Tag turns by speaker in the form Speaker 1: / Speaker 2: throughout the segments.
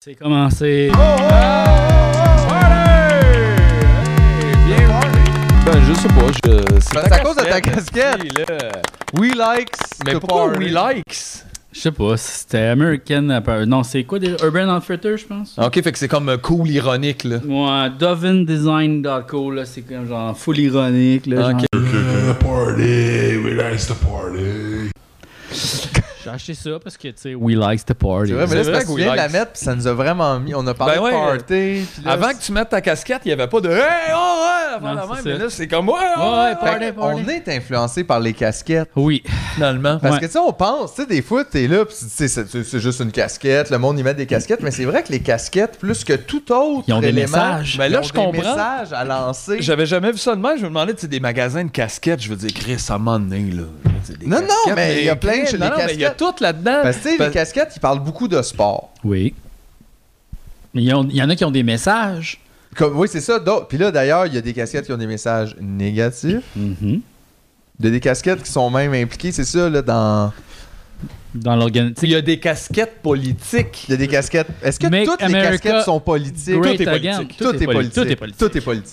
Speaker 1: C'est commencé.
Speaker 2: Ben, je sais pas, je... c'est
Speaker 3: Ben, C'est à cause de ta casquette. We likes.
Speaker 2: Mais
Speaker 3: the
Speaker 2: pourquoi We
Speaker 3: party.
Speaker 2: Likes?
Speaker 1: Je sais pas, c'était American. Apparel. Non, c'est quoi des Urban Outfitters, je pense
Speaker 2: Ok, fait que c'est comme euh, cool, ironique, là.
Speaker 1: Ouais, dovindesign.co, là, c'est comme genre full ironique. Là,
Speaker 2: Ok.
Speaker 1: genre-
Speaker 4: The party, we likes the party.
Speaker 1: J'ai acheté ça parce que, tu sais, we likes the party.
Speaker 3: C'est vrai, mais
Speaker 2: C'est
Speaker 3: là,
Speaker 2: vrai
Speaker 3: c'est parce
Speaker 2: que
Speaker 3: que tu
Speaker 2: We
Speaker 3: viens de la
Speaker 2: Likes.
Speaker 3: mettre, puis ça nous a vraiment mis. On a parlé
Speaker 2: Ben ouais.
Speaker 3: de party. puis là,
Speaker 2: Avant
Speaker 3: c'est-
Speaker 2: que tu mettes ta casquette, il n'y avait pas de Hey, oh, ouais, avant
Speaker 1: Non,
Speaker 2: la
Speaker 1: c'est
Speaker 2: même.
Speaker 1: ça.
Speaker 2: Mais là, c'est comme Ouais, ouais,
Speaker 1: Ouais,
Speaker 2: ouais,
Speaker 1: party,
Speaker 3: Fait que
Speaker 1: party.
Speaker 3: On est influencé par les casquettes.
Speaker 1: Oui.
Speaker 2: finalement.
Speaker 3: Parce
Speaker 1: Ouais.
Speaker 3: que tu sais, on pense, tu sais, des fois, t'es là, pis tu sais, c'est c'est- c'est juste une casquette, le monde y met des casquettes, mais c'est vrai que les casquettes, plus que tout autre
Speaker 1: Ils ont des
Speaker 3: élément,
Speaker 1: messages.
Speaker 2: Ben là,
Speaker 3: ils ont
Speaker 2: je
Speaker 3: des
Speaker 2: comprends.
Speaker 3: messages à lancer.
Speaker 2: J'avais jamais vu ça de même. Je me demandais, tu sais, des magasins de casquettes. Je veux dire, Chris, ça m'en est, là. Tu sais, des
Speaker 3: Non, non,
Speaker 2: casquettes,
Speaker 3: mais il y a plein de-
Speaker 2: Chris,
Speaker 3: les
Speaker 2: non, non, mais il y a
Speaker 3: casquettes.
Speaker 2: tout là-dedans.
Speaker 3: Parce que tu sais, les
Speaker 2: Parce-
Speaker 3: casquettes, ils parlent beaucoup de sport.
Speaker 1: Oui. Mais ils ont- il y en a qui ont des messages.
Speaker 3: Comme, oui, c'est ça. d'autres- Puis là, d'ailleurs, il y a des casquettes qui ont des messages négatifs.
Speaker 1: Mhm.
Speaker 3: Il y a des casquettes qui sont même impliquées, c'est ça, là, dans.
Speaker 1: Dans l'organisation.
Speaker 2: Il y a des casquettes politiques.
Speaker 3: Il y a des casquettes. Est-ce que
Speaker 1: Make
Speaker 3: toutes
Speaker 1: America
Speaker 3: les casquettes sont politiques?
Speaker 1: Great
Speaker 3: Tout est
Speaker 1: again.
Speaker 3: politique. Tout est politique.
Speaker 1: Tout est politique.
Speaker 3: Tout est politique.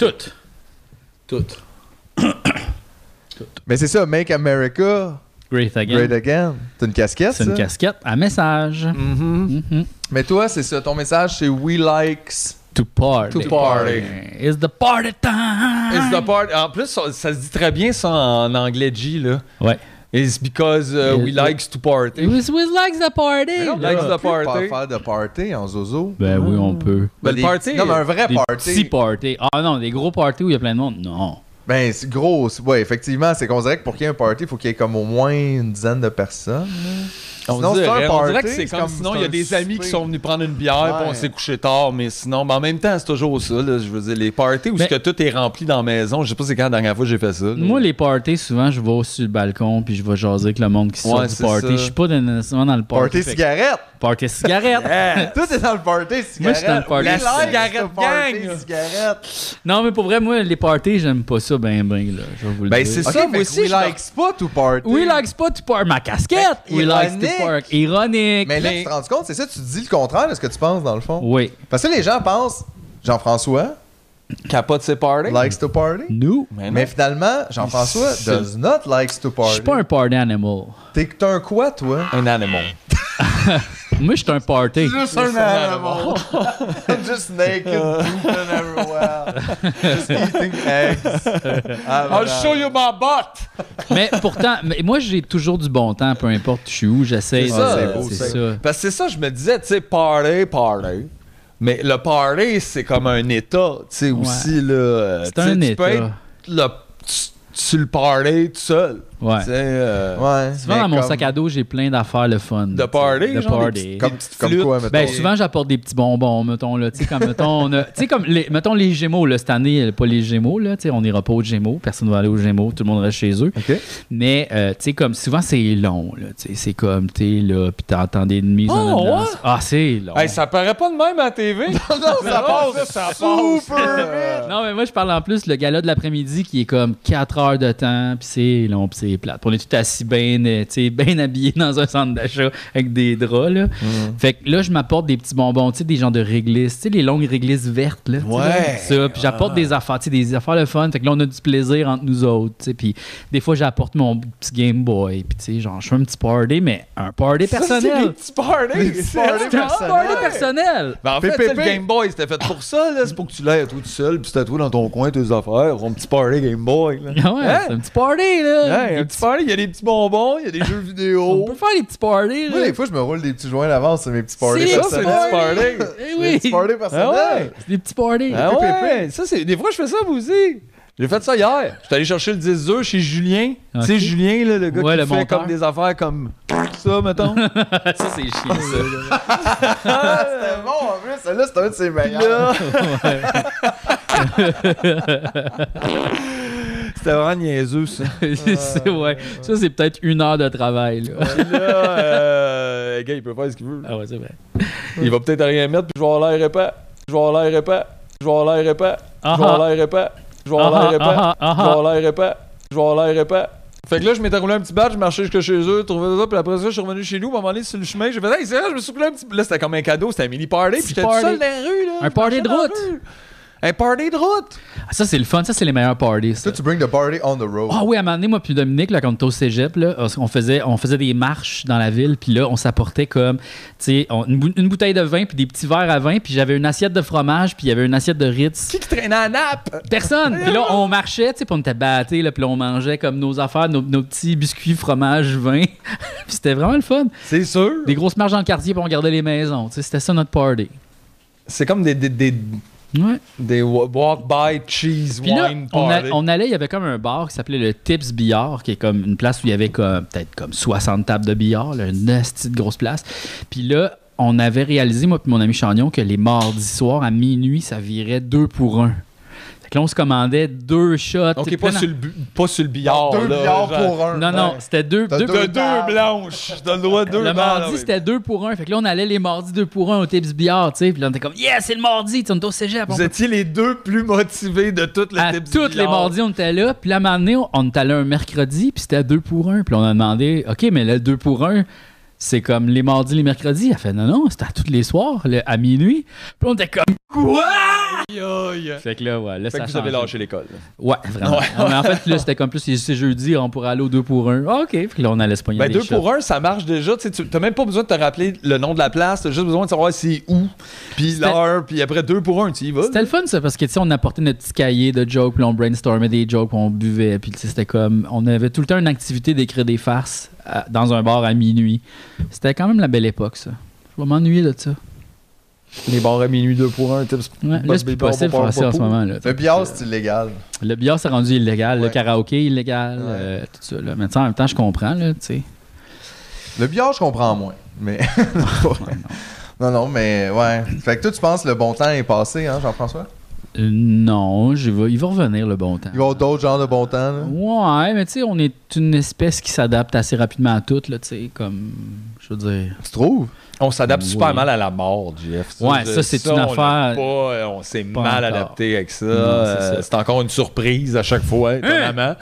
Speaker 1: Toutes. Toutes.
Speaker 3: Mais c'est ça, Make America
Speaker 1: Great again.
Speaker 3: Great Again. Mm-hmm. C'est une casquette,
Speaker 1: c'est une
Speaker 3: ça?
Speaker 1: casquette à message.
Speaker 2: Mhm.
Speaker 1: Mhm.
Speaker 3: Mais toi, c'est ça. Ton message, c'est We Likes.
Speaker 1: To party.
Speaker 2: To party.
Speaker 1: It's the party time.
Speaker 2: It's the part. En plus, ça, ça se dit très bien ça en anglais, G, là.
Speaker 1: Ouais.
Speaker 2: It's because uh, we
Speaker 1: It-
Speaker 2: likes to party.
Speaker 1: It was, it was like the party.
Speaker 3: Non,
Speaker 2: Likes
Speaker 3: on peut
Speaker 2: the party.
Speaker 3: pas faire de party en zozo.
Speaker 1: Ben oui, on peut.
Speaker 2: Ben,
Speaker 3: Ben,
Speaker 2: le
Speaker 3: des-
Speaker 2: party.
Speaker 3: Non, mais un vrai
Speaker 1: Des petits
Speaker 3: party.
Speaker 1: parties. Ah non, des gros parties où il y a plein de monde. Non.
Speaker 3: Ben, c'est gros. c'est- Ouais, effectivement, c'est qu'on dirait que pour qu'il y ait un party, il faut qu'il y ait comme au moins une dizaine de personnes.
Speaker 2: On
Speaker 3: Sinon, c'est
Speaker 2: dirait,
Speaker 3: un
Speaker 2: on
Speaker 3: party,
Speaker 2: dirait que c'est
Speaker 3: c'est
Speaker 2: comme,
Speaker 3: comme-
Speaker 2: sinon
Speaker 3: c'est
Speaker 2: il y a
Speaker 3: un
Speaker 2: des amis
Speaker 3: souper.
Speaker 2: qui sont venus prendre une bière puis on
Speaker 3: Ouais.
Speaker 2: s'est couché tard mais sinon ben, en même temps c'est toujours ça là, je veux dire les parties où
Speaker 1: Mais-
Speaker 2: ce que tout est rempli dans la maison je sais pas c'est quand la dernière fois que j'ai fait ça là.
Speaker 1: Moi, les parties, souvent, je vais sur le balcon puis je vais jaser avec le monde qui sort
Speaker 2: Ouais,
Speaker 1: du
Speaker 2: c'est
Speaker 1: party.
Speaker 2: ça.
Speaker 1: Je suis pas dans- nécessairement dans le party.
Speaker 3: Party
Speaker 1: Fait que-
Speaker 3: cigarette.
Speaker 1: party cigarette.
Speaker 2: Eh,
Speaker 3: Tout est dans le party cigarette.
Speaker 1: Moi, je suis dans le party
Speaker 3: La
Speaker 1: cigarette.
Speaker 3: cigarette
Speaker 2: Party
Speaker 3: gang. cigarette.
Speaker 1: Non, mais pour vrai, moi, les parties, j'aime pas ça ben ben, là. Je vais vous le
Speaker 2: Ben,
Speaker 1: dire.
Speaker 2: c'est ça,
Speaker 3: Ok, fait
Speaker 2: moi
Speaker 3: que
Speaker 2: aussi,
Speaker 3: We
Speaker 2: je me-
Speaker 3: likes pas tout party.
Speaker 1: We likes pas to party. Ma casquette.
Speaker 3: Ben,
Speaker 1: We likes to
Speaker 3: ironique.
Speaker 1: party. Ironique.
Speaker 3: Mais là,
Speaker 2: Mais-
Speaker 3: tu te rends compte, c'est ça, tu dis le contraire de ce que tu penses dans le fond.
Speaker 1: Oui.
Speaker 3: Parce que les gens pensent Jean-François
Speaker 2: capote ses parties
Speaker 3: likes to party.
Speaker 1: Nous.
Speaker 2: mais,
Speaker 3: Mais
Speaker 2: mais
Speaker 3: finalement, Jean-François
Speaker 2: C'est-
Speaker 3: does not likes to
Speaker 1: Je
Speaker 3: party.
Speaker 1: suis pas un party animal.
Speaker 3: T'es t'es un quoi, toi?
Speaker 2: un animal
Speaker 1: Moi, je suis un party.
Speaker 3: Just an animal. Just naked, pooping everywhere. Just eating eggs. Ah, voilà.
Speaker 2: you my butt
Speaker 1: mais pourtant, mais moi, j'ai toujours du bon temps, peu importe je suis où, j'essaie.
Speaker 2: C'est
Speaker 1: de-
Speaker 2: ça,
Speaker 3: c'est beau,
Speaker 1: c'est
Speaker 3: ça.
Speaker 1: ça.
Speaker 2: parce que c'est ça je me disais tu sais party party mais le party c'est comme un état tu sais aussi là euh,
Speaker 1: C'est
Speaker 2: tu sais,
Speaker 1: un
Speaker 2: tu
Speaker 1: état.
Speaker 2: peux être le tu- tu le party tout seul
Speaker 1: Ouais.
Speaker 2: tu sais euh,
Speaker 3: Ouais.
Speaker 1: Souvent,
Speaker 3: mais
Speaker 1: dans mon
Speaker 3: comme-
Speaker 1: sac à dos, j'ai plein d'affaires le fun.
Speaker 2: De party,
Speaker 1: De
Speaker 2: genre
Speaker 1: party.
Speaker 2: des
Speaker 3: Comme,
Speaker 2: petites
Speaker 3: comme
Speaker 2: flûtes.
Speaker 3: quoi, mettons?
Speaker 1: Ben, souvent, j'apporte des petits bonbons, mettons, là. Tu sais, comme, mettons, on a- tu sais, comme les, mettons, les Gémeaux, là, cette année, euh, pas les Gémeaux, là. Tu sais, on n'ira pas aux Gémeaux. Personne ne va aller aux Gémeaux. Tout le monde reste chez eux.
Speaker 3: OK.
Speaker 1: Mais, euh, tu sais, comme, souvent, c'est long, là. Tu sais, c'est comme, t'es là, puis t'entends des demi
Speaker 2: Oh, ouais?
Speaker 1: Ah, c'est long.
Speaker 2: Hey, ça paraît pas de même à la TV.
Speaker 3: non, ça passe, ça passe. Super
Speaker 1: Non, mais moi, je parle en plus le gala de l'après-midi qui est comme 4 heures de temps, puis c'est long, puis c'est plate. Puis on est tout assis bien ben habillés dans un centre d'achat avec des draps, là.
Speaker 2: Mm.
Speaker 1: Fait que là, je m'apporte des petits bonbons, tu sais, des genres de réglisses, tu sais, les longues réglisses vertes, là. tu sais,
Speaker 2: Ouais.
Speaker 1: là, Ça, puis j'apporte des affaires, tu sais, des affaires le fun. Fait que là, on a du plaisir entre nous autres, tu sais. Puis des fois, j'apporte mon petit Game Boy, puis tu sais, genre, je fais un petit party, mais un party
Speaker 2: Ça, c'est des
Speaker 1: personnel.
Speaker 2: petits parties.
Speaker 3: petits
Speaker 2: C'est
Speaker 3: parties.
Speaker 1: C'est un party personnel.
Speaker 2: Ben, en fait, tu
Speaker 3: PPP.
Speaker 2: sais, le Game Boy, c'était fait pour ça. là. C'est pour que tu l'aies à toi tout seul, puis c'était à toi dans ton coin, tes affaires, ton petit party Game Boy. Là.
Speaker 1: Ah Ouais,
Speaker 2: Hein?
Speaker 1: c'est un petit party, là.
Speaker 2: Hey,
Speaker 1: Des
Speaker 2: un petit party, il y a des petits bonbons, il y a des jeux
Speaker 1: On
Speaker 2: vidéo.
Speaker 1: peut faire des petits parties.
Speaker 3: Moi,
Speaker 1: là.
Speaker 3: des fois, je me roule des petits joints d'avance sur mes petits parties.
Speaker 1: C'est
Speaker 2: ça, c'est des
Speaker 3: personnels.
Speaker 2: petits parties.
Speaker 1: Eh
Speaker 3: Mes
Speaker 1: oui,
Speaker 3: petits parties personnels.
Speaker 2: Ah ouais.
Speaker 1: des petits parties.
Speaker 2: Ah ouais. Ça, c'est... Des fois, je fais ça, vous aussi. J'ai fait ça hier. J'étais allé chercher le 10 œufs chez Julien. Tu sais,
Speaker 1: Ok.
Speaker 2: Julien, là, le gars
Speaker 1: Ouais,
Speaker 2: qui
Speaker 1: le
Speaker 2: fait
Speaker 1: monteur.
Speaker 2: comme des affaires comme ça, mettons.
Speaker 1: ça, c'est chiant, ça.
Speaker 3: Ah, c'était bon en plus. Celle-là, c'est un de ses meilleurs.
Speaker 2: c'était vraiment niaiseux, ça.
Speaker 1: C'est- ouais. Ça, c'est peut-être une heure de travail. Là.
Speaker 2: Puis là, euh, le gars, il peut faire ce qu'il veut.
Speaker 1: Ah ouais, c'est vrai.
Speaker 2: Il va peut-être rien mettre, puis je vais avoir l'air épais. Je vais avoir l'air épais. Je vais avoir l'air épais. Je vais
Speaker 1: Ah ah.
Speaker 2: avoir l'air épais. Je vais
Speaker 1: Ah
Speaker 2: avoir l'air
Speaker 1: ah,
Speaker 2: épais.
Speaker 1: ah ah,
Speaker 2: Je vais avoir l'air épais. Je vais avoir l'air épais. Fait que là, je m'étais roulé un petit badge, je marchais jusque chez eux, trouvais ça, puis après ça, je suis revenu chez nous, à un moment donné, sur le chemin, j'ai fait, hey, c'est vrai, je me suis roulé un petit. Là, c'était comme un cadeau, c'était un mini party, puis
Speaker 1: Petit
Speaker 2: j'étais tout
Speaker 1: party.
Speaker 2: seul dans la rue, là.
Speaker 1: Un
Speaker 2: Je
Speaker 1: party de
Speaker 2: marchais dans la
Speaker 1: route.
Speaker 2: rue. Un party de route!
Speaker 1: Ah, ça, c'est le fun. Ça, c'est les meilleurs parties. ça.
Speaker 3: Toi, tu bring the party on the road.
Speaker 1: Ah oui, à un moment donné, moi puis Dominique, là, quand on était au cégep, là, on, faisait, on faisait des marches dans la ville, puis là, on s'apportait comme, tu sais, on- une, bou- une bouteille de vin, puis des petits verres à vin, puis j'avais une assiette de fromage, puis il y avait une assiette de Ritz.
Speaker 2: Qui qui traînait à nappe?
Speaker 1: Personne! Puis là, on marchait, tu sais, puis on était battés, là, puis là, on mangeait comme nos affaires, nos, nos petits biscuits, fromage, vin. puis c'était vraiment le fun.
Speaker 2: C'est sûr.
Speaker 1: Des grosses marches dans le quartier, pour on regardait les maisons. Tu sais, c'était ça notre party.
Speaker 2: C'est comme des, des, des,
Speaker 1: Ouais.
Speaker 2: des wa- walk-by cheese
Speaker 1: Puis là,
Speaker 2: wine
Speaker 1: on, a-
Speaker 2: party.
Speaker 1: on allait, il y avait comme un bar qui s'appelait le Tips Billard, qui est comme une place où il y avait comme peut-être comme 60 tables de billard, là, une esti de grosse place. Puis là, on avait réalisé, moi et mon ami Chagnon, que les mardis soirs, à minuit, ça virait deux pour un. Fait que là, on se commandait deux shots.
Speaker 2: Ok,
Speaker 1: t'sais,
Speaker 2: pas
Speaker 1: plein
Speaker 2: sur, le, bu- pas sur le billard.
Speaker 3: Deux
Speaker 2: là,
Speaker 3: milliards
Speaker 2: genre.
Speaker 3: pour un.
Speaker 1: Oh, Non, non,
Speaker 3: Ouais.
Speaker 1: c'était deux.
Speaker 3: T'as
Speaker 1: deux-
Speaker 3: deux
Speaker 2: T'as deux
Speaker 3: tables.
Speaker 2: blanches. T'as le droit à deux
Speaker 1: le
Speaker 2: blanches.
Speaker 1: mardi, c'était deux pour un. Fait que là, on allait les mardis deux pour un au Tips Billard, tu sais. Puis là, on était comme, yeah, c'est le mardi, tu sais, on est au cégep. on
Speaker 2: Vous étiez les deux plus motivés de toutes les
Speaker 1: à
Speaker 2: tips
Speaker 1: toutes les
Speaker 2: billard.
Speaker 1: mardis, on était là. Puis là, à un moment donné, on- on est allé un mercredi, puis c'était à 2 pour 1. Puis là, on a demandé, OK, mais le 2 pour 1, c'est comme les mardis, les mercredis. Elle fait, non, non, c'était à tous les soirs, le- à minuit. Puis on était comme, quoi?
Speaker 2: Aïe, aïe.
Speaker 1: Fait que là, ouais, là,
Speaker 2: Fait
Speaker 1: ça
Speaker 2: que vous
Speaker 1: a
Speaker 2: avez
Speaker 1: changé.
Speaker 2: lâché l'école. là.
Speaker 1: Ouais, vraiment. Non, mais en fait, là, c'était comme plus, c'est- c'est jeudi, on pourrait aller au 2 pour 1. OK. Fait que là, on allait se pogner
Speaker 2: Ben,
Speaker 1: des
Speaker 2: 2
Speaker 1: shots.
Speaker 2: pour 1, ça marche déjà. Tu sais, tu- t'as même pas besoin de te rappeler le nom de la place. T'as juste besoin de savoir c'est où, puis
Speaker 1: C'était-
Speaker 2: l'heure, puis après 2 pour 1, tu y vas.
Speaker 1: C'était le fun, ça, parce que, tu sais, on apportait notre petit cahier de jokes, puis on brainstormait des jokes, puis on buvait, puis, tu sais, c'était comme. On avait tout le temps une activité d'écrire des farces à- dans un bar à minuit. C'était quand même la belle époque, ça. Je vais m'ennuyer de ça.
Speaker 2: Les bars à minuit 2 pour 1, tips.
Speaker 1: Ouais, là, c'est plus possible de faire ça en ce moment. Là.
Speaker 3: Le billard, c'est illégal.
Speaker 1: Le billard s'est rendu illégal, le
Speaker 3: Ouais.
Speaker 1: karaoké illégal,
Speaker 3: Ouais.
Speaker 1: euh, tout ça. Là. Mais, tu sais, en même temps, je comprends, là, tu sais.
Speaker 3: Le billard, je comprends moins. Mais. non, non, mais ouais. Fait que toi, tu penses que le bon temps est passé, hein, Jean-François?
Speaker 1: Euh, non, je vais- il va revenir le bon temps.
Speaker 3: Il va y avoir d'autres genres de bon temps, là.
Speaker 1: Ouais, mais tu sais, on est une espèce qui s'adapte assez rapidement à tout, là, tu sais, comme. Je veux dire.
Speaker 3: Tu trouves?
Speaker 2: On s'adapte
Speaker 1: Oui.
Speaker 2: super mal à la mort, Jeff.
Speaker 1: Ouais,
Speaker 2: je veux
Speaker 1: ça,
Speaker 2: dire,
Speaker 1: c'est une
Speaker 2: on l'a
Speaker 1: affaire-
Speaker 2: pas, euh, on s'est
Speaker 1: Pas
Speaker 2: mal
Speaker 1: encore.
Speaker 2: adapté avec ça.
Speaker 1: Non, c'est
Speaker 2: Euh,
Speaker 1: ça. Hein?
Speaker 2: C'est encore une surprise à chaque fois, étonnamment.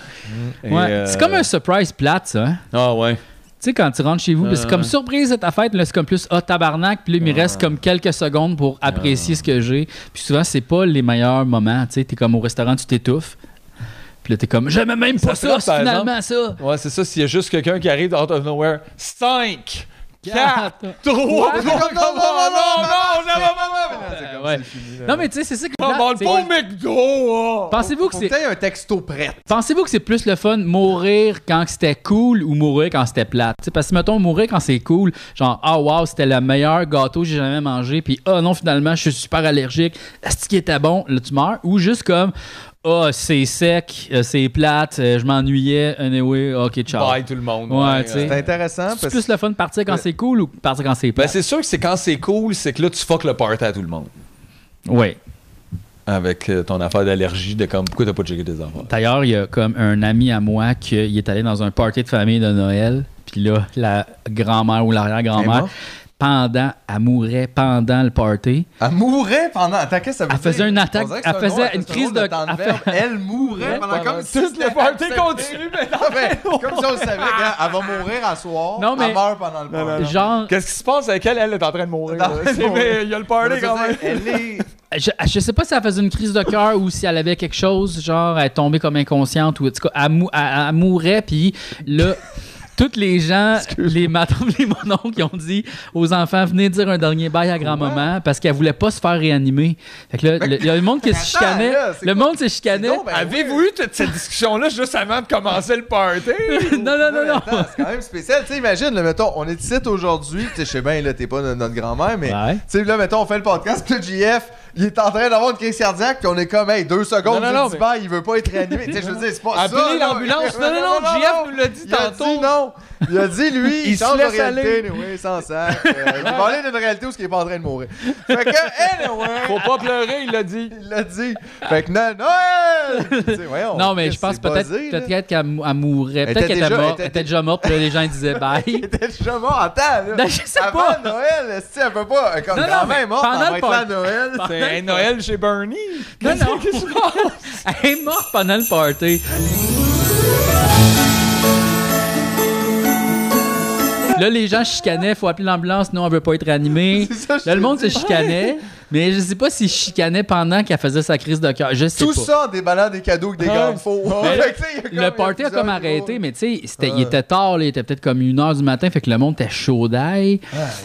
Speaker 2: Et,
Speaker 1: Ouais,
Speaker 2: euh,
Speaker 1: C'est comme un surprise plate, ça. hein?
Speaker 2: Ah ouais.
Speaker 1: Tu sais, quand tu rentres chez vous,
Speaker 2: Ah,
Speaker 1: puis c'est comme
Speaker 2: ouais.
Speaker 1: surprise de ta fête, mais là, c'est comme plus ah tabarnak, puis là, il me reste comme quelques secondes pour apprécier ce que j'ai. Puis souvent, c'est pas les meilleurs moments. Tu sais, t'es comme au restaurant, tu t'étouffes. Puis là, t'es comme, j'aimais même pas
Speaker 2: Ça
Speaker 1: ça,
Speaker 2: fait, par
Speaker 1: finalement, ça.
Speaker 2: Ouais, c'est ça. S'il y a juste quelqu'un qui arrive out of nowhere, 5, 4,
Speaker 1: Quatre.
Speaker 2: 3, non, non, non, non, non, non, non, non,
Speaker 1: Euh,
Speaker 3: Comme
Speaker 1: ouais.
Speaker 3: c'est fini, là.
Speaker 1: Non, mais tu sais, c'est ça que.
Speaker 2: non, non,
Speaker 1: tu sais,
Speaker 2: pas au McDo! ah.
Speaker 1: Pensez-vous que
Speaker 3: Faut
Speaker 1: c'est. Eh,
Speaker 3: que t'aies un texto prêt.
Speaker 1: Pensez-vous que c'est plus le fun mourir quand c'était cool ou mourir quand c'était plate? T'sais, parce que mettons mourir quand c'est cool, genre ah wow, c'était le meilleur gâteau que j'ai jamais mangé, puis ah non, finalement, je suis super allergique, est-ce qu'il était bon, là tu meurs, ou juste comme ah c'est sec, euh, c'est plate, euh, je m'ennuyais, anyway, ok, ciao.
Speaker 2: Bye tout le monde.
Speaker 1: Ouais, tu sais.
Speaker 3: C'est intéressant
Speaker 1: C'est
Speaker 3: parce
Speaker 1: plus le fun de partir quand c'est cool ou de partir quand c'est
Speaker 2: Ben,
Speaker 1: plate?
Speaker 2: c'est sûr que c'est quand c'est cool, c'est que là, tu fuck le party à tout le monde.
Speaker 1: ouais.
Speaker 2: Avec euh, ton affaire d'allergie, de comme, pourquoi t'as pas checké tes enfants?
Speaker 1: D'ailleurs, il y a comme un ami à moi qui est allé dans un party de famille de Noël. Puis là, la grand-mère ou
Speaker 3: Elle est
Speaker 1: l'arrière-grand-mère,
Speaker 3: morte?
Speaker 1: pendant, elle mourait pendant le party.
Speaker 3: Elle mourait pendant. Attends, qu'est-ce que ça veut
Speaker 1: Elle faisait
Speaker 3: dire?
Speaker 1: une attaque-
Speaker 3: On dirait que c'est
Speaker 1: elle
Speaker 3: un
Speaker 1: faisait
Speaker 3: nom,
Speaker 1: une
Speaker 3: c'est un
Speaker 1: crise
Speaker 3: drôle
Speaker 1: de-
Speaker 3: temps
Speaker 1: elle
Speaker 3: verbe.
Speaker 1: fait-
Speaker 3: Elle mourait
Speaker 1: Ouais,
Speaker 3: pendant comme si
Speaker 2: Tout le
Speaker 3: c'était
Speaker 2: party
Speaker 3: accepté.
Speaker 2: continue, Eh, mais non.
Speaker 3: Ah ben, comme si on le savait, gars, elle va mourir à soir.
Speaker 1: Non, mais-
Speaker 3: Elle meurt pendant le party.
Speaker 1: Genre,
Speaker 2: Qu'est-ce qui se passe avec elle? Elle est en train de mourir.
Speaker 3: Non,
Speaker 2: là.
Speaker 3: elle
Speaker 2: C'est-
Speaker 3: mourit.
Speaker 2: mais il y a le
Speaker 3: Ça
Speaker 2: party
Speaker 3: veut
Speaker 2: quand
Speaker 3: dire,
Speaker 2: même.
Speaker 3: Elle est.
Speaker 1: je, je sais pas si elle faisait une crise de cœur ou si elle avait quelque chose, genre, elle est tombée comme inconsciente ou en tout cas, elle, mou- elle- elle mourait. Puis là, toutes les gens, les matomes, les mononcles, qui ont dit aux enfants, venez dire un dernier bail à grand-maman parce qu'elle voulait pas se faire réanimer. Fait que là, le- il y a le monde qui se
Speaker 3: Attends,
Speaker 1: chicanait.
Speaker 3: là, c'est
Speaker 1: Le
Speaker 3: quoi?
Speaker 1: monde se chicanait.
Speaker 3: donc ben
Speaker 2: Avez-vous eu toute cette discussion-là juste avant de commencer le party?
Speaker 1: non, non,
Speaker 3: Non,
Speaker 1: non,
Speaker 3: mais
Speaker 1: non.
Speaker 3: attends, C'est quand même spécial. Tu sais, imagine, là, mettons, on est ici aujourd'hui. Tu sais, je sais bien, là, t'es pas no- notre grand-mère, mais.
Speaker 1: Ouais.
Speaker 3: Tu sais, là, mettons, on fait le podcast, puis le JF, il est en train d'avoir une crise cardiaque, puis on est comme, hey, deux secondes,
Speaker 2: Non, non,
Speaker 3: je
Speaker 2: non,
Speaker 3: dis
Speaker 2: mais-
Speaker 3: pas, il veut pas être réanimé. Tu sais, je veux dire, c'est pas ça.
Speaker 2: Appelez
Speaker 3: là.
Speaker 2: l'ambulance. Non, non, non, JF nous l'a dit
Speaker 3: il a
Speaker 2: tantôt.
Speaker 3: dit non. Il a dit, lui,
Speaker 2: Il
Speaker 3: il
Speaker 2: se
Speaker 3: change de
Speaker 2: laisse aller.
Speaker 3: réalité, oui, sans sac. Euh, il va aller d'une réalité où il est pas en train de mourir. Fait que, anyway.
Speaker 2: Faut pas pleurer, il l'a dit.
Speaker 3: Il l'a dit. Fait que non, Noël! Tu sais, voyons,
Speaker 1: Non, mais
Speaker 3: Oh, Chris,
Speaker 1: je pense
Speaker 3: c'est
Speaker 1: peut-être
Speaker 3: buzzé, là.
Speaker 1: peut-être qu'elle mou- elle mourrait.
Speaker 3: Elle
Speaker 1: Peut-être
Speaker 3: était
Speaker 1: qu'elle était
Speaker 3: déjà-
Speaker 1: morte.
Speaker 3: elle
Speaker 1: Elle
Speaker 3: était-
Speaker 1: était déjà morte. puis là, les gens ils disaient
Speaker 3: Il
Speaker 1: bye.
Speaker 3: était déjà mort. Attends, là.
Speaker 1: Non, Ben, je sais
Speaker 3: Avant
Speaker 1: pas.
Speaker 3: Noël, si elle peut pas. euh, Comme
Speaker 1: Non, non,
Speaker 3: grand-mère
Speaker 1: mais
Speaker 3: est morte,
Speaker 1: pendant
Speaker 3: elle
Speaker 1: le
Speaker 3: va être là à
Speaker 1: pod-
Speaker 3: Noël.
Speaker 2: C'est un Noël chez Bernie.
Speaker 1: Non, non.
Speaker 2: Qu'est-ce qui se passe?
Speaker 1: Elle est morte pendant le party. Là, les gens chicanaient, faut appeler l'ambulance, non, on veut pas être animé.
Speaker 3: C'est ça, je
Speaker 1: Là, le
Speaker 3: te
Speaker 1: monde se
Speaker 3: dis.
Speaker 1: chicanait, mais je sais pas si chicanait pendant qu'elle faisait sa crise de cœur. Je sais
Speaker 3: Tout
Speaker 1: pas.
Speaker 3: ça en déballant des cadeaux avec des
Speaker 2: Ouais.
Speaker 3: gars faux.
Speaker 2: Ouais.
Speaker 3: Fait que, tu sais, il y a comme- il y
Speaker 1: Le
Speaker 3: a
Speaker 1: party a
Speaker 3: plusieurs
Speaker 1: comme
Speaker 3: niveaux.
Speaker 1: arrêté, mais tu sais, c'était- il
Speaker 3: Ouais.
Speaker 1: était tard, là, il était peut-être comme une heure du matin, fait que le monde était chaud d'ail.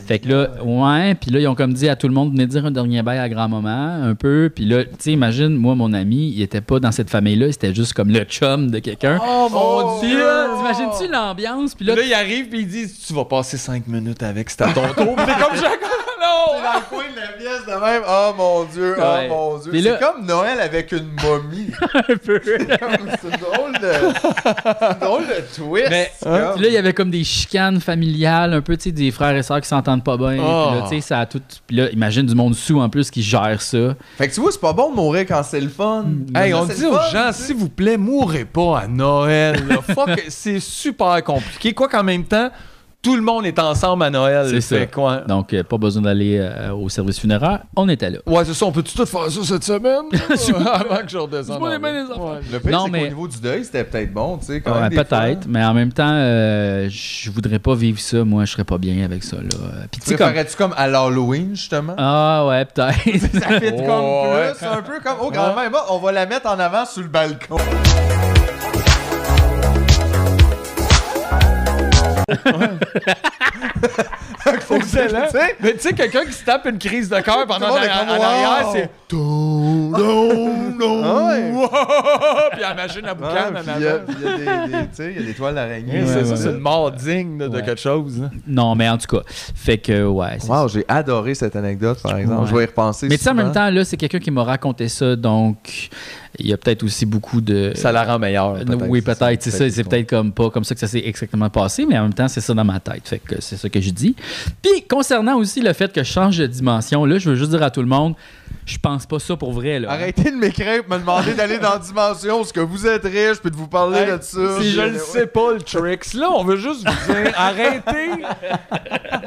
Speaker 1: Fait que là, ouais, puis là, ils ont comme dit à tout le monde, venez dire un dernier bail à grand-maman, un peu. Puis là, tu sais, imagine, moi, mon ami, il était pas dans cette famille-là, c'était juste comme le chum de quelqu'un.
Speaker 2: Oh
Speaker 3: mon
Speaker 1: Puis
Speaker 2: Dieu!
Speaker 1: là, t'imagines-tu l'ambiance? Puis là,
Speaker 2: Là, ils arrivent puis ils disent Tu vas passer 5 minutes avec, c'est à ton tour. Puis t'es comme Jacques, non!
Speaker 3: Dans le coin de la pièce de même. Oh mon dieu,
Speaker 1: Ouais.
Speaker 3: oh mon dieu.
Speaker 1: Puis là-
Speaker 3: C'est comme Noël avec une momie.
Speaker 1: un peu.
Speaker 3: Comme, c'est drôle de. C'est drôle de twist.
Speaker 1: Mais-
Speaker 3: C'est comme-
Speaker 1: Puis là, il y avait comme des chicanes familiales, un peu, tu sais, des frères et sœurs qui s'entendent pas bien.
Speaker 2: Oh.
Speaker 1: Puis là, tu sais, ça a tout. Puis là, imagine du monde sous en plus qui gère ça.
Speaker 2: Ah.
Speaker 3: Fait que tu vois, c'est pas bon de mourir quand c'est le fun.
Speaker 2: Hey,
Speaker 3: Quand
Speaker 2: on
Speaker 3: c'est
Speaker 2: dit
Speaker 3: le
Speaker 2: aux
Speaker 3: fun,
Speaker 2: gens,
Speaker 3: tu sais.
Speaker 2: s'il vous plaît, mourrez pas à Noël. là. Fuck, c'est super compliqué. Quoi qu'en même temps, tout le monde est ensemble à Noël.
Speaker 1: C'est
Speaker 2: Fait
Speaker 1: ça.
Speaker 2: que, ouais.
Speaker 1: Donc, euh, pas besoin d'aller euh, au service funéraire. On était là.
Speaker 2: Ouais, c'est ça, on peut tout faire ça cette semaine? là? Avant que je redescende.
Speaker 1: Dis-moi les mains
Speaker 2: en
Speaker 1: des
Speaker 2: ville.
Speaker 1: enfants.
Speaker 2: Ouais.
Speaker 3: Le pire,
Speaker 1: Non,
Speaker 3: c'est
Speaker 1: mais-
Speaker 3: qu'au niveau du deuil, c'était peut-être bon, tu sais. quand
Speaker 1: Ouais,
Speaker 3: même, des
Speaker 1: peut-être,
Speaker 3: fois.
Speaker 1: mais en même temps, euh, je voudrais pas vivre ça. Moi, je serais pas bien avec ça. Là. Puis tu sais, comme.
Speaker 3: Préparais-tu comme à l'Halloween, justement?
Speaker 1: Ah ouais, peut-être.
Speaker 3: Ça fait
Speaker 2: Oh,
Speaker 3: comme
Speaker 2: ouais.
Speaker 3: plus, un peu comme, oh, grand-mère est morte, on va la mettre en avant sur le balcon. Faut que ça-
Speaker 2: Excellent.
Speaker 3: tu sais,
Speaker 2: Mais tu sais, quelqu'un qui se tape une crise de cœur pendant
Speaker 3: Tout le monde
Speaker 2: la-
Speaker 3: est
Speaker 2: en,
Speaker 3: comme,
Speaker 2: arrière,
Speaker 3: wow.
Speaker 2: c'est. Ah Tou, non, non,
Speaker 3: Ouais.
Speaker 2: wow. Puis elle machine à
Speaker 3: Ouais,
Speaker 2: boucan,
Speaker 3: Ah, puis euh,
Speaker 2: elle
Speaker 3: Il y a- il y a des- des- tu sais, il y a des toiles d'araignée.
Speaker 2: C'est
Speaker 1: Ouais,
Speaker 2: ça,
Speaker 1: ouais.
Speaker 2: c'est une mort digne là, de
Speaker 1: Ouais.
Speaker 2: quelque chose.
Speaker 1: non, mais en tout cas, fait que ouais. c'est
Speaker 3: Wow, j'ai adoré cette anecdote, par exemple.
Speaker 1: Ouais.
Speaker 3: Je vais y repenser.
Speaker 1: Mais tu sais, en
Speaker 3: souvent.
Speaker 1: même temps, là, c'est quelqu'un qui m'a raconté ça, donc il y a peut-être aussi beaucoup de.
Speaker 2: Ça la rend meilleure.
Speaker 1: Euh,
Speaker 2: peut-être.
Speaker 1: oui, peut-être, c'est ça. C'est
Speaker 2: qu'on-
Speaker 1: peut-être comme pas comme ça que ça s'est exactement passé, mais en même temps, c'est ça dans ma tête. Fait que c'est ça que je dis. Puis, concernant aussi le fait que je change de dimension, là, je veux juste dire à tout le monde, je pense pas ça pour vrai, là.
Speaker 3: Arrêtez de m'écrire et me demander d'aller dans Dimension, est-ce que vous êtes riche, puis de vous parler
Speaker 2: Hey,
Speaker 3: de ça.
Speaker 2: Si je le sais pas, le tricks, là, on veut juste vous dire arrêtez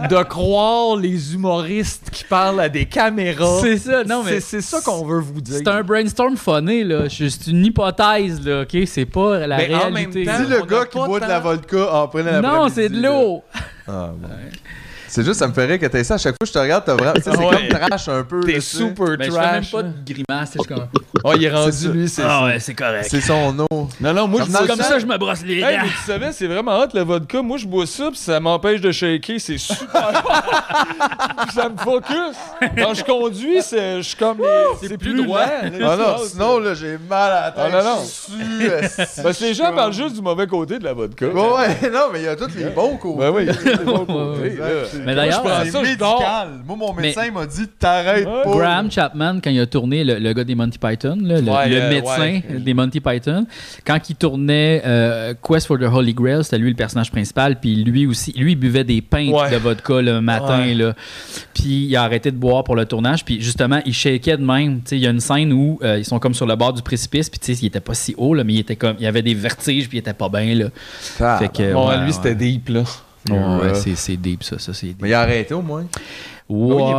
Speaker 2: de croire les humoristes qui parlent à des caméras.
Speaker 1: C'est ça, non,
Speaker 2: C'est-
Speaker 1: mais.
Speaker 2: C'est ça qu'on veut vous dire.
Speaker 1: C'est un brainstorm funné, là. C'est juste une hypothèse, là, OK? C'est pas la
Speaker 2: Mais Ben, en
Speaker 1: réalité.
Speaker 2: même temps-
Speaker 3: Dis
Speaker 2: Hein? on
Speaker 3: le
Speaker 2: a
Speaker 3: gars qui
Speaker 2: pas
Speaker 3: boit de
Speaker 2: tant-
Speaker 3: la vodka en prenant la
Speaker 1: non, c'est de l'eau.
Speaker 3: Ah, C'est juste, ça me ferait que t'aies ça. À chaque fois que je te regarde, t'as vraiment. tu sais, C'est
Speaker 2: Ouais.
Speaker 3: comme trash un peu. là,
Speaker 2: T'es
Speaker 3: tu sais.
Speaker 2: super
Speaker 1: Mais je fais même
Speaker 2: trash.
Speaker 1: pas de grimace. je suis comme-
Speaker 2: Oh, il est
Speaker 3: C'est ça.
Speaker 2: rendu, lui, c'est ça.
Speaker 1: Ah ouais, c'est correct.
Speaker 3: C'est son eau.
Speaker 2: Non, non, moi, je
Speaker 3: Comme
Speaker 2: bois
Speaker 1: Comme
Speaker 3: ça-
Speaker 1: ça, je me brosse les
Speaker 2: Hey,
Speaker 1: dents.
Speaker 2: mais tu savais, c'est vraiment hot le vodka. Moi, je bois ça, puis ça m'empêche de shaker. C'est super hot. Puis ça me focus. Quand je conduis, c'est- je suis comme. C'est plus, droit.
Speaker 3: Ah non, sinon, là, j'ai mal à la tête.
Speaker 2: Ah non, non.
Speaker 3: Je sue, esti,
Speaker 2: Parce que les
Speaker 3: je
Speaker 2: gens
Speaker 3: suis
Speaker 2: parlent
Speaker 3: comme-
Speaker 2: juste du mauvais côté de la vodka.
Speaker 3: Ouais, ouais, non, mais il y a tous les bons côtés.
Speaker 2: Ben Oh, oui, c'est bon
Speaker 1: ouais,
Speaker 2: côté. là.
Speaker 1: Mais d'ailleurs,
Speaker 2: Moi, je prends
Speaker 3: C'est
Speaker 2: ça, je dors.
Speaker 3: médical. Moi, mon
Speaker 1: Mais-
Speaker 3: médecin il m'a dit t'arrêtes
Speaker 2: Ouais.
Speaker 3: pas.
Speaker 1: Graham Chapman, quand il a tourné le, le gars des Monty Python, là, le,
Speaker 2: Ouais,
Speaker 1: le
Speaker 2: euh,
Speaker 1: médecin
Speaker 2: ouais.
Speaker 1: des Monty Python, quand il tournait euh, Quest for the Holy Grail, c'était lui le personnage principal, puis lui aussi, lui il buvait des pintes
Speaker 2: Ouais.
Speaker 1: de vodka le matin,
Speaker 2: Ouais.
Speaker 1: là. puis il a arrêté de boire pour le tournage, puis justement, il shakeait de même. Tu sais, Il y a une scène où euh, ils sont comme sur le bord du précipice, puis tu sais, il était pas si haut, là, mais il était comme, il avait des vertiges, puis il était pas bien. Là.
Speaker 3: Ah,
Speaker 1: Fait que,
Speaker 2: Bon,
Speaker 1: ouais,
Speaker 2: lui,
Speaker 1: ouais.
Speaker 2: c'était deep, là.
Speaker 1: Ouais,
Speaker 3: Euh,
Speaker 1: c'est- c'est deep, ça. ça c'est deep.
Speaker 3: Mais il a arrêté au moins.
Speaker 1: Ouais,
Speaker 2: il est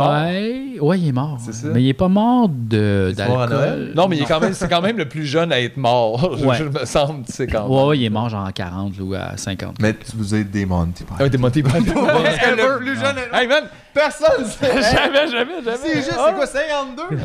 Speaker 2: mort.
Speaker 1: ouais, il est mort.
Speaker 3: C'est ça.
Speaker 1: Mais il est pas mort de-
Speaker 3: Il est mort à
Speaker 1: d'alcool.
Speaker 3: Noël?
Speaker 2: Non, mais il est quand même, c'est quand même le plus jeune à être mort, je-
Speaker 1: Ouais.
Speaker 2: je me semble, tu sais, quand même.
Speaker 1: Ouais, ouais, il est mort genre à 40 là, ou à 50.
Speaker 3: Mais tu vous êtes des Monty Python.
Speaker 2: Ah, t'es monté par
Speaker 3: Parce que le plus jeune.
Speaker 2: Hey, man!
Speaker 3: Personne sait.
Speaker 2: Jamais, jamais, jamais!
Speaker 3: C'est juste,
Speaker 2: Ah.
Speaker 3: c'est quoi, 52?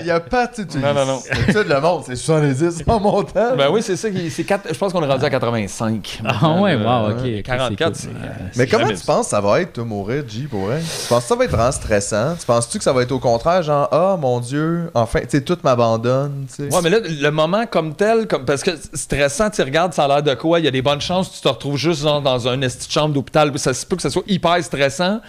Speaker 3: Il y a pas de
Speaker 2: Non, non, non.
Speaker 3: Tout le monde, c'est 70 en montant.
Speaker 2: Ben oui, c'est ça, qui- c'est quatre- je pense qu'on est rendu à 85.
Speaker 1: Ah ouais, wow,
Speaker 2: Euh,
Speaker 1: ok. ok,
Speaker 2: 44,
Speaker 1: c'est
Speaker 2: c'est...
Speaker 1: cool. Ouais.
Speaker 3: Mais comment
Speaker 2: jamais
Speaker 3: tu
Speaker 2: vu.
Speaker 3: penses que ça va être, toi, mourir, G, pour vrai? Tu penses que ça va être vraiment stressant? Tu penses-tu que ça va être au contraire, genre, ah, mon Dieu, enfin, tu sais, tout m'abandonne, tu sais?
Speaker 2: Ouais, mais là, le moment comme tel, comme, parce que stressant, tu regardes, ça a l'air de quoi? Il y a des bonnes chances, tu te retrouves juste dans, dans une esti de chambre d'hôpital. Ça se peut que ça soit hyper stressant,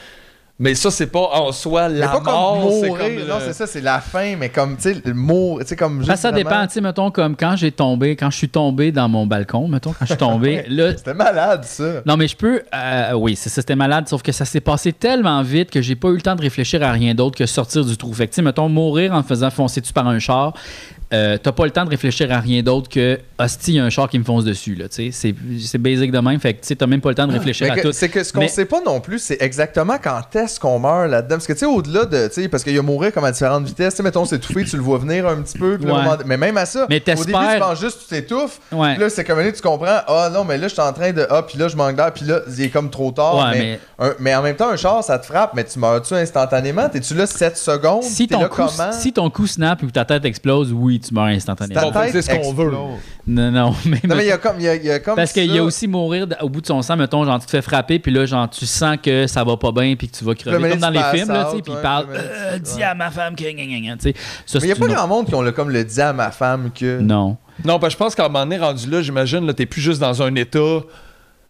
Speaker 2: mais ça, c'est pas en soi
Speaker 3: Mais
Speaker 2: la
Speaker 3: pas
Speaker 2: mort.
Speaker 3: comme euh,
Speaker 2: c'est
Speaker 3: mourir,
Speaker 2: comme
Speaker 3: non,
Speaker 2: le-
Speaker 3: c'est ça, c'est la fin, mais comme, tu sais, le mourir, tu sais, comme
Speaker 1: Ben,
Speaker 3: juste
Speaker 1: ça
Speaker 3: vraiment-
Speaker 1: dépend, tu sais, mettons, comme quand j'ai tombé, quand je suis tombé dans mon balcon, mettons, quand je suis tombé, là.
Speaker 3: C'était malade, ça.
Speaker 1: Non, mais je peux. euh, oui, c'est ça, c'était malade, sauf que ça s'est passé tellement vite que j'ai pas eu le temps de réfléchir à rien d'autre que sortir du trou. Fait que, tu sais, mettons, mourir en me faisant foncer dessus par un char, euh, t'as pas le temps de réfléchir à rien d'autre que hostie, il y a un char qui me fonce dessus. Là, tu sais. c'est, c'est basic de même. Fait que tu sais, t'as même pas le temps de réfléchir
Speaker 3: Ah, Mais
Speaker 1: à
Speaker 3: que-
Speaker 1: tout.
Speaker 3: C'est que ce qu'on
Speaker 1: Mais-
Speaker 3: sait pas non plus, c'est exactement quand est-ce qu'on meurt là-dedans. Parce que tu sais, au-delà de. tu sais, Parce qu'il y a mourir comme à différentes vitesses. Tu sais, mettons, s'étouffer, tu le vois venir un petit peu. puis là, au
Speaker 1: Ouais.
Speaker 3: moment- Mais même à ça,
Speaker 1: Mais
Speaker 3: au début, tu
Speaker 1: t'espères-
Speaker 3: penses juste, tu t'étouffes.
Speaker 1: Ouais.
Speaker 3: Puis là, c'est comme là, tu comprends. Ah non, mais là, je suis en train de. Ah, puis là, je manque d'air. Puis là, il est comme trop tard.
Speaker 1: Ouais,
Speaker 3: mais,
Speaker 1: mais-
Speaker 3: un- mais en même temps, un char, ça te frappe. Mais tu meurs-tu instantanément? T'es-tu là 7 secondes?
Speaker 1: Si
Speaker 3: T'es
Speaker 1: ton,
Speaker 3: là
Speaker 1: coup,
Speaker 3: comment?
Speaker 1: si ton coup snap ou que ta tête explose, oui, tu meurs
Speaker 3: Ta
Speaker 1: instantanément.
Speaker 2: Bon,
Speaker 3: tête
Speaker 2: c'est ce qu'on veut.
Speaker 3: explose.
Speaker 1: Non, non, mais.
Speaker 3: Non, mais il y a comme. il y a- il y a comme
Speaker 1: Parce qu'il y
Speaker 3: ça.
Speaker 1: a aussi mourir d- au bout de son sang, mettons, genre, tu te fais frapper, puis là, genre, tu sens que ça va pas bien, puis que tu vas crever,
Speaker 3: Le minute,
Speaker 1: comme dans
Speaker 3: tu
Speaker 1: les
Speaker 3: passes
Speaker 1: films, là, tu sais,
Speaker 3: out,
Speaker 1: puis
Speaker 3: ouais,
Speaker 1: il parle,
Speaker 3: le minute,
Speaker 1: Euh,
Speaker 3: tu-
Speaker 1: dis
Speaker 3: ouais.
Speaker 1: à ma femme que, gna, gna, gna, tu sais. Ça,
Speaker 3: Mais il y a
Speaker 1: c'est
Speaker 3: pas
Speaker 1: une autre-
Speaker 3: grand monde qui ont le, comme le dit à ma femme que.
Speaker 1: Non.
Speaker 2: Non, parce que je pense qu'à un moment donné, rendu là, j'imagine, là, t'es plus juste dans un état.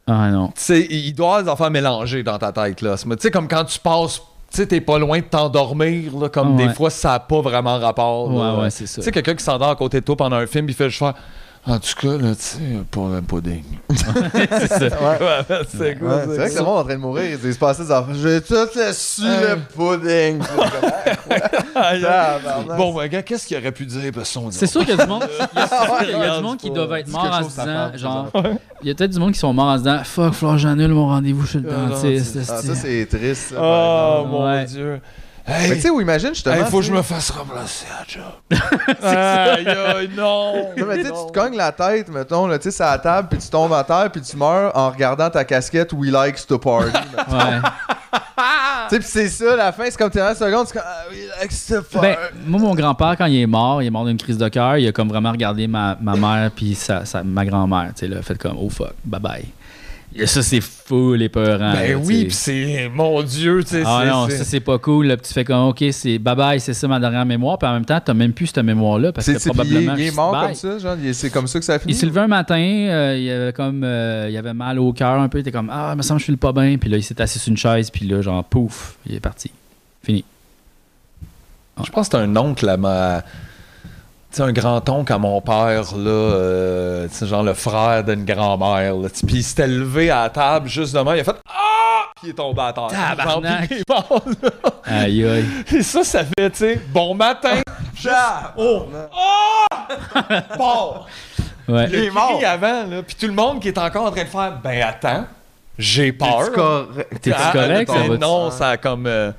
Speaker 1: Ah non.
Speaker 2: Tu sais, il doit y avoir des affaires mélangées dans ta tête, là. Tu sais, comme quand tu passes, tu sais, t'es pas loin de t'endormir, là, comme
Speaker 1: Ouais.
Speaker 2: des fois, ça a pas vraiment rapport. là.
Speaker 1: Ouais, ouais, c'est ça.
Speaker 2: Tu sais, quelqu'un qui s'endort à côté de toi pendant un film, il fait juste faire. En tout cas, là, tu sais, pas un pudding.
Speaker 1: c'est ça.
Speaker 2: Ouais, c'est
Speaker 3: Ouais, c'est vrai que le monde est en train de mourir, il se passé des affaires. J'ai tout laissé le pudding. Ah, Tabarnak.
Speaker 2: Bon, ben, gars, qu'est-ce qu'il aurait pu dire, parce qu'on dit-
Speaker 1: C'est sûr qu'il y a du monde, il y a sûr qu'il y a
Speaker 3: Regarde,
Speaker 1: du monde qui
Speaker 3: faut-
Speaker 1: doivent être
Speaker 3: c'est
Speaker 1: morts
Speaker 3: quelque
Speaker 1: en
Speaker 3: chose,
Speaker 1: se
Speaker 3: ça
Speaker 1: disant,
Speaker 3: parle,
Speaker 1: genre, il y a peut-être du monde qui sont morts en se disant, fuck, faut que j'annule mon rendez-vous chez le
Speaker 2: Ah, non,
Speaker 1: dentiste.
Speaker 3: Ah,
Speaker 1: esti.
Speaker 3: ça, c'est triste. ça, par
Speaker 2: Oh,
Speaker 3: exemple.
Speaker 2: mon
Speaker 1: Ouais.
Speaker 2: Dieu.
Speaker 3: Ah, Mais
Speaker 2: Hey,
Speaker 3: tu sais, où imagine justement.
Speaker 2: hey, faut que
Speaker 3: tu
Speaker 2: je
Speaker 3: sais-
Speaker 2: me fasse remplacer à job. Aïe, aïe, non.
Speaker 3: Non, mais tu sais, tu te cognes la tête, mettons, là, tu sais, c'est à la table, puis tu tombes à terre, puis tu meurs en regardant ta casquette We Likes to Party. mettons.
Speaker 1: Ouais.
Speaker 3: tu sais, puis c'est ça, la fin, c'est comme t'es dans la seconde, c'est comme ah, We Likes to Party.
Speaker 1: Ben, moi, mon grand-père, quand il est mort, il est mort d'une crise de cœur. Il a comme vraiment regardé ma, ma mère puis sa, sa- ma grand-mère. Tu sais, là, fait comme, oh fuck, bye bye. Et ça, c'est full épeurant.
Speaker 2: Ben
Speaker 1: là,
Speaker 2: oui,
Speaker 1: Ah, tu
Speaker 2: pis
Speaker 1: sais.
Speaker 2: c'est. Mon Dieu, tu sais.
Speaker 1: Ah
Speaker 2: c'est-
Speaker 1: non,
Speaker 2: c'est-
Speaker 1: ça, c'est pas cool. Là, puis tu fais comme, ok, c'est bye bye, c'est ça ma dernière mémoire. Puis en même temps, t'as même plus cette mémoire-là parce
Speaker 3: C'est
Speaker 1: que
Speaker 3: c'est- puis il est-
Speaker 1: probablement.
Speaker 3: il est
Speaker 1: juste
Speaker 3: mort
Speaker 1: bye.
Speaker 3: comme ça, genre, il est- c'est comme ça que ça a fini.
Speaker 1: Il s'est levé un matin, euh, il avait comme euh, il avait mal au cœur un peu, il était comme ah, il me semble que je suis le pas bien, puis là il s'est assis sur une chaise, puis là genre pouf, il est parti. Fini.
Speaker 2: Je pense que c'est un oncle à ma. Tu sais, un grand-oncle à mon père, là. euh, tu sais, genre le frère d'une grand-mère, là. Tu- Puis il s'était levé à la table juste demain, il a fait Ah! Puis il est tombé à terre.
Speaker 1: Tabarnak!
Speaker 2: Genre, puis il est mort, là.
Speaker 1: Aïe aïe.
Speaker 2: Et ça, ça fait, tu sais, bon matin,
Speaker 3: Genre,
Speaker 2: oh, bon!
Speaker 1: Ouais.
Speaker 2: Il est mort! avant, là. Puis tout le monde qui est encore en train de faire Ben attends, j'ai
Speaker 3: c'est
Speaker 2: peur.
Speaker 3: correct.
Speaker 1: T'es-tu
Speaker 2: Ah,
Speaker 1: correct? Ça
Speaker 2: mais
Speaker 1: va
Speaker 2: Non, ça a comme. euh,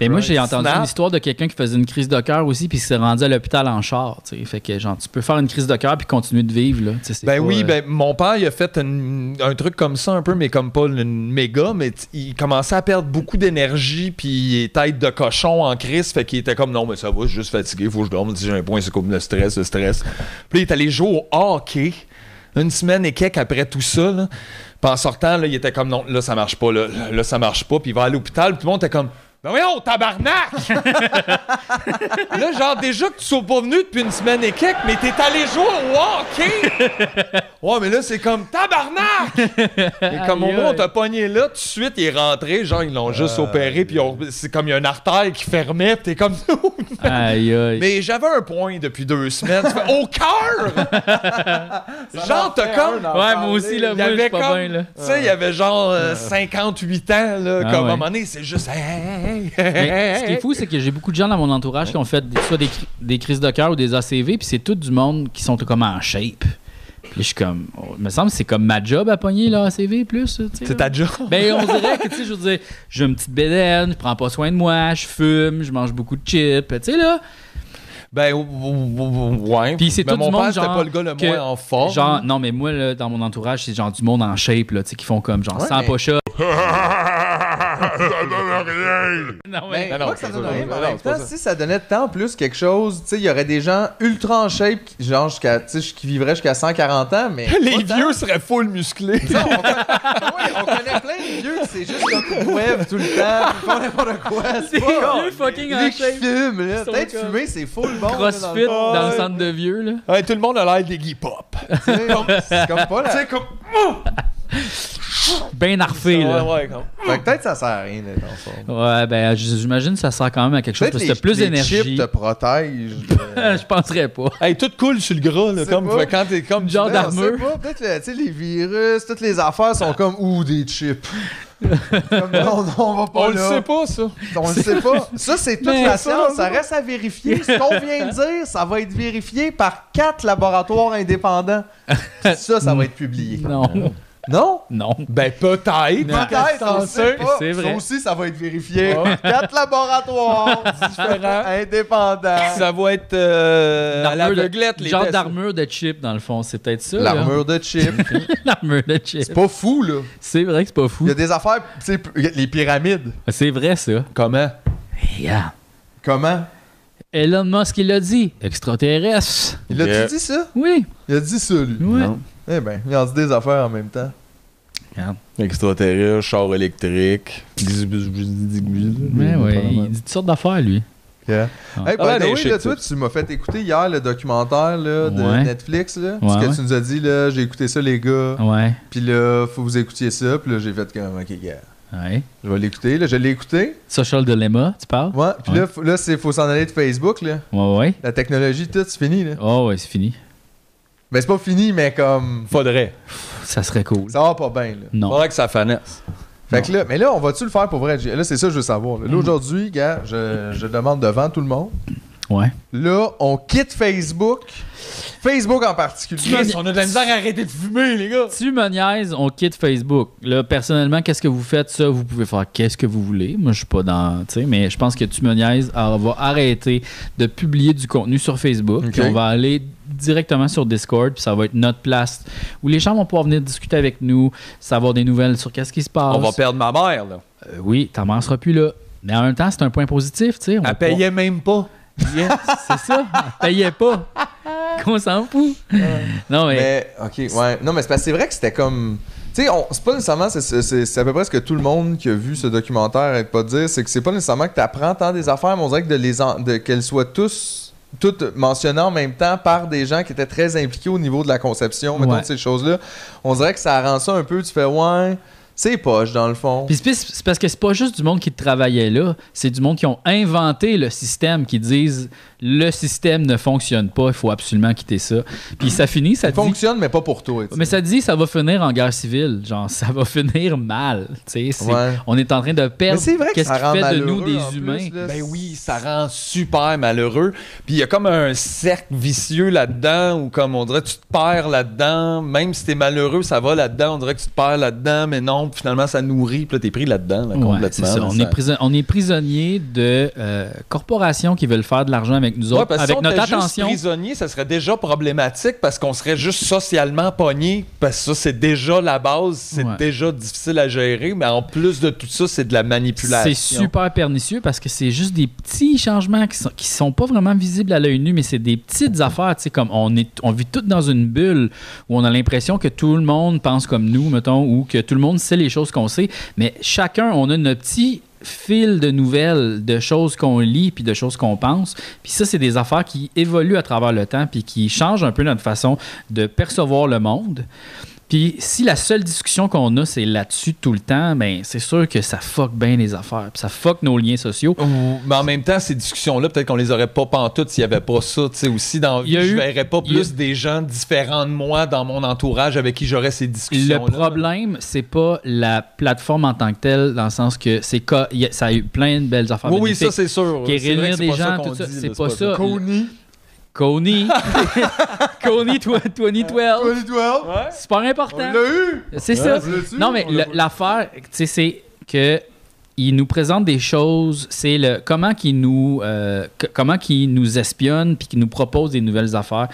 Speaker 1: Mais moi, j'ai entendu
Speaker 2: Snap.
Speaker 1: une histoire de quelqu'un qui faisait une crise de cœur aussi, puis qui s'est rendu à l'hôpital en char. tu sais. Fait que, genre, tu peux faire une crise de cœur puis continuer de vivre. Là. Tu sais, c'est
Speaker 2: Ben
Speaker 1: pas,
Speaker 2: oui,
Speaker 1: euh,
Speaker 2: ben mon père il a fait une- un truc comme ça un peu, mais comme pas une méga, mais t- il commençait à perdre beaucoup d'énergie, puis il est tête de cochon en crise, fait qu'il était comme non mais ça va, je suis juste fatigué, faut que je dorme, Si j'ai un point, c'est comme le stress, le stress. Puis il est allé jouer au hockey une semaine et quelques après tout ça, là. puis en sortant là, il était comme non là ça marche pas, là, là ça marche pas, puis il va à l'hôpital, puis tout le monde était comme ben voyons, tabarnak! là, genre, déjà que tu sois pas venu depuis une semaine et quelques, mais t'es allé jouer au hockey! Ouais, mais là, c'est comme tabarnak! Et comme au
Speaker 1: Aïe,
Speaker 2: moins, on
Speaker 1: aïe.
Speaker 2: t'a pogné là, tout de suite, il est rentré, genre, ils l'ont juste opéré, puis on- c'est comme il y a une artère qui fermait, puis t'es comme.
Speaker 1: Aïe, aïe.
Speaker 2: ben- mais j'avais un point depuis deux semaines. Tu fais, au cœur! genre, t'as comme.
Speaker 1: ouais, moi aussi, là,
Speaker 2: Il y
Speaker 1: moi, je
Speaker 2: avait
Speaker 1: suis pas
Speaker 2: comme.
Speaker 1: bien, là.
Speaker 2: Tu sais, il y avait genre euh, 58 ans, là,
Speaker 1: Ah
Speaker 2: comme
Speaker 1: ouais.
Speaker 2: à un moment donné, c'est juste. hey, hey, hey,
Speaker 1: Mais
Speaker 2: hey,
Speaker 1: ce qui est fou, c'est que j'ai beaucoup de gens dans mon entourage qui ont fait des- soit des, cri- des crises de cœur ou des ACV, puis c'est tout du monde qui sont comme en shape. Puis je suis comme, oh, il me semble que c'est comme ma job à pogner l'ACV plus. tu sais,
Speaker 2: C'est
Speaker 1: là.
Speaker 2: ta job.
Speaker 1: Ben, on dirait que, tu sais, je veux dire, j'ai une petite bédaine, je prends pas soin de moi, je fume, je mange beaucoup de chips, tu sais, là.
Speaker 2: Ben, ou- ou- ou- ouais.
Speaker 1: Puis c'est
Speaker 2: Mais
Speaker 1: tout
Speaker 2: mon
Speaker 1: du monde,
Speaker 2: père, c'était
Speaker 1: genre,
Speaker 2: pas le gars le
Speaker 1: que-
Speaker 2: moins en forme.
Speaker 1: Genre, non, mais moi, là, dans mon entourage, c'est genre du monde en shape, là, tu sais, qui font comme genre
Speaker 3: Ouais,
Speaker 1: 100
Speaker 3: mais-
Speaker 1: push
Speaker 4: Ça donne rien.
Speaker 1: Non,
Speaker 3: Mais
Speaker 2: Ben
Speaker 3: pas
Speaker 2: non,
Speaker 3: que ça
Speaker 2: c'est
Speaker 3: donne
Speaker 2: pas-
Speaker 3: rien, mais en
Speaker 2: non,
Speaker 3: même
Speaker 2: c'est pas
Speaker 3: temps, si ça donnait de temps plus quelque chose, tu sais, il y aurait des gens ultra en shape, qui- genre jusqu'à, tu sais, qui vivraient jusqu'à 140 ans, mais.
Speaker 2: Les
Speaker 3: pas tant.
Speaker 2: vieux seraient full musclés.
Speaker 3: Non, on, conna- Ouais, on connaît plein de vieux, que c'est juste comme une web tout le temps, puis ils font n'importe quoi. C'est pas
Speaker 1: vieux fucking
Speaker 3: Lui
Speaker 1: en
Speaker 3: qui
Speaker 1: shape.
Speaker 3: fume, là.
Speaker 1: Ils sont
Speaker 3: Peut-être
Speaker 1: comme-
Speaker 3: fumer, c'est full bon. là, dans le
Speaker 1: Crossfit
Speaker 3: fond.
Speaker 1: dans le centre de vieux, là.
Speaker 2: Ouais, tout le monde a l'air d'Iggy Pop.
Speaker 3: Tu sais, comme- C'est comme pas
Speaker 2: Tu
Speaker 3: la.
Speaker 2: sais, comme.
Speaker 1: bien arfé, là.
Speaker 2: Ouais, ouais, comme-
Speaker 3: Fait que peut-être ça sert à rien d'être en forme.
Speaker 1: Ouais, ben, j- j'imagine que ça sert quand même à quelque chose.
Speaker 3: Peut-être
Speaker 1: Parce que
Speaker 3: les,
Speaker 1: t'as plus
Speaker 3: les
Speaker 1: d'énergie.
Speaker 3: chips te protègent. euh, de-
Speaker 1: Je penserais pas.
Speaker 2: Hey, tout coule sur le gras, là,
Speaker 3: C'est
Speaker 2: comme
Speaker 3: pas-
Speaker 2: fait, quand t'es comme
Speaker 1: Genre
Speaker 3: Ouais, on
Speaker 1: d'armure.
Speaker 3: sait pas, Peut-être le- tu sais, les virus, toutes les affaires sont comme ou des chips. comme non, non, on va pas
Speaker 2: On le
Speaker 3: là.
Speaker 2: sait pas, ça.
Speaker 3: On le sait pas. Ça, c'est toute
Speaker 1: Mais
Speaker 3: la
Speaker 1: ça,
Speaker 3: science. Ça reste à vérifier. Ce qu'on vient de dire, ça va être vérifié par quatre laboratoires indépendants. Puis ça, ça va être publié.
Speaker 1: Non,
Speaker 3: Non?
Speaker 1: non.
Speaker 2: Ben peut-être.
Speaker 1: Non.
Speaker 3: Peut-être, on le sait pas.
Speaker 1: C'est vrai.
Speaker 3: Ça aussi, ça va être vérifié. Quatre laboratoires différents, indépendants.
Speaker 2: Ça va être euh, à
Speaker 1: L'armure de-
Speaker 2: l'aveuglette, les
Speaker 1: Genre
Speaker 2: tests.
Speaker 1: d'armure de chip, dans le fond, c'est peut-être ça. là.
Speaker 3: L'armure de chip.
Speaker 1: hein. L'armure de chip.
Speaker 3: C'est pas fou, là.
Speaker 1: C'est vrai que c'est pas
Speaker 3: Il
Speaker 1: fou.
Speaker 3: y a des affaires, tu sais, p- les pyramides.
Speaker 1: C'est vrai, ça.
Speaker 2: Comment?
Speaker 1: Regarde.
Speaker 3: Comment?
Speaker 1: Elon Musk, il l'a dit. Extraterrestre.
Speaker 3: Il l'a-tu
Speaker 2: Yeah.
Speaker 3: dit ça?
Speaker 1: Oui,
Speaker 3: Il a dit ça, lui.
Speaker 1: oui.
Speaker 2: Non.
Speaker 3: Eh ben, il en dit des affaires en même temps.
Speaker 2: Extraterrestre, char électrique.
Speaker 1: Mais Ben oui, il dit toutes sortes d'affaires, lui.
Speaker 3: Yeah.
Speaker 1: Ah.
Speaker 3: Hey, by
Speaker 2: Ah,
Speaker 3: the
Speaker 2: des
Speaker 3: way,
Speaker 2: shit,
Speaker 3: là, toi, tu m'as fait écouter hier le documentaire là, de
Speaker 1: Ouais.
Speaker 3: Netflix. Là,
Speaker 1: Ouais,
Speaker 3: ce que
Speaker 1: ouais. Ah.
Speaker 3: tu nous as dit, là, j'ai écouté ça, les gars.
Speaker 1: Ouais,
Speaker 3: Puis là, faut que vous écoutiez ça. Puis là, j'ai fait comme, ok, gars,
Speaker 1: ouais.
Speaker 3: je vais l'écouter. Là, je l'ai écouté.
Speaker 1: Social Dilemma, tu parles?
Speaker 3: Ouais. Puis
Speaker 1: Ouais.
Speaker 3: là, faut- là, c'est faut s'en aller de Facebook. Là.
Speaker 1: Ouais, ouais.
Speaker 3: La technologie, tout, c'est fini. Là.
Speaker 1: Oh, ouais, c'est fini.
Speaker 3: Ben, c'est pas fini, mais comme,
Speaker 2: Faudrait.
Speaker 1: Ça serait cool.
Speaker 3: ça va pas bien. Là.
Speaker 1: Non.
Speaker 2: Faudrait que ça fanasse.
Speaker 3: Fait que là, mais là, on va-tu le faire pour vrai? Là, c'est ça que je veux savoir. Là, Là,
Speaker 1: Mm.
Speaker 3: aujourd'hui, gars, je, je demande devant tout le monde.
Speaker 1: Ouais.
Speaker 3: Là, on quitte Facebook. Facebook en particulier.
Speaker 2: on a de la misère à arrêter de fumer, les gars.
Speaker 1: Tu me niaises, on quitte Facebook. Là, personnellement, qu'est-ce que vous faites? Ça, vous pouvez faire qu'est-ce que vous voulez. Moi, je suis pas dans. Tu sais, mais je pense que tu me niaises ah, va arrêter de publier du contenu sur Facebook.
Speaker 3: Ok.
Speaker 1: Puis on va aller directement sur Discord. Puis ça va être notre place où les gens vont pouvoir venir discuter avec nous, savoir des nouvelles sur qu'est-ce qui se passe.
Speaker 2: On va perdre ma mère, là.
Speaker 1: Euh, oui, ta mère sera plus là. Mais en même temps, c'est un point positif, tu sais. on va
Speaker 2: Elle payait même pas.
Speaker 1: pas- C'est ça. Elle payait pas. Qu'on s'en fout. Non, mais.
Speaker 3: Mais, ok, ouais. Non, mais c'est parce que c'est vrai que c'était comme. Tu sais, on- c'est pas nécessairement. c'est- C'est c'est à peu près ce que tout le monde qui a vu ce documentaire et pas dire. C'est que c'est pas nécessairement que t'apprends tant des affaires, mais on dirait que de les en- de- qu'elles soient tous. Toutes mentionnées en même temps par des gens qui étaient très impliqués au niveau de la conception, mettons,
Speaker 1: Ouais.
Speaker 3: de ces choses-là. On dirait que ça rend ça un peu. Tu fais, ouais, c'est poche dans le fond.
Speaker 1: Puis c'est- c'est parce que c'est pas juste du monde qui travaillait là, c'est du monde qui ont inventé le système, qui disent le système ne fonctionne pas, il faut absolument quitter ça. Puis ça finit, ça
Speaker 3: Ça
Speaker 1: dit.
Speaker 3: fonctionne, mais pas pour toi. tu sais.
Speaker 1: Mais ça dit, ça va finir en guerre civile. Genre, ça va finir mal. tu sais, c'est-
Speaker 3: Ouais.
Speaker 1: On est en train de
Speaker 3: Mais
Speaker 1: perdre
Speaker 3: c'est vrai que
Speaker 1: qu'est-ce
Speaker 3: ça
Speaker 1: qui
Speaker 3: rend
Speaker 1: fait de
Speaker 3: malheureux,
Speaker 1: nous
Speaker 3: en
Speaker 1: des
Speaker 3: plus,
Speaker 1: humains.
Speaker 3: là.
Speaker 2: Ben oui, ça rend super malheureux. Puis il y a comme un cercle vicieux là-dedans, où comme on dirait, tu te perds là-dedans. Même si t'es malheureux, ça va là-dedans. On dirait que tu te perds là-dedans, mais non, puis finalement, ça nourrit. Puis là, t'es pris là-dedans, là,
Speaker 1: Ouais, c'est
Speaker 2: complètement.
Speaker 1: ça.
Speaker 2: là,
Speaker 1: On,
Speaker 2: ça-
Speaker 1: Est prison- on est prisonnier de euh, corporations qui veulent faire de l'argent avec nous
Speaker 2: Ouais,
Speaker 1: autres,
Speaker 2: parce que
Speaker 1: avec
Speaker 2: si on
Speaker 1: notre
Speaker 2: était
Speaker 1: attention.
Speaker 2: Juste prisonnier, ça serait déjà problématique parce qu'on serait juste socialement pogné. Parce que ça, c'est déjà la base, c'est
Speaker 1: Ouais.
Speaker 2: déjà difficile à gérer. Mais en plus de tout ça, c'est de la manipulation.
Speaker 1: C'est super pernicieux parce que c'est juste des petits changements qui sont, qui sont pas vraiment visibles à l'œil nu, mais c'est des petites affaires. Tu sais, comme on, est, on vit toutes dans une bulle où on a l'impression que tout le monde pense comme nous, mettons, ou que tout le monde sait les choses qu'on sait, mais chacun, on a notre petit fil de nouvelles, de choses qu'on lit, puis de choses qu'on pense. Puis ça, c'est des affaires qui évoluent à travers le temps, puis qui changent un peu notre façon de percevoir le monde. Puis si la seule discussion qu'on a, c'est là-dessus tout le temps, ben c'est sûr que ça fuck bien les affaires, puis ça fuck nos liens sociaux.
Speaker 2: Ou- mais en même temps, ces discussions-là, peut-être qu'on les aurait pas pantoutes s'il y avait pas ça. Tu sais, aussi dans la
Speaker 1: Il y a
Speaker 2: vie, je
Speaker 1: eu-
Speaker 2: verrais pas
Speaker 1: il y a-
Speaker 2: plus des gens différents de moi dans mon entourage avec qui j'aurais ces
Speaker 1: Le
Speaker 2: discussions.
Speaker 1: problème, c'est pas la plateforme en tant que telle, dans le sens que c'est co- y a- ça a eu plein de belles affaires.
Speaker 2: Oui, oui, ça
Speaker 1: bénéfiques.
Speaker 2: c'est sûr.
Speaker 1: Qui
Speaker 2: C'est vrai
Speaker 1: réunir
Speaker 2: que c'est
Speaker 1: des
Speaker 2: pas
Speaker 1: gens,
Speaker 2: qu'on
Speaker 1: tout ça,
Speaker 2: dit,
Speaker 1: c'est
Speaker 2: là,
Speaker 1: pas ça.
Speaker 3: Coney,
Speaker 1: Coney, Coney tw- 2012,
Speaker 3: 2012,
Speaker 1: super
Speaker 3: on
Speaker 1: important.
Speaker 3: l'a eu!
Speaker 1: C'est
Speaker 3: On
Speaker 1: ça.
Speaker 3: l'a-tu?
Speaker 1: Non, mais
Speaker 3: On l'a
Speaker 1: le-
Speaker 3: pas-
Speaker 1: l'affaire, tu sais, c'est que il nous présente des choses, c'est le comment qu'ils nous euh, c- comment qu'ils nous espionne puis qu'ils nous propose des nouvelles affaires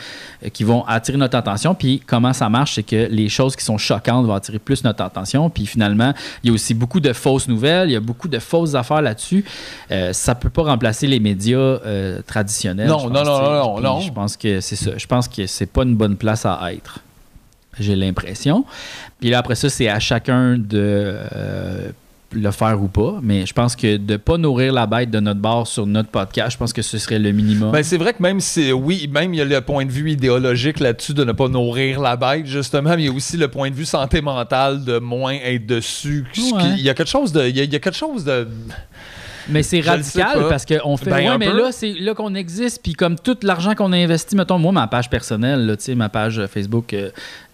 Speaker 1: euh, qui vont attirer notre attention puis comment ça marche c'est que les choses qui sont choquantes vont attirer plus notre attention puis finalement il y a aussi beaucoup de fausses nouvelles, il y a beaucoup de fausses affaires là-dessus. Euh, ça peut pas remplacer les médias euh, traditionnels.
Speaker 2: Non,
Speaker 1: je
Speaker 2: non,
Speaker 1: pense,
Speaker 2: non,
Speaker 1: tu sais.
Speaker 2: non, non,
Speaker 1: Puis
Speaker 2: non.
Speaker 1: Je pense que c'est ça, je pense que c'est pas une bonne place à être. J'ai l'impression. Puis là, après ça, c'est à chacun de euh, le faire ou pas, mais je pense que de pas nourrir la bête de notre bar sur notre podcast, je pense que ce serait le minimum.
Speaker 2: Ben, c'est vrai que même si, oui, même il y a le point de vue idéologique là-dessus de ne pas nourrir la bête, justement, mais il y a aussi le point de vue santé mentale de moins être dessus. Ce qui-
Speaker 1: Ouais.
Speaker 2: Il y a quelque chose de. Il y a, il y a quelque chose de.
Speaker 1: mais c'est
Speaker 2: je le sais
Speaker 1: radical
Speaker 2: pas.
Speaker 1: parce qu'on fait
Speaker 2: Ben,
Speaker 1: ouais,
Speaker 2: un
Speaker 1: mais
Speaker 2: peu.
Speaker 1: là, c'est là qu'on existe, puis comme tout l'argent qu'on a investi, mettons, moi, ma page personnelle, là, tu sais, ma page euh, Facebook. euh,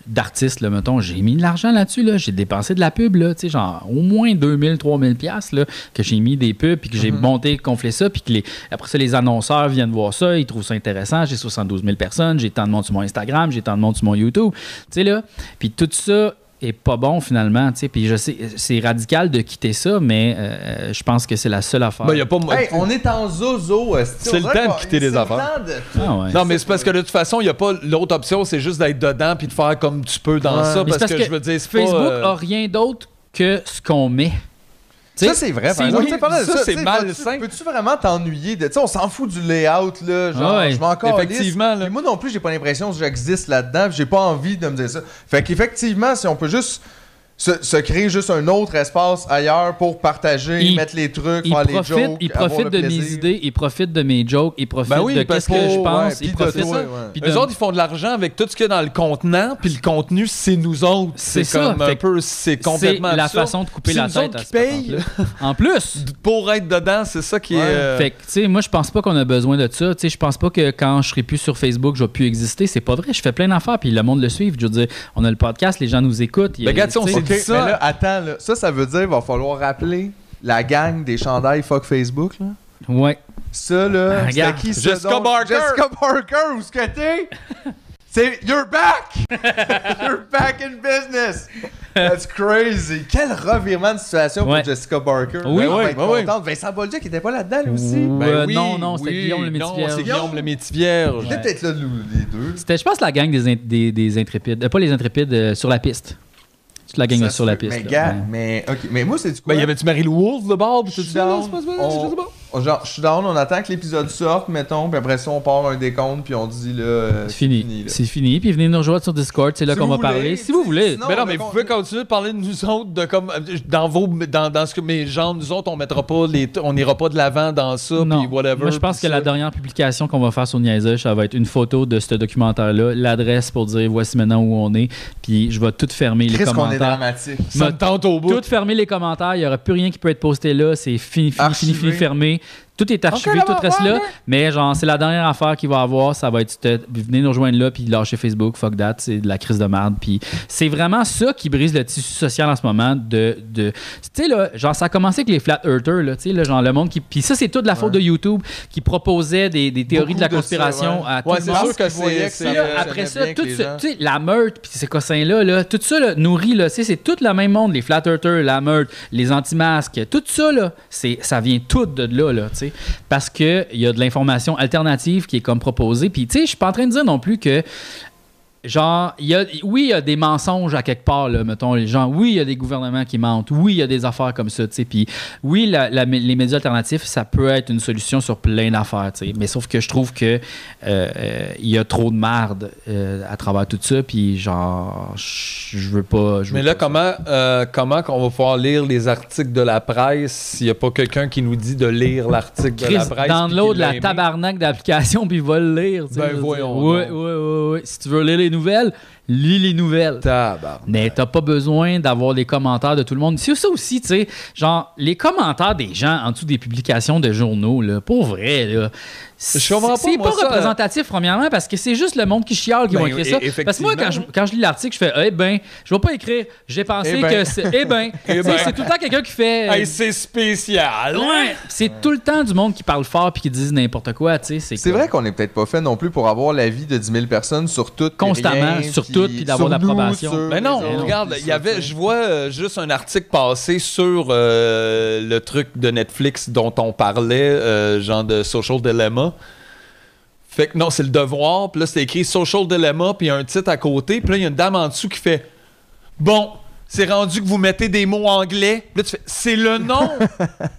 Speaker 1: d'artiste, là, mettons, j'ai mis de l'argent là-dessus, là. j'ai dépensé de la pub, là, tu sais, genre au moins 2000, 3000 pièces là, que j'ai mis des pubs, puis que j'ai monté, gonflé ça, puis que les, après ça, les annonceurs viennent voir ça, ils trouvent ça intéressant, j'ai 72 000 personnes, j'ai tant de monde sur mon Instagram, j'ai tant de monde sur mon YouTube, tu sais, là, puis tout ça est pas bon finalement, tu sais, puis je sais, c'est radical de quitter ça, mais euh, je pense que c'est la seule affaire.
Speaker 2: Ben, il y a pas.
Speaker 3: Hey, on est en zozo. esti.
Speaker 2: C'est
Speaker 3: On
Speaker 2: le
Speaker 3: dirait
Speaker 2: temps de
Speaker 3: qu'on-
Speaker 2: quitter les
Speaker 3: c'est le
Speaker 2: affaires.
Speaker 3: temps de-
Speaker 1: Ah ouais.
Speaker 2: Non, mais c'est parce que de toute façon, il n'y a pas l'autre option, c'est juste d'être dedans puis de faire comme tu peux dans
Speaker 3: Ouais.
Speaker 2: ça.
Speaker 1: Mais
Speaker 2: Parce,
Speaker 1: c'est
Speaker 2: que, je veux dire, c'est pas,
Speaker 1: Facebook
Speaker 2: euh,
Speaker 1: a rien d'autre que ce qu'on met. Tu
Speaker 3: Ça,
Speaker 1: sais,
Speaker 3: c'est vrai,
Speaker 1: c'est-
Speaker 3: par exemple.
Speaker 1: oui,
Speaker 3: Tu sais, parlant de
Speaker 2: ça, c'est
Speaker 3: tu sais,
Speaker 2: malsain.
Speaker 3: vas-tu- Peux-tu vraiment t'ennuyer de. Tu sais, on s'en fout du layout, là. Genre,
Speaker 1: Ah ouais,
Speaker 3: je m'en calisse.
Speaker 2: effectivement, là.
Speaker 3: Puis moi non plus, j'ai pas l'impression que j'existe là-dedans. puis J'ai pas envie de me dire ça. Fait qu'effectivement, si on peut juste. Se, se créer juste un autre espace ailleurs pour partager,
Speaker 1: Il-
Speaker 3: mettre les trucs,
Speaker 1: il
Speaker 3: faire les
Speaker 1: profite,
Speaker 3: jokes,
Speaker 1: il
Speaker 3: avoir
Speaker 1: profite
Speaker 3: le
Speaker 1: de
Speaker 3: plaisir.
Speaker 1: mes idées, il profite de mes jokes, il profite
Speaker 2: Ben oui,
Speaker 1: de
Speaker 2: parce
Speaker 1: qu'est-ce que
Speaker 3: Oh,
Speaker 1: je pense,
Speaker 3: ouais,
Speaker 1: il
Speaker 3: puis
Speaker 1: profite
Speaker 3: de toi,
Speaker 2: ça,
Speaker 3: ouais.
Speaker 1: puis de-
Speaker 2: Eux autres, ils font de l'argent avec tout ce qu'il y a dans le contenant, puis le contenu, c'est nous autres.
Speaker 1: C'est
Speaker 2: C'est
Speaker 1: ça,
Speaker 2: comme
Speaker 1: fait
Speaker 2: un
Speaker 1: que
Speaker 2: peu, c'est
Speaker 1: c'est
Speaker 2: complètement
Speaker 1: la
Speaker 2: absurde.
Speaker 1: façon de couper
Speaker 2: C'est
Speaker 1: la
Speaker 2: nous
Speaker 1: tête
Speaker 2: autres
Speaker 1: à
Speaker 2: qui
Speaker 1: ce
Speaker 2: payent.
Speaker 1: patente-là. En plus,
Speaker 2: Pour être dedans, c'est ça qui
Speaker 3: Ouais.
Speaker 2: est. euh,
Speaker 1: fait que, tu sais, moi, je pense pas qu'on a besoin de ça. Tu sais, je pense pas que quand je serai plus sur Facebook, je vais plus exister. C'est pas vrai. Je fais plein d'affaires, puis le monde le suit. Je veux dire, on a le podcast, les gens nous écoutent. il y a-
Speaker 2: Ben, regarde, si on
Speaker 1: tu sais,
Speaker 2: s'est
Speaker 3: Ok,
Speaker 2: dit ça.
Speaker 3: mais là, attends, là. ça, ça veut dire qu'il va falloir rappeler la gang des chandails fuck Facebook, là.
Speaker 1: Ouais.
Speaker 3: Ça, là,
Speaker 1: Ah,
Speaker 3: c'est
Speaker 1: regarde.
Speaker 3: qui ça?
Speaker 2: Jessica
Speaker 3: donc?
Speaker 2: Barker.
Speaker 3: Jessica Barker, où est-ce que t'es? C'est You're back! you're back in business! That's crazy! Quel revirement de situation
Speaker 1: Ouais.
Speaker 3: pour Jessica Barker.
Speaker 1: Oui,
Speaker 3: Ben, on va
Speaker 2: oui,
Speaker 3: être
Speaker 2: oui, oui.
Speaker 3: contente. Vincent Bolduc, il était pas là-dedans, lui aussi.
Speaker 1: Ouh.
Speaker 2: ben
Speaker 1: Euh,
Speaker 2: oui,
Speaker 1: non, non, c'était
Speaker 2: oui,
Speaker 1: Guillaume le Métivierge.
Speaker 2: Non, c'est Guillaume le Métivierge.
Speaker 3: Il était peut-être là, nous, les deux.
Speaker 1: C'était, je pense, la gang des, in- des, des intrépides. Euh, pas les intrépides, euh, sur la piste. Toute la gang
Speaker 3: Ça
Speaker 1: là,
Speaker 3: se
Speaker 1: sur la
Speaker 3: peut.
Speaker 1: piste.
Speaker 3: Mais
Speaker 1: là,
Speaker 3: gars,
Speaker 1: ouais.
Speaker 3: mais, ok, mais moi, c'est du coup.
Speaker 2: Ben, y avait-tu Marie-Lou Wolfe de bord? pis
Speaker 3: Je
Speaker 2: tout
Speaker 3: suis
Speaker 2: ça, là,
Speaker 3: down.
Speaker 2: c'est pas-
Speaker 3: On-
Speaker 2: je sais pas.
Speaker 3: Genre, je suis down, on attend que l'épisode sorte, mettons, puis après ça, on part un décompte, puis on dit là. euh,
Speaker 1: C'est fini.
Speaker 3: là.
Speaker 1: C'est fini. Puis venez nous rejoindre sur Discord. C'est là
Speaker 3: Si
Speaker 1: qu'on
Speaker 3: vous
Speaker 1: va
Speaker 3: voulez,
Speaker 1: parler.
Speaker 3: tu
Speaker 1: Si
Speaker 3: sais,
Speaker 1: vous voulez.
Speaker 3: sinon-
Speaker 2: mais non,
Speaker 3: mais
Speaker 2: mais
Speaker 3: bon.
Speaker 2: vous pouvez continuer de parler de nous autres, de comme euh, dans vos, dans, dans ce que mes gens, nous autres, on mettra pas les, on n'ira pas de l'avant dans ça,
Speaker 1: Non.
Speaker 2: puis whatever.
Speaker 1: Moi, je pense
Speaker 2: puis
Speaker 1: que la
Speaker 2: ça.
Speaker 1: dernière publication qu'on va faire sur Niaiseuge, ça va être une photo de ce documentaire-là, l'adresse pour dire voici maintenant où on est. Puis je vais tout fermer les
Speaker 3: Chris, qu'on est
Speaker 1: commentaires.
Speaker 3: dramatique.
Speaker 2: ça me tente au bout.
Speaker 1: Tout fermer les commentaires. Il n'y aura plus rien qui peut être posté là. C'est fini, fini, fini,
Speaker 3: Archivé.
Speaker 1: fini, fermé. Tout est archivé,
Speaker 2: Ok,
Speaker 1: tout
Speaker 2: là,
Speaker 1: reste
Speaker 2: ouais,
Speaker 1: là.
Speaker 2: ouais.
Speaker 1: Mais genre, c'est la dernière affaire qu'il va avoir. Ça va être cette- venez nous rejoindre là, puis lâchez Facebook, fuck that, c'est de la crise de merde. Puis c'est vraiment ça qui brise le tissu social en ce moment. De, de tu sais là, genre ça a commencé avec les flat earthers là, tu sais là, genre le monde qui. Puis ça c'est toute la faute de YouTube qui proposait des, des théories
Speaker 3: Beaucoup
Speaker 1: de la
Speaker 3: de ça,
Speaker 1: conspiration
Speaker 3: ouais.
Speaker 1: à tout
Speaker 2: Ouais,
Speaker 1: le
Speaker 2: c'est
Speaker 1: monde.
Speaker 2: sûr que
Speaker 3: Parce qu'ils voyaient
Speaker 2: c'est.
Speaker 3: que
Speaker 2: c'est-
Speaker 3: ça
Speaker 1: Puis là,
Speaker 3: fonctionnait
Speaker 1: après ça,
Speaker 3: bien avec
Speaker 1: tout
Speaker 3: les
Speaker 1: ce-
Speaker 3: gens.
Speaker 1: tu sais, la meute, puis ces cossins-là, là, tout ça là, nourrit, là, tu sais, c'est tout le même monde, les flat earthers, la meute, les anti-masques, tout ça, là, c'est- ça vient tout de là, là tu sais, parce qu'il y a de l'information alternative qui est comme proposée. Puis, tu sais, je suis pas en train de dire non plus que Genre, il y a, oui, il y a des mensonges à quelque part, là, mettons, les gens. Oui, il y a des gouvernements qui mentent. Oui, il y a des affaires comme ça, tu sais. Puis, oui, la- la- les médias alternatifs, ça peut être une solution sur plein d'affaires, tu sais. Mais sauf que je trouve que euh, euh, il y a trop de marde euh, à travers tout ça. Puis, genre, je je veux pas. je veux
Speaker 2: Mais là,
Speaker 1: pas ça.
Speaker 2: comment, euh, comment qu'on va pouvoir lire les articles de la presse s'il n'y a pas quelqu'un qui nous dit de lire l'article de la
Speaker 1: Chris,
Speaker 2: presse?
Speaker 1: dans
Speaker 2: puis
Speaker 1: l'eau
Speaker 2: qu'il
Speaker 1: de la
Speaker 2: l'aimait?
Speaker 1: tabarnak d'application, puis va le lire, tu sais,
Speaker 2: Ben,
Speaker 1: je veux
Speaker 2: voyons
Speaker 1: dire. Oui,
Speaker 2: donc.
Speaker 1: oui, oui, oui. Si tu veux lire les nouvelles, lis les nouvelles.
Speaker 2: Tabarnak.
Speaker 1: Mais t'as pas besoin d'avoir les commentaires de tout le monde. C'est ça aussi, tu sais, genre, les commentaires des gens en dessous des publications de journaux, là, pour vrai, là. C'est
Speaker 2: Je comprends pas,
Speaker 1: c'est pas
Speaker 2: moi, ça, euh,
Speaker 1: représentatif, premièrement, parce que c'est juste le monde qui chiale qui
Speaker 2: Ben,
Speaker 1: va écrire ça.
Speaker 2: e- effectivement.
Speaker 1: Parce que moi, quand je, quand je lis l'article, je fais, eh ben, je vais pas écrire, j'ai pensé
Speaker 3: Eh ben.
Speaker 1: que c'est. Eh ben, Tu sais,
Speaker 2: ben.
Speaker 1: c'est tout le temps quelqu'un qui fait.
Speaker 2: Hey, c'est spécial!
Speaker 1: Ouais. C'est tout le temps du monde qui parle fort puis qui disent n'importe quoi, tu sais.
Speaker 3: C'est
Speaker 1: comme-
Speaker 3: vrai qu'on n'est peut-être pas fait non plus pour avoir l'avis de 10 000 personnes sur tout. puis
Speaker 1: Constamment,
Speaker 3: rien,
Speaker 1: sur tout, puis d'avoir
Speaker 3: sur nous,
Speaker 1: l'approbation.
Speaker 3: sur
Speaker 2: Mais
Speaker 3: les
Speaker 2: Ben non,
Speaker 1: Mais
Speaker 3: autres,
Speaker 2: regarde,
Speaker 3: puis
Speaker 2: il y
Speaker 3: sur-
Speaker 2: avait, je vois euh, juste un article passé sur euh, le truc de Netflix dont on parlait, euh, genre de Social Dilemma. Fait que non, c'est le devoir, puis là c'est écrit Social Dilemma, puis il y a un titre à côté, puis là il y a une dame en dessous qui fait Bon, c'est rendu que vous mettez des mots anglais. Puis Là tu fais C'est le nom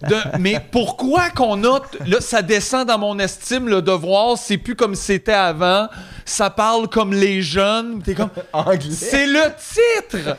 Speaker 2: de. Mais pourquoi qu'on a. t- Là, ça descend dans mon estime, le devoir, c'est plus comme c'était avant, ça parle comme les jeunes, t'es comme.
Speaker 3: Anglais.
Speaker 2: C'est le titre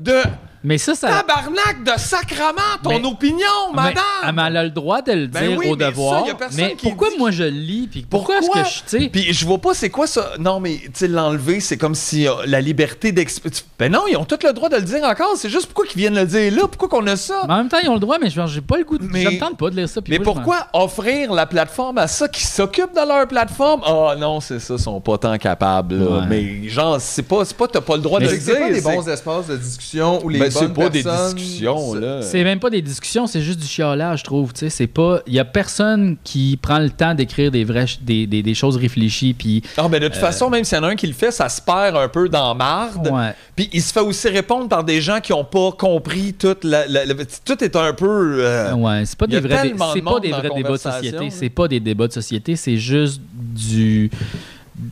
Speaker 2: de.
Speaker 1: Mais ça, ça.
Speaker 2: Tabarnak de sacrement, ton
Speaker 1: Mais-
Speaker 2: opinion,
Speaker 1: Mais-
Speaker 2: madame!
Speaker 1: ah, mais elle a le droit de le
Speaker 2: Ben
Speaker 1: dire
Speaker 2: oui,
Speaker 1: au
Speaker 2: mais ça,
Speaker 1: devoir.
Speaker 2: y a personne
Speaker 1: mais
Speaker 2: qui
Speaker 1: pourquoi
Speaker 2: dit-
Speaker 1: moi je le lis? Puis pourquoi,
Speaker 2: Pourquoi?
Speaker 1: est-ce que je. tu sais,
Speaker 2: Puis je vois pas c'est quoi ça. Non, mais tu sais, l'enlever, c'est comme si euh, la liberté d'expression. Ben non, ils ont tout le droit de le dire encore. C'est juste pourquoi qu'ils viennent le dire là, pourquoi qu'on a ça.
Speaker 1: mais en même temps, ils ont le droit, mais je- j'ai pas le goût de.
Speaker 2: Mais-
Speaker 1: ça me tente pas de lire ça. puis
Speaker 2: mais
Speaker 1: moi, je m'en-
Speaker 2: pourquoi offrir la plateforme à ceux qui s'occupent de leur plateforme? Ah non, c'est ça, ils sont pas tant capables. là.
Speaker 1: Ouais.
Speaker 2: Mais genre, c'est pas, c'est pas, t'as pas le droit
Speaker 1: Mais
Speaker 2: de
Speaker 3: C'est
Speaker 2: le
Speaker 3: que c'est pas
Speaker 2: dire.
Speaker 3: des
Speaker 2: c'est-
Speaker 3: bons espaces de discussion où les
Speaker 2: Ben, c'est
Speaker 3: bonnes
Speaker 2: pas des
Speaker 3: personnes-
Speaker 2: discussions, là.
Speaker 1: C'est même pas des discussions, c'est juste du chiolage, je trouve. Tu sais, c'est pas. Il y a personne qui prend le temps d'écrire des vraies, ch- des, des, des choses réfléchies, puis.
Speaker 2: Ah, ben de
Speaker 1: Euh,
Speaker 2: toute façon, même s'il y en a un qui le fait, ça se perd un peu dans marde.
Speaker 1: Ouais.
Speaker 2: Puis il se fait aussi répondre par des gens qui ont pas compris toute la. la- la- tout est un peu. euh,
Speaker 1: Ouais, c'est pas
Speaker 2: Il y
Speaker 1: des
Speaker 2: a
Speaker 1: vrais, dé-
Speaker 2: tellement de
Speaker 1: c'est pas
Speaker 2: monde
Speaker 1: des
Speaker 2: dans la
Speaker 1: vrais débats de
Speaker 2: conversation, là.
Speaker 1: société, c'est pas des débats de société, c'est juste du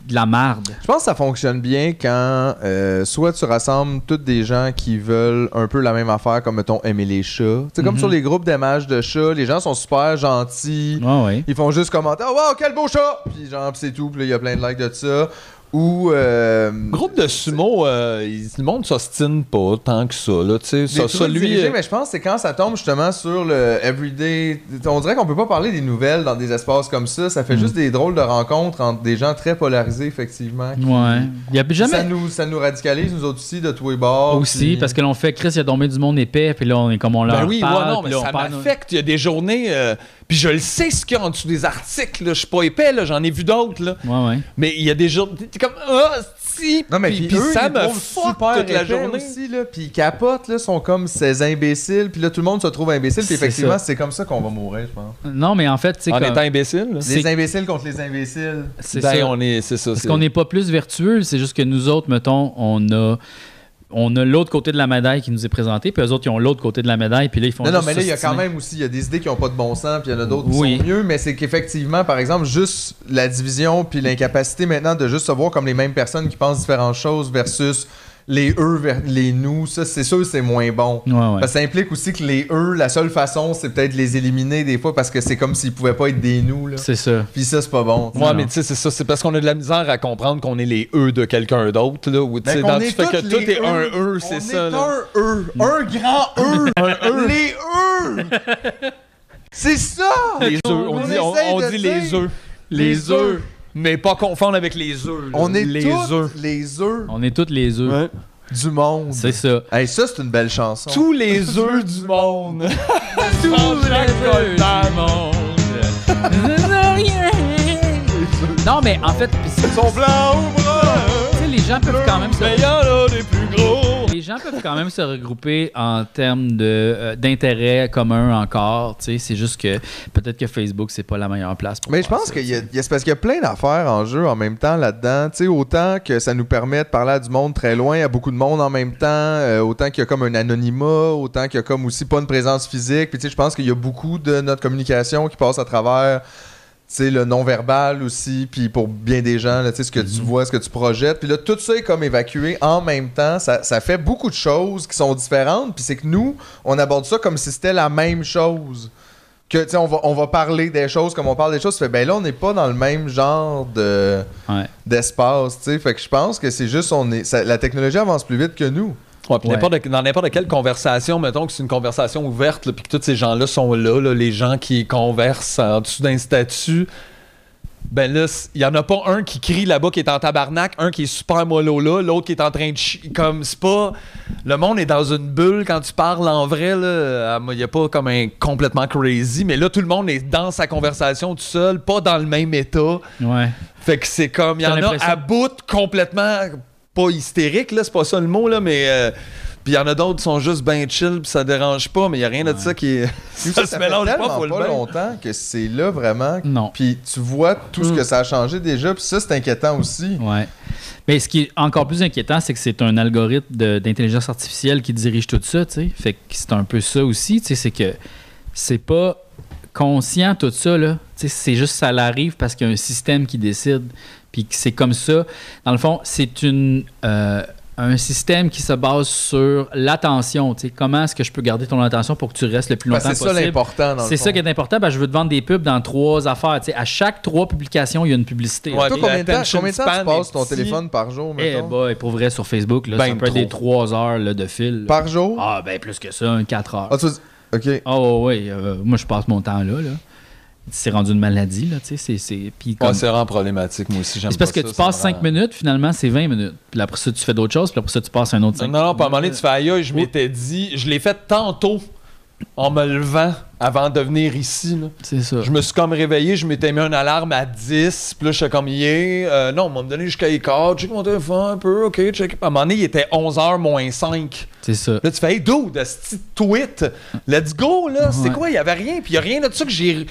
Speaker 1: de la marde.
Speaker 3: Je pense que ça fonctionne bien quand euh, soit tu rassembles toutes des gens qui veulent un peu la même affaire, comme mettons aimer les chats. C'est comme
Speaker 1: Mhm.
Speaker 3: sur les groupes d'images de chats, les gens sont super gentils.
Speaker 1: Ouais, ouais.
Speaker 3: Ils font juste commenter Oh wow, quel beau chat! Puis genre, pis c'est tout, puis là, il y a plein de likes de ça. Ou. euh,
Speaker 2: Groupe de sumo, euh, ils- le monde s'ostine pas tant que ça. Là, tu sais,
Speaker 3: des
Speaker 2: ça,
Speaker 3: trucs
Speaker 2: ça, lui,
Speaker 3: dirigés,
Speaker 2: euh,
Speaker 3: mais je pense que c'est quand ça tombe justement sur le everyday. On dirait qu'on peut pas parler des nouvelles dans des espaces comme ça. Ça
Speaker 2: Mm.
Speaker 3: fait juste des drôles de rencontres entre des gens très polarisés, effectivement.
Speaker 1: Ouais. Il y a
Speaker 3: Ça,
Speaker 1: jamais
Speaker 3: nous, ça nous radicalise, nous autres aussi, de tous les bords.
Speaker 1: aussi
Speaker 3: puis-
Speaker 1: parce que l'on fait Chris, il y a tombé du monde épais, puis là on est comme on leur
Speaker 2: Ben oui,
Speaker 1: parle,
Speaker 2: moi non,
Speaker 1: puis
Speaker 2: mais
Speaker 1: là, on
Speaker 2: ça
Speaker 1: parle-
Speaker 2: m'affecte. Il y a des journées, euh, puis je le sais ce qu'il y a en dessous des articles. là. Je suis pas épais, là, j'en ai vu d'autres. là.
Speaker 1: Ouais, ouais.
Speaker 2: Mais il y a des journées, t'es comme ah si.
Speaker 3: Non, mais
Speaker 2: puis,
Speaker 3: puis,
Speaker 2: puis
Speaker 3: eux,
Speaker 2: ça
Speaker 3: ils
Speaker 2: me
Speaker 3: trouvent
Speaker 2: fuck
Speaker 3: super
Speaker 2: toute la
Speaker 3: épais
Speaker 2: journée.
Speaker 3: aussi, là, puis ils capotent, là, sont comme ces imbéciles, puis là, tout le monde se trouve imbécile, puis
Speaker 1: C'est
Speaker 3: effectivement,
Speaker 1: ça.
Speaker 3: c'est comme ça qu'on va mourir, je pense.
Speaker 1: Non, mais en fait, tu sais
Speaker 2: En
Speaker 1: comme-
Speaker 2: étant imbécile. là.
Speaker 1: C'est-
Speaker 3: Les imbéciles contre les imbéciles.
Speaker 1: c'est
Speaker 2: Ben,
Speaker 1: ça.
Speaker 2: on est, c'est ça.
Speaker 1: Parce
Speaker 2: c'est-
Speaker 1: qu'on n'est pas plus vertueux, c'est juste que nous autres, mettons, on a on a l'autre côté de la médaille qui nous est présenté, puis eux autres, ils ont l'autre côté de la médaille, puis là, ils font
Speaker 3: Non, non,
Speaker 1: juste
Speaker 3: mais là, il y a
Speaker 1: s'ostiner.
Speaker 3: quand même aussi, il y a des idées qui n'ont pas de bon sens, puis il y en a d'autres
Speaker 1: Oui.
Speaker 3: qui sont mieux, mais c'est qu'effectivement, par exemple, juste la division, puis l'incapacité maintenant de juste se voir comme les mêmes personnes qui pensent différentes choses versus les eux, vers- les nous, ça, c'est sûr, c'est moins bon.
Speaker 1: Ouais, ouais.
Speaker 3: Parce que ça implique aussi que les eux, la seule façon, c'est peut-être de les éliminer des fois parce que c'est comme s'ils pouvaient pas être des nous. Là.
Speaker 1: C'est ça.
Speaker 3: Puis ça, c'est pas bon.
Speaker 2: Ouais,
Speaker 1: Non.
Speaker 2: mais tu sais, c'est ça. C'est parce qu'on a de la misère à comprendre qu'on est les E de quelqu'un d'autre. là, ou tu sais,
Speaker 3: Ben, qu'on
Speaker 2: dans- tu
Speaker 3: est
Speaker 2: fais que
Speaker 3: tous
Speaker 2: tout
Speaker 3: les
Speaker 2: est un
Speaker 3: eux.
Speaker 2: E,
Speaker 3: On
Speaker 2: c'est
Speaker 3: est
Speaker 2: ça. là.
Speaker 3: un E. Un grand E. Les E. C'est ça.
Speaker 2: Les œufs, on,
Speaker 3: E. On
Speaker 2: dit, on,
Speaker 3: essaye
Speaker 2: on
Speaker 3: de
Speaker 2: dit
Speaker 3: dire.
Speaker 2: les œufs.
Speaker 3: Les œufs.
Speaker 2: Mais pas confondre avec les œufs. là.
Speaker 3: On est
Speaker 2: les E.
Speaker 3: tous
Speaker 2: œufs.
Speaker 3: les œufs
Speaker 1: On est toutes les œufs.
Speaker 2: Ouais.
Speaker 3: du monde.
Speaker 1: C'est ça.
Speaker 3: Hey, ça, c'est une belle chanson.
Speaker 2: Tous les œufs du monde.
Speaker 3: E.
Speaker 1: Tous
Speaker 2: Jean-Jacques
Speaker 1: les
Speaker 2: Goldman.
Speaker 1: du monde. non, mais en fait, pis c'est-
Speaker 2: Sont blancs ou
Speaker 1: tu
Speaker 2: bruns.
Speaker 1: sais, les gens peuvent quand même
Speaker 2: Mais
Speaker 1: se...
Speaker 2: y en a des plus gros.
Speaker 1: Les gens peuvent quand même se regrouper en termes de, euh, d'intérêts communs encore. tu sais. C'est juste que peut-être que Facebook, c'est pas la meilleure place pour
Speaker 3: Mais je
Speaker 1: faire
Speaker 3: pense
Speaker 1: ça,
Speaker 3: qu'il
Speaker 1: tu
Speaker 3: y a,
Speaker 1: sais.
Speaker 3: il y a- c'est parce qu'il y a plein d'affaires en jeu en même temps là-dedans. Tu sais, autant que ça nous permet de parler à du monde très loin, à beaucoup de monde en même temps, euh, autant qu'il y a comme un anonymat, autant qu'il y a comme aussi pas une présence physique. Puis tu sais, je pense qu'il y a beaucoup de notre communication qui passe à travers tu sais, le non-verbal aussi, puis pour bien des gens, là, tu sais, ce que tu vois, ce que tu projettes. Puis là, tout ça est comme évacué en même temps. Ça, ça fait beaucoup de choses qui sont différentes. Puis c'est que nous, on aborde ça comme si c'était la même chose que tu sais, on va, on va parler des choses comme on parle des choses, tu fais ben là on n'est pas dans le même genre de
Speaker 1: Ouais.
Speaker 3: d'espace, tu sais, fait que je pense que c'est juste on est ça- la technologie avance plus vite que nous.
Speaker 2: Ouais, puis
Speaker 1: Ouais.
Speaker 2: n'importe- dans n'importe quelle conversation, mettons que c'est une conversation ouverte, là, puis que tous ces gens-là sont là, là, les gens qui conversent en dessous d'un statut, ben là, c- il y en a pas un qui crie là-bas qui est en tabarnak, un qui est super mollo là, l'autre qui est en train de chier. Comme, c'est pas. Le monde est dans une bulle quand tu parles en vrai, là. Il n'y a pas comme un complètement crazy, mais là, tout le monde est dans sa conversation tout seul, pas dans le même état.
Speaker 1: Ouais.
Speaker 2: Fait que c'est comme, il y
Speaker 1: T'as
Speaker 2: en a
Speaker 1: l'impression-
Speaker 2: à bout complètement pas hystérique, là, c'est pas ça le mot, là, mais. euh, puis il y en a d'autres qui sont juste ben chill, puis ça dérange pas, mais il y a rien de ça qui. ça,
Speaker 3: Puis
Speaker 2: se
Speaker 3: fait
Speaker 2: mélange
Speaker 3: tellement
Speaker 2: pas, faut le
Speaker 3: pas
Speaker 2: bien.
Speaker 3: longtemps que c'est là vraiment.
Speaker 1: Non.
Speaker 3: Puis tu vois tout ce
Speaker 2: Mm.
Speaker 3: que ça a changé déjà, puis ça c'est inquiétant aussi.
Speaker 1: Ouais. Mais ce qui est encore plus inquiétant, c'est que c'est un algorithme de- d'intelligence artificielle qui dirige tout ça, tu sais. Fait que c'est un peu ça aussi, tu sais, c'est que c'est pas conscient tout ça, là. Tu sais, c'est juste ça l'arrive parce qu'il y a un système qui décide, puis que c'est comme ça. Dans le fond, c'est une... euh, un système qui se base sur l'attention. tu sais, Comment est-ce que je peux garder ton attention pour que tu restes le plus
Speaker 3: Parce
Speaker 1: longtemps
Speaker 3: que Ben, c'est ça
Speaker 1: possible?
Speaker 3: l'important, dans le
Speaker 1: C'est ça
Speaker 3: fond.
Speaker 1: qui est important. parce que je veux te vendre des pubs dans trois affaires. tu sais. à chaque trois publications, il y a une publicité.
Speaker 2: Ouais,
Speaker 3: Toi,
Speaker 2: puis
Speaker 3: combien de temps,
Speaker 2: l'attention
Speaker 3: combien de temps
Speaker 2: span
Speaker 3: tu passes
Speaker 2: est
Speaker 3: ton
Speaker 2: petit.
Speaker 3: téléphone par jour,
Speaker 1: Eh
Speaker 3: mettons?
Speaker 1: boy, pour vrai, sur Facebook, là,
Speaker 2: Ben
Speaker 1: ça peut être
Speaker 2: trop.
Speaker 1: des trois heures là, de fil. là.
Speaker 3: Par jour?
Speaker 1: Ah, ben plus que ça, une quatre heures.
Speaker 3: Ah, tu veux dire- OK.
Speaker 1: Oh oui, moi je passe mon temps là. là. C'est rendu une maladie, là, tu sais. c'est- c'est- puis comme-
Speaker 2: Ouais,
Speaker 1: C'est
Speaker 2: c'est vraiment problématique, moi aussi. j'aime
Speaker 1: parce
Speaker 2: pas
Speaker 1: que
Speaker 2: ça,
Speaker 1: tu
Speaker 2: ça me
Speaker 1: passes 5
Speaker 2: rend-
Speaker 1: minutes, finalement c'est 20 minutes. Puis après ça, tu fais d'autres choses, puis après ça, tu passes un autre 5
Speaker 2: Non, non, pas à un moment donné, tu fais aïe, aïe, je m'étais dit, je l'ai fait tantôt en me levant avant de venir ici. là.
Speaker 1: C'est ça.
Speaker 2: Je me suis comme réveillé, je m'étais mis une alarme à 10, puis là, je suis comme, yeah, euh, non, on m'a donné jusqu'à 4, check mon téléphone un peu, ok, check. À un moment donné, il était 11h moins 5.
Speaker 1: C'est ça.
Speaker 2: Là, tu fais, hey, dude, ce petit tweet, let's go, là,
Speaker 1: Ouais.
Speaker 2: c'est quoi, il y avait rien, puis il y a rien de ça que j'ai.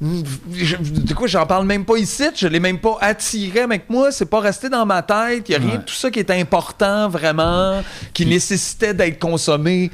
Speaker 2: je- De quoi, j'en parle même pas ici, je l'ai même pas attiré avec moi, c'est pas resté dans ma tête, il y a rien
Speaker 1: Ouais.
Speaker 2: de tout ça qui est important vraiment, qui nécessitait d'être consommé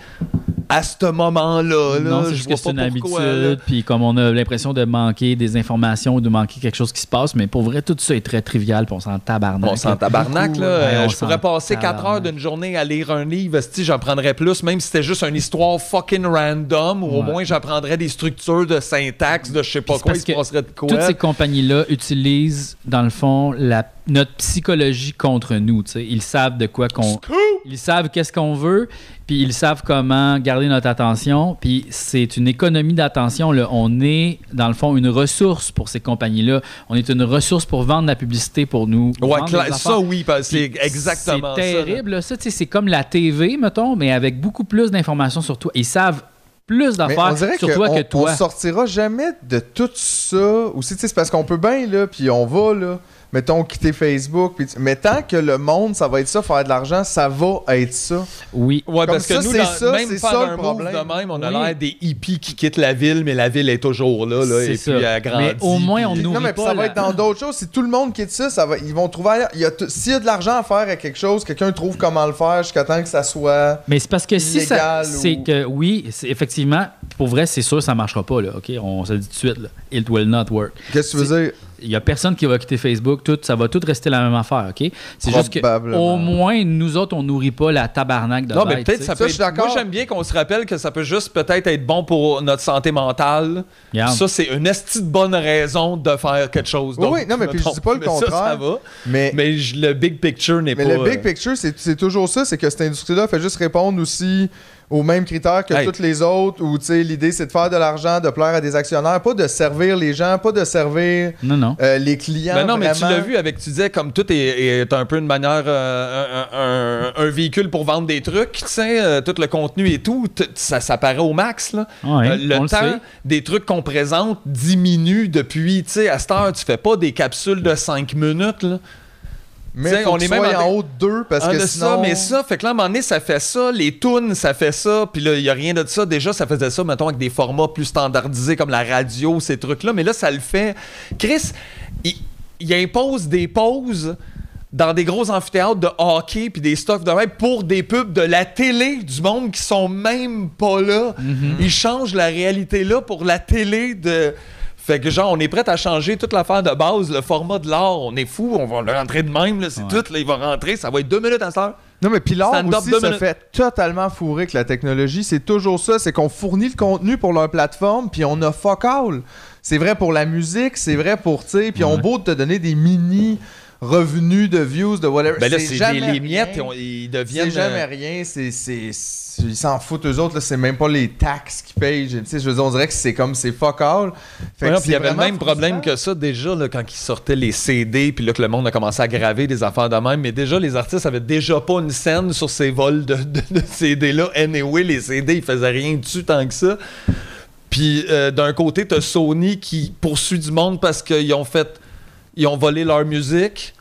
Speaker 2: à ce moment-là. là.
Speaker 1: non, c'est
Speaker 2: Je
Speaker 1: juste
Speaker 2: vois
Speaker 1: que c'est une
Speaker 2: pas pourquoi, là.
Speaker 1: habitude, puis comme on a l'impression de manquer des informations ou de manquer quelque chose qui se passe, mais pour vrai, tout ça est très trivial, puis on s'en tabarnak.
Speaker 2: Bon, c'est en tabarnak,
Speaker 1: Ouais,
Speaker 2: là. Euh,
Speaker 1: on
Speaker 2: je
Speaker 1: s'en
Speaker 2: pourrais passer 4
Speaker 1: tabarnak.
Speaker 2: heures d'une journée à lire un livre. Si j'en prendrais plus, même si c'était juste une histoire fucking random, ou au
Speaker 1: Ouais.
Speaker 2: moins j'apprendrais des structures de syntaxe, de je sais pas
Speaker 1: Puis c'est
Speaker 2: quoi, il
Speaker 1: parce
Speaker 2: se
Speaker 1: que
Speaker 2: passerait de quoi.
Speaker 1: Toutes ces compagnies-là utilisent, dans le fond, la, notre psychologie contre nous. tu sais. Ils savent de quoi qu'on. Ils savent qu'est-ce qu'on veut, puis ils savent comment garder notre attention. Puis c'est une économie d'attention. là. On est, dans le fond, une ressource pour ces compagnies-là. On est une ressource pour vendre la publicité pour nous. pour
Speaker 2: Ouais,
Speaker 1: vendre
Speaker 2: cla-
Speaker 1: les
Speaker 2: ça
Speaker 1: affaires.
Speaker 2: oui, parce que c'est
Speaker 1: Puis
Speaker 2: exactement
Speaker 1: C'est
Speaker 2: ça.
Speaker 1: terrible, là. ça. tu sais, C'est comme la TV, mettons, mais avec beaucoup plus d'informations sur toi. Ils savent plus
Speaker 3: Mais
Speaker 1: d'affaires
Speaker 3: on dirait
Speaker 1: sur
Speaker 3: que
Speaker 1: toi
Speaker 3: on,
Speaker 1: que toi.
Speaker 3: on sortira jamais de tout ça. Aussi, tu sais, c'est parce qu'on peut bien, là, puis on va, là, mettons, quitter Facebook. puis tu- Mais tant que le monde, ça va être ça, faire de l'argent, ça va être ça.
Speaker 1: Oui.
Speaker 2: là. Ouais,
Speaker 3: Comme
Speaker 2: parce que
Speaker 3: ça,
Speaker 2: nous,
Speaker 3: c'est
Speaker 2: dans-
Speaker 3: ça,
Speaker 2: même
Speaker 3: c'est
Speaker 2: faire
Speaker 3: ça, le
Speaker 2: un move
Speaker 3: problème.
Speaker 2: de même, on a
Speaker 1: Oui.
Speaker 2: l'air des hippies qui quittent la ville, mais la ville est toujours là, là
Speaker 1: C'est
Speaker 2: et
Speaker 1: ça.
Speaker 2: puis elle grandit.
Speaker 1: Mais au moins, on
Speaker 2: puis-
Speaker 1: nourrit
Speaker 3: non, mais
Speaker 1: pas
Speaker 3: ça va
Speaker 1: la-
Speaker 3: être dans d'autres choses. Si tout le monde quitte ça, ça va, ils vont trouver ailleurs. Il y a tout- S'il y a de l'argent à faire à quelque chose, quelqu'un trouve comment le faire jusqu'à temps que ça soit.
Speaker 1: Mais c'est parce que si ça.
Speaker 3: Illégal
Speaker 1: C'est
Speaker 3: ou-
Speaker 1: que oui, c'est effectivement, pour vrai, c'est sûr, ça marchera pas, là. OK? On se le dit tout de suite, là. It will not work.
Speaker 3: Qu'est-ce que tu veux dire?
Speaker 1: Il y a personne qui va quitter Facebook, tout, ça va tout rester la même affaire, OK? C'est juste que
Speaker 3: Probablement.
Speaker 1: au moins, nous autres, on nourrit pas la tabarnak de
Speaker 2: Non,
Speaker 1: bête,
Speaker 2: mais peut-être
Speaker 1: tu
Speaker 2: ça
Speaker 1: sais.
Speaker 3: Ça,
Speaker 2: peut
Speaker 3: je suis
Speaker 2: être... Moi,
Speaker 3: d'accord.
Speaker 2: j'aime bien qu'on se rappelle que ça peut juste peut-être être bon pour notre santé mentale.
Speaker 1: Regarde.
Speaker 2: Ça, c'est une esti de bonne raison de faire quelque chose.
Speaker 3: Oui,
Speaker 2: Donc,
Speaker 3: oui, non, mais
Speaker 2: me
Speaker 3: puis je
Speaker 2: trompe.
Speaker 3: dis pas le
Speaker 2: Mais ça, Ça,
Speaker 3: contraire.
Speaker 2: va.
Speaker 3: Mais, mais,
Speaker 2: Mais je- le big picture n'est pas...
Speaker 3: le big
Speaker 2: euh,
Speaker 3: picture, c'est c'est toujours ça. C'est que cette industrie-là fait juste répondre aussi aux mêmes critères que
Speaker 2: Hey.
Speaker 3: toutes les autres. Où, tu sais, l'idée, c'est de faire de l'argent, de plaire à des actionnaires, pas de servir les gens, pas de servir
Speaker 1: Non, non.
Speaker 3: euh, les clients.
Speaker 2: Ben non, mais tu
Speaker 3: vraiment.
Speaker 2: l'as vu avec, tu disais, comme tout est, est un peu une manière, euh, un, un- un véhicule pour vendre des trucs, tu sais, euh, tout le contenu et tout, t- ça, ça paraît au max, là.
Speaker 1: Ah Ouais,
Speaker 2: Euh, le
Speaker 1: on le
Speaker 2: temps
Speaker 1: sait.
Speaker 2: des trucs qu'on présente diminue depuis, tu sais, à cette heure, tu fais pas des capsules de 5 minutes, là.
Speaker 3: Mais
Speaker 2: Tiens,
Speaker 3: faut
Speaker 2: on
Speaker 3: que
Speaker 2: est
Speaker 3: tu
Speaker 2: même
Speaker 3: sois
Speaker 2: en-
Speaker 3: en haut de deux parce
Speaker 2: Ah,
Speaker 3: que
Speaker 2: de
Speaker 3: sinon...
Speaker 2: ça, mais ça, fait que là, à un moment donné, ça fait ça, les tunes, ça fait ça, puis là, il n'y a rien de ça. Déjà, ça faisait ça, mettons, avec des formats plus standardisés comme la radio, ces trucs-là, mais là, ça le fait. Chris, il, il impose des pauses dans des gros amphithéâtres de hockey puis des stocks de même pour des pubs de la télé du monde qui sont même pas là. Ils changent la réalité là pour la télé de... Fait que genre, on est prêt à changer toute l'affaire de base, le format de l'art, on est fou, on va le rentrer de même, là, c'est tout, là, il va rentrer, ça va être deux minutes à cette heure.
Speaker 3: Non, mais puis l'art
Speaker 2: Stand-up
Speaker 3: aussi
Speaker 2: deux
Speaker 3: se
Speaker 2: minutes.
Speaker 3: fait totalement fourrer que la technologie. C'est toujours ça. C'est qu'on fournit le contenu pour leur plateforme, puis on a fuck all. C'est vrai pour la musique, c'est vrai pour, tu sais, puis on
Speaker 1: Ouais.
Speaker 3: beau te donner des mini revenus de views, de whatever.
Speaker 2: Ben là, c'est
Speaker 3: jamais
Speaker 2: des- les
Speaker 3: rien.
Speaker 2: miettes, et on- ils deviennent.
Speaker 3: C'est jamais
Speaker 2: euh,
Speaker 3: rien. C'est, c'est, c'est- ils s'en foutent, eux autres. là. C'est même pas les taxes qu'ils payent. Je tu sais, je veux dire, on dirait que c'est comme, c'est fuck all. Fait
Speaker 2: ouais,
Speaker 3: que
Speaker 2: non, puis il y
Speaker 3: c'est
Speaker 2: avait le
Speaker 3: vraiment
Speaker 2: même problème
Speaker 3: frustrant.
Speaker 2: que ça déjà là, quand ils sortaient les CD, puis là que le monde a commencé à graver des affaires de même. Mais déjà, les artistes avaient déjà pas une scène sur ces vols de, de- de CD-là. Anyway, les CD, ils faisaient rien dessus tant que ça. Puis euh, d'un côté, t'as Sony qui poursuit du monde parce qu'ils ont fait. Ils ont volé leur musique,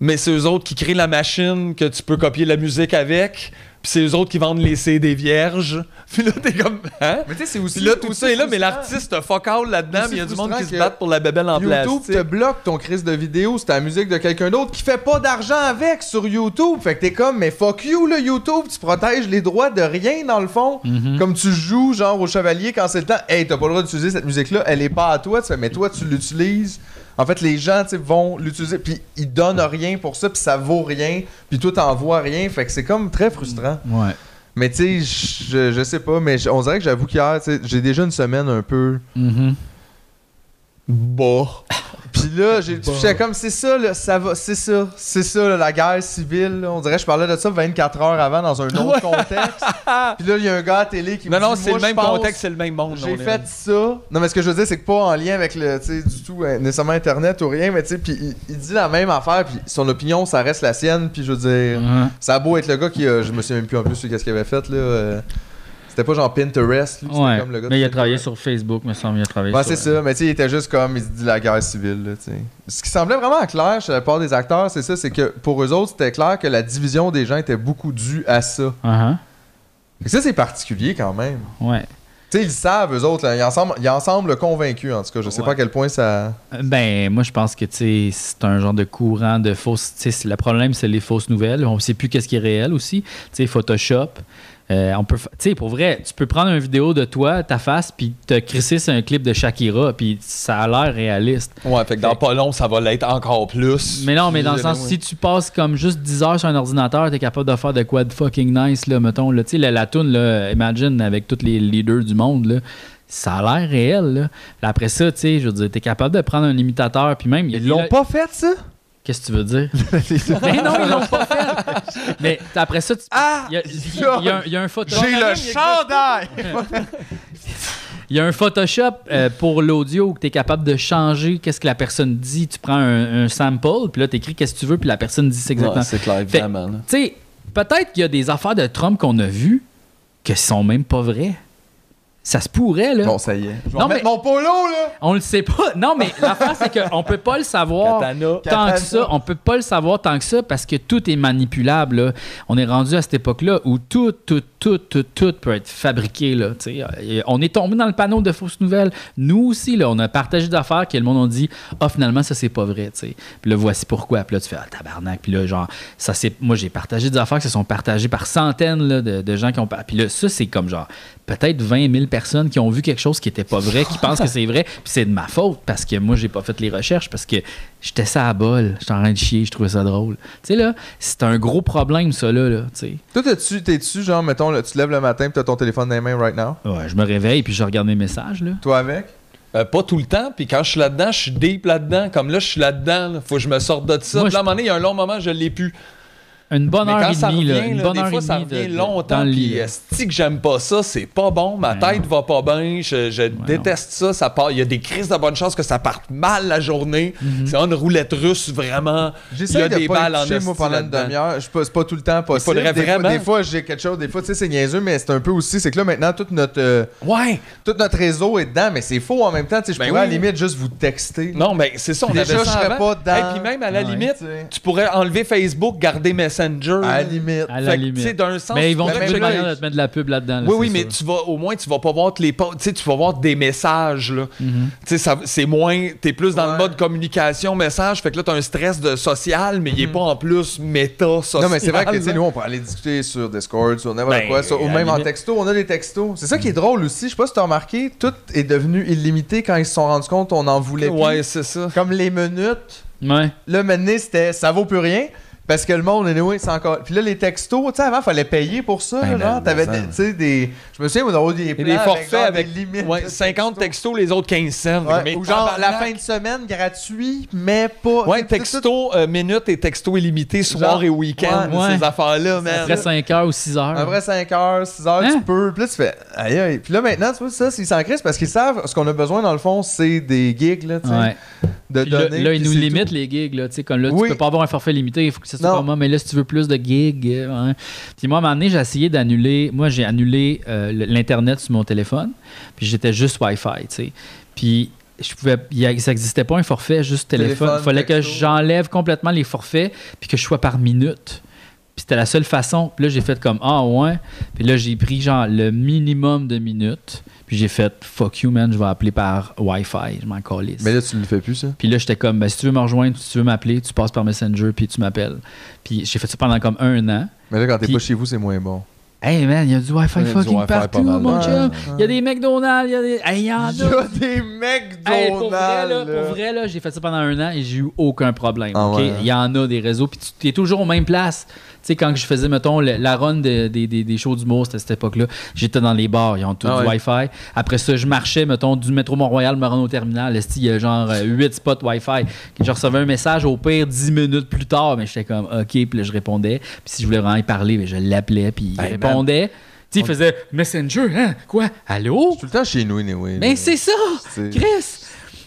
Speaker 2: mais c'est eux autres qui créent la machine que tu peux copier la musique avec. Puis c'est eux autres qui vendent les CD vierges. Puis là, t'es comme. Hein?
Speaker 3: Mais tu sais, c'est aussi.
Speaker 2: Puis là, tout
Speaker 3: aussi
Speaker 2: ça est là, mais
Speaker 3: frustrant.
Speaker 2: l'artiste fuck out là-dedans,
Speaker 3: Aussi
Speaker 2: mais il y a du monde
Speaker 3: frustrant
Speaker 2: qui se
Speaker 3: que
Speaker 2: bat pour la bébelle en
Speaker 3: YouTube
Speaker 2: plastique.
Speaker 3: te bloque ton crise de vidéo, c'est la musique de quelqu'un d'autre qui fait pas d'argent avec sur YouTube. Fait que t'es comme, mais fuck you, là, YouTube, tu protèges les droits de rien dans le fond.
Speaker 2: Mhm.
Speaker 3: Comme tu joues, genre, au chevalier quand c'est le temps, hey, t'as pas le droit d'utiliser cette musique-là, elle est pas à toi. Tu fais, mais toi, tu l'utilises. En fait, les gens tu sais, vont l'utiliser, puis ils donnent rien pour ça, puis ça vaut rien, puis toi, t'en vois rien. Fait que c'est comme très frustrant.
Speaker 1: Ouais.
Speaker 3: Mais tu sais, je, je sais pas, mais je- on dirait que j'avoue qu'hier, tu sais, j'ai déjà une semaine un peu
Speaker 1: Mhm.
Speaker 3: bas. Puis là, j'ai
Speaker 2: Bah.
Speaker 3: puis j'étais comme, c'est ça, là, ça va, c'est ça, c'est ça, là, la guerre civile. là. On dirait que je parlais de ça 24 heures avant dans un autre contexte. Puis là, il y a un gars à télé qui me
Speaker 2: Non, non,
Speaker 3: dit,
Speaker 2: c'est
Speaker 3: moi,
Speaker 2: le
Speaker 3: je
Speaker 2: même
Speaker 3: pense-
Speaker 2: contexte, c'est le même monde.
Speaker 3: j'ai
Speaker 2: on est-
Speaker 3: fait ça. Non, mais ce que je veux dire, c'est que pas en lien avec le, tu sais, du tout, euh, nécessairement Internet ou rien, mais tu sais, puis il, il dit la même affaire, puis son opinion, ça reste la sienne, puis je veux dire,
Speaker 2: Mm.
Speaker 1: Ouais.
Speaker 3: ça a beau être le gars qui, euh, je me souviens même plus en plus de qu'est-ce qu'il avait fait, là. euh, c'était pas genre Pinterest, lui, c'était
Speaker 1: Ouais.
Speaker 3: comme le gars
Speaker 1: Mais
Speaker 3: de
Speaker 1: il a
Speaker 3: Pinterest.
Speaker 1: travaillé sur Facebook, me semble. Il a travaillé
Speaker 3: Ouais,
Speaker 1: sur-
Speaker 3: Bah, c'est
Speaker 2: hein.
Speaker 3: ça, mais tu sais, il était juste comme, il se dit la guerre civile, là, tu sais. Ce qui semblait vraiment clair chez la part des acteurs, c'est ça, c'est que pour eux autres, c'était clair que la division des gens était beaucoup due à ça.
Speaker 1: Uh-huh.
Speaker 3: Fait que ça, c'est particuer quand même.
Speaker 1: Ouais.
Speaker 3: Tu sais, ils le savent, eux autres. Là. Ils, en semblent, ils en semblent convaincus, en tout cas. Je sais
Speaker 2: Ouais.
Speaker 3: pas à quel point ça.
Speaker 1: Ben, moi, je pense que tu sais, c'est un genre de courant de fausses. tu sais, c'est- Le problème, c'est les fausses nouvelles. On ne sait plus qu'est-ce qui est réel aussi. Tu sais, Photoshop. euh, on peut, fa- tu sais, pour vrai, tu peux prendre une vidéo de toi, ta face, puis te crisser sur un clip de Shakira, puis ça a l'air réaliste.
Speaker 2: Ouais, fait que dans pas long, ça va l'être encore plus.
Speaker 1: Mais non, mais dans le
Speaker 2: Puis,
Speaker 1: sens,
Speaker 2: ouais.
Speaker 1: si tu passes comme juste 10 heures sur un ordinateur, t'es capable de faire de quoi de fucking nice, là, mettons. Là. Tu sais, la, la toune, là, Imagine, avec tous les leaders du monde, là, ça a l'air réel. Là. Puis Après ça, tu sais, je veux dire, t'es capable de prendre un imitateur, puis même... il y a
Speaker 3: Ils
Speaker 1: des-
Speaker 3: l'ont pas fait, ça?
Speaker 1: Qu'est-ce que tu veux dire? mais non, ils l'ont pas fait! Mais après ça, tu-
Speaker 3: Ah!
Speaker 1: il y, a- il y a- il y a- il y a un photo...
Speaker 3: J'ai le chandail!
Speaker 1: Il y a un Photoshop euh, pour l'audio où tu es capable de changer qu'est-ce que la personne dit. Tu prends un, un sample, puis là, tu écris qu'est-ce que tu veux, puis la personne dit c'est exactement
Speaker 2: Ouais, c'est clair,
Speaker 1: Fait-
Speaker 2: évidemment. là.
Speaker 1: Tu sais, peut-être qu'il y a des affaires de Trump qu'on a vues qui sont même pas vraies. Ça se pourrait, là.
Speaker 3: Bon, ça y est. Je vais
Speaker 1: Non,
Speaker 3: remettre
Speaker 1: mais-
Speaker 3: mon polo, là!
Speaker 1: On le sait pas. Non, mais l'affaire, c'est qu'on peut pas le savoir.
Speaker 2: Katana.
Speaker 1: Tant
Speaker 3: Katana.
Speaker 1: que ça, on peut pas le savoir tant que ça parce que tout est manipulable. là. On est rendu à cette époque-là où tout, tout, tout, tout, tout peut être fabriqué. Là, tu sais. Et on est tombé dans le panneau de fausses nouvelles. Nous aussi, là, on a partagé d'affaires que le monde a dit Ah, finalement, ça, c'est pas vrai. tu sais. Puis là, voici pourquoi. Puis là, tu fais Ah, tabarnak. Puis là, genre, ça, c'est. Moi, j'ai partagé des affaires qui se sont partagées par centaines là, de, de gens qui ont. par- Puis là, ça, c'est comme genre peut-être 20 000 personnes qui ont vu quelque chose qui était pas vrai, qui pensent que c'est vrai, puis c'est de ma faute parce que moi j'ai pas fait les recherches parce que j'étais ça à bol, j'étais en train de chier, je trouvais ça drôle. Tu sais là, c'est un gros problème ça là, là tu sais.
Speaker 3: Toi, t'es-tu, t'es-tu, genre, mettons, là, tu te lèves le matin pis t'as ton téléphone dans les mains right now?
Speaker 1: Ouais, je me réveille puis je regarde mes messages là.
Speaker 3: Toi avec?
Speaker 2: Euh, pas tout le temps, puis quand je suis là-dedans, je suis deep là-dedans. Comme là, je suis là-dedans, là. faut que je me sorte de ça.
Speaker 1: Moi,
Speaker 2: Puis
Speaker 1: je-
Speaker 2: là, à un moment donné, il y a un long moment, je l'ai pu.
Speaker 1: Une bonne
Speaker 2: Mais
Speaker 1: heure
Speaker 2: quand
Speaker 1: et
Speaker 2: ça
Speaker 1: demie
Speaker 2: revient,
Speaker 1: là, une
Speaker 2: là,
Speaker 1: bonne
Speaker 2: des
Speaker 1: heure
Speaker 2: fois,
Speaker 1: et
Speaker 2: ça
Speaker 1: demie de-
Speaker 2: revient
Speaker 1: de- dans
Speaker 2: longtemps,
Speaker 1: le lit,
Speaker 2: puis euh,
Speaker 1: là.
Speaker 2: esti que j'aime pas ça, c'est pas bon, ma
Speaker 1: Ouais,
Speaker 2: tête va pas bien, je, je
Speaker 1: non.
Speaker 2: déteste ça, ça part, il y a des crises de bonne chance que ça parte mal la journée,
Speaker 1: Mm-hmm.
Speaker 2: c'est une roulette russe, vraiment, il y
Speaker 3: J'essaie
Speaker 2: a
Speaker 3: de
Speaker 2: des
Speaker 3: pas
Speaker 2: balles
Speaker 3: y
Speaker 2: en
Speaker 3: toucher, moi,
Speaker 2: esti
Speaker 3: pendant une
Speaker 2: là-dedans.
Speaker 3: demi-heure. Je pas- C'est pas tout le temps possible.
Speaker 2: faudrait
Speaker 3: des, fois-
Speaker 2: vraiment-
Speaker 3: des fois, j'ai quelque chose, des fois, tu sais, c'est niaiseux, mais c'est un peu aussi, c'est que là, maintenant, toute notre, euh,
Speaker 2: Ouais,
Speaker 3: tout notre réseau est dedans, mais c'est faux en même temps. Tu sais, je
Speaker 2: Ben
Speaker 3: pourrais à la
Speaker 2: oui.
Speaker 3: limite juste vous texter.
Speaker 2: non, mais c'est ça, on
Speaker 3: Déjà,
Speaker 2: avait
Speaker 3: je
Speaker 2: ça
Speaker 3: serais
Speaker 2: avant.
Speaker 3: pas dedans.
Speaker 2: Et puis même, à la
Speaker 1: Ouais.
Speaker 2: limite,
Speaker 3: Tu sais.
Speaker 2: tu pourrais enlever Facebook, garder Messenger.
Speaker 3: À la
Speaker 2: là.
Speaker 3: limite.
Speaker 1: À la
Speaker 2: Fait que, tu sais,
Speaker 1: limite.
Speaker 2: d'un sens,
Speaker 1: Mais ils vont
Speaker 2: tu
Speaker 3: Mais
Speaker 1: trouver une
Speaker 2: pourrais-
Speaker 1: manière de te mettre de la pub là-dedans. là,
Speaker 2: Oui,
Speaker 1: c'est
Speaker 2: oui, mais
Speaker 1: sûr.
Speaker 2: tu vas au moins tu vas pas voir les posts, tu sais, tu vas voir des messages là.
Speaker 1: Mhm.
Speaker 2: Tu sais, ça- c'est moins t'es plus dans
Speaker 3: Ouais.
Speaker 2: le mode communication message, fait que là t'as un stress de social, mais il
Speaker 1: Mhm.
Speaker 2: est pas en plus méta social.
Speaker 3: Non, mais c'est vrai que tu sais,
Speaker 2: là.
Speaker 3: nous, on peut aller discuter sur Discord, sur n'importe
Speaker 2: Ben,
Speaker 3: quoi, sur- ou
Speaker 2: à
Speaker 3: même en
Speaker 2: limite.
Speaker 3: texto. On a des textos. C'est ça qui est drôle aussi. Je sais pas si t'as remarqué, tout est devenu illimité quand ils se sont rendus compte on en voulait plus.
Speaker 2: Ouais, c'est ça.
Speaker 3: Comme les minutes.
Speaker 1: Ouais.
Speaker 3: Là, maintenant, c'était ça vaut plus rien. Parce que le monde, anyway, c'est encore. Puis là, les textos, tu sais, avant, fallait payer pour ça.
Speaker 2: Ben,
Speaker 3: genre,
Speaker 2: ben,
Speaker 3: t'avais
Speaker 2: ben.
Speaker 3: des- tu sais, des. Je me souviens, on avait des
Speaker 2: Et
Speaker 3: plans
Speaker 2: des forfaits
Speaker 3: genre,
Speaker 2: avec,
Speaker 3: des limites.
Speaker 2: ouais,
Speaker 3: de
Speaker 2: 50 textos, les autres 15 cents.
Speaker 3: Ouais,
Speaker 2: Mais
Speaker 3: ou genre, la
Speaker 2: tabarnak.
Speaker 3: fin de semaine, gratuit, mais pas.
Speaker 2: Ouais,
Speaker 3: tu sais, tout- tout-
Speaker 2: texto euh, minute et texto illimité soir
Speaker 3: Genre,
Speaker 2: et week-end,
Speaker 1: ouais, ouais.
Speaker 2: ces affaires-là, man.
Speaker 1: Après 5 heures ou 6 heures.
Speaker 3: Après 5 heures, 6 heures,
Speaker 1: Hein?
Speaker 3: tu peux. Puis là, tu fais. Aïe, aïe. Puis là, maintenant, tu vois, ça, c'est- ils s'en crissent parce qu'ils savent ce qu'on a besoin, dans le fond, c'est des gigs, là, tu sais,
Speaker 1: Ouais.
Speaker 3: de
Speaker 1: Puis là,
Speaker 3: donner.
Speaker 1: là, ils
Speaker 3: puis
Speaker 1: nous
Speaker 3: c'est
Speaker 1: limitent les gigs. Là, tu sais, comme là,
Speaker 3: Oui.
Speaker 1: tu peux pas avoir un forfait limité. Il faut que ça soit
Speaker 3: Non.
Speaker 1: par mois. Mais là, si tu veux plus de gigs. euh, ouais. Puis moi, à un moment donné, j'ai essayé d'annuler. Moi, j'ai annulé euh, le- l'Internet sur mon téléphone. Puis j'étais juste Wi-Fi. tu sais. Puis je pouvais, il y a- ça n'existait pas un forfait, juste téléphone.
Speaker 3: Téléphone,
Speaker 1: Il fallait que
Speaker 3: texto.
Speaker 1: j'enlève complètement les forfaits. Puis que je sois par minute. Puis c'était la seule façon. Puis là, j'ai fait comme Ah, ouais. Puis là, j'ai pris genre le minimum de minutes. Puis j'ai fait Fuck you, man, je vais appeler par Wi-Fi. Je m'en calisse.
Speaker 3: tout. Mais là, tu le fais plus, ça.
Speaker 1: Puis là, j'étais comme, ben, si tu veux me rejoindre, si tu veux m'appeler, tu passes par Messenger, puis tu m'appelles. Puis j'ai fait ça pendant comme un an.
Speaker 3: Mais là, quand t'es
Speaker 1: Puis-
Speaker 3: pas chez vous, c'est moins bon.
Speaker 1: Hey man, il y a du Wi-Fi
Speaker 2: Il y a du
Speaker 1: fucking
Speaker 2: Wi-Fi
Speaker 1: partout,
Speaker 2: pas mal,
Speaker 1: mon
Speaker 3: ouais.
Speaker 1: chum. Il y a des McDonald's, il y a des. Hey, il y en a.
Speaker 3: Il y a des mecs
Speaker 1: Hey, pour vrai, là,
Speaker 3: Donald.
Speaker 1: pour vrai, là, j'ai fait ça pendant un an et j'ai eu aucun problème.
Speaker 3: Ah
Speaker 1: ok?
Speaker 3: ouais, hein?
Speaker 1: Il y en a des réseaux. Puis tu es toujours aux mêmes places. Tu sais, quand je faisais, mettons, le- la run de- des, des, des shows d'humour, c'était à cette époque-là, j'étais dans les bars, ils ont tout
Speaker 2: Ah
Speaker 1: du
Speaker 2: ouais.
Speaker 1: Wi-Fi. Après ça, je marchais, mettons, du métro Mont-Royal, me rendre au terminal. Esti, Il y a genre 8 spots Wi-Fi. Je recevais un message au pire 10 minutes plus tard, mais j'étais comme OK, puis là, je répondais. Puis si je voulais vraiment y parler, ben, je l'appelais, puis il
Speaker 2: Hey, man.
Speaker 1: répondait. Tu sais, il faisait Messenger, hein? Quoi? Allô?
Speaker 3: Tout le temps chez nous, anyway.
Speaker 1: Mais
Speaker 3: là.
Speaker 1: c'est ça!
Speaker 3: C'est-
Speaker 1: Chris!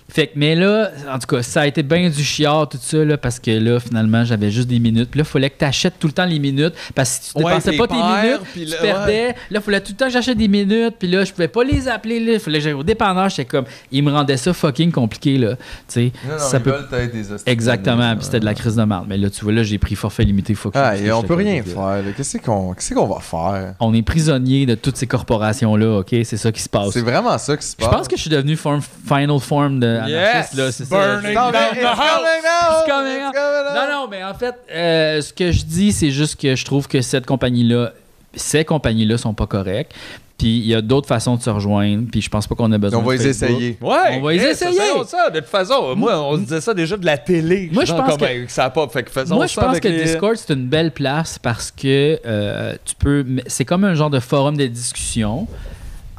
Speaker 1: Fait que, mais là, en tout cas, ça a été bien du chiard, tout ça, là, parce que là, finalement, j'avais juste des minutes. Puis là, il fallait que tu achètes tout le temps les minutes, parce que si tu
Speaker 2: Ouais,
Speaker 1: dépensais
Speaker 2: t'es
Speaker 1: pas tes
Speaker 2: perds,
Speaker 1: minutes,
Speaker 2: puis
Speaker 1: tu
Speaker 2: là,
Speaker 1: perdais. Là, il fallait tout le temps que j'achète des minutes, puis là, je pouvais pas les appeler, là. Il fallait que j'aille au dépanneur, j'étais comme... Il me rendait ça fucking compliqué, là. Tu sais,
Speaker 3: Non, non,
Speaker 1: ça
Speaker 3: ils
Speaker 1: peut...
Speaker 3: veulent t'aider des hosties.
Speaker 1: Exactement, puis c'était de la
Speaker 3: Ouais.
Speaker 1: crise de merde. Mais là, tu vois, là, j'ai pris forfait limité, fuck.
Speaker 3: euh, Ah,
Speaker 1: you,
Speaker 3: et on
Speaker 1: j'étais
Speaker 3: peut
Speaker 1: comme,
Speaker 3: rien
Speaker 1: euh,
Speaker 3: faire. là. Qu'est-ce qu'on qu'est-ce qu'on va faire?
Speaker 1: On est prisonnier de toutes ces corporations-là, OK? Ah, C'est ça qui se passe.
Speaker 3: C'est vraiment ça qui se
Speaker 1: Je
Speaker 3: passe.
Speaker 1: pense que je suis devenu form- final form de anarchiste, là, c'est ça.
Speaker 2: Burning
Speaker 1: Non,
Speaker 3: Non, mais it's
Speaker 2: down the house.
Speaker 3: coming out!
Speaker 1: It's coming
Speaker 3: It's
Speaker 1: out.
Speaker 3: coming out!
Speaker 1: non, mais en fait, euh, ce que je dis, c'est juste que je trouve que cette compagnie-là, ces compagnies-là sont pas correctes. Puis il y a d'autres façons de se rejoindre. Puis je pense pas qu'on a besoin
Speaker 3: On
Speaker 1: de
Speaker 3: va les
Speaker 1: Facebook.
Speaker 3: essayer.
Speaker 2: Ouais,
Speaker 1: On va les
Speaker 2: Chris,
Speaker 1: essayer.
Speaker 2: essayons ça. De toute façon, moi, on se disait ça déjà de la télé.
Speaker 1: Moi, je
Speaker 2: Genre
Speaker 1: pense
Speaker 2: comme,
Speaker 1: que-
Speaker 2: hey, ça a pas. Fait que faisons
Speaker 1: Moi, je
Speaker 2: ça
Speaker 1: pense
Speaker 2: avec
Speaker 1: que
Speaker 2: les-
Speaker 1: Discord, c'est une belle place parce que euh, tu peux. C'est comme un genre de forum de discussion.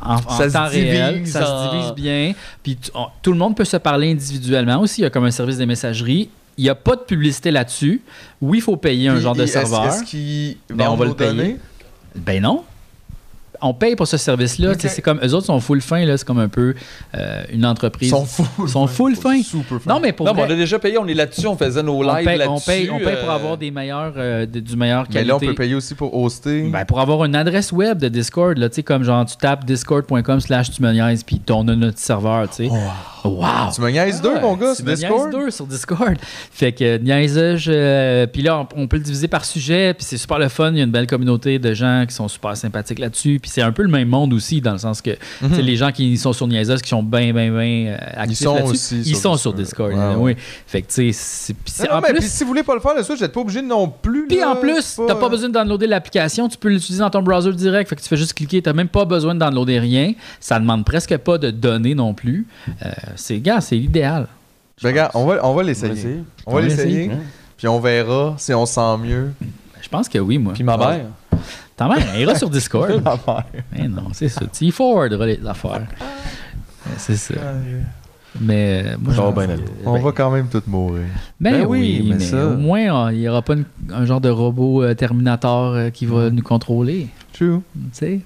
Speaker 1: En, en
Speaker 2: Ça se
Speaker 1: temps réel,
Speaker 2: divise ah.
Speaker 1: ça
Speaker 2: en-
Speaker 1: se divise bien. Puis tu- on- tout le monde peut se parler individuellement aussi. Il y a comme un service de messagerie. Il n'y a pas de publicité là-dessus. Oui, il faut payer un
Speaker 3: Puis,
Speaker 1: genre de
Speaker 3: est-ce-
Speaker 1: serveur.
Speaker 3: Est-ce qu'ils
Speaker 1: Ben,
Speaker 3: vont
Speaker 1: on va
Speaker 3: nous
Speaker 1: le payer.
Speaker 3: donner?
Speaker 1: Ben non. On paye pour ce service-là.
Speaker 3: Ok.
Speaker 1: Tu sais, C'est comme eux autres sont full fin là. C'est comme un peu euh, une
Speaker 3: Ils
Speaker 1: entreprise.
Speaker 3: sont fous.
Speaker 1: Ils sont full fin.
Speaker 3: Super fin.
Speaker 1: Non mais pour
Speaker 2: Non, mais
Speaker 1: vrai,
Speaker 2: on a déjà payé, on est là-dessus, on faisait nos
Speaker 1: on,
Speaker 2: lives
Speaker 1: paye,
Speaker 2: là-dessus.
Speaker 1: on paye- on paye pour
Speaker 2: euh,
Speaker 1: avoir des meilleurs, euh, de- du meilleur qualité.
Speaker 3: Mais là, on peut payer aussi pour hoster.
Speaker 1: Ben, pour avoir une adresse web de Discord, là, tu sais, comme genre, tu tapes discord.com slash tu me niaises, puis on a notre serveur, tu sais. Wow!
Speaker 3: Oh,
Speaker 1: Ah,
Speaker 3: Tu me niaises deux, mon gars,
Speaker 1: Tu
Speaker 3: sur
Speaker 1: me
Speaker 3: Discord?
Speaker 1: niaises deux sur Discord. Fait que niaisage, euh, puis là, on, on peut le diviser par sujet, puis c'est super le fun. Il y a une belle communauté de gens qui sont super sympathiques là-dessus. Puis c'est un peu le même monde aussi, dans le sens que tu sais, les gens qui sont sur niaiseuse, qui sont bien, bien, bien euh, actifs
Speaker 3: Mhm. sont
Speaker 1: là-dessus,
Speaker 3: aussi
Speaker 1: ils
Speaker 3: sur
Speaker 1: sont sur Discord.
Speaker 3: Discord. Ouais,
Speaker 1: Oui. Fait que, tu sais, c'est- puis c'est-
Speaker 3: Non, non,
Speaker 1: en
Speaker 3: mais
Speaker 1: plus,
Speaker 3: puis si vous voulez pas le faire le soir, vous n'êtes pas obligé non plus.
Speaker 1: puis
Speaker 3: là, euh,
Speaker 1: en plus,
Speaker 3: c'est
Speaker 1: t'as pas besoin de downloader l'application, tu peux l'utiliser dans ton browser direct. Fait que tu fais juste cliquer, t'as même pas besoin de downloader rien. Ça demande presque pas de données non plus. Euh, c'est, gars, c'est l'idéal.
Speaker 3: Ben, regarde, on va, on va l'essayer.
Speaker 5: essayer.
Speaker 3: On va
Speaker 1: On va
Speaker 3: l'essayer.
Speaker 5: l'essayer.
Speaker 3: Puis on verra si on sent mieux.
Speaker 1: Je pense que oui, moi. hein,
Speaker 5: Puis ma mère.
Speaker 1: Ta mère, elle ira sur Discord. Mais non, c'est ça. Tu y forwarderas les affaires. Euh, C'est ça. Mais euh, moi,
Speaker 5: Ça va
Speaker 1: je-
Speaker 5: bien aller.
Speaker 3: On
Speaker 1: ben-
Speaker 3: va quand même tout mourir.
Speaker 1: Ben,
Speaker 5: Ben
Speaker 1: oui,
Speaker 5: oui,
Speaker 1: mais,
Speaker 5: mais ça-
Speaker 1: au moins, euh, il n'y aura pas une- un genre de robot euh, Terminator euh, qui
Speaker 5: Mm.
Speaker 1: va nous contrôler.
Speaker 3: True.
Speaker 1: Tu sais?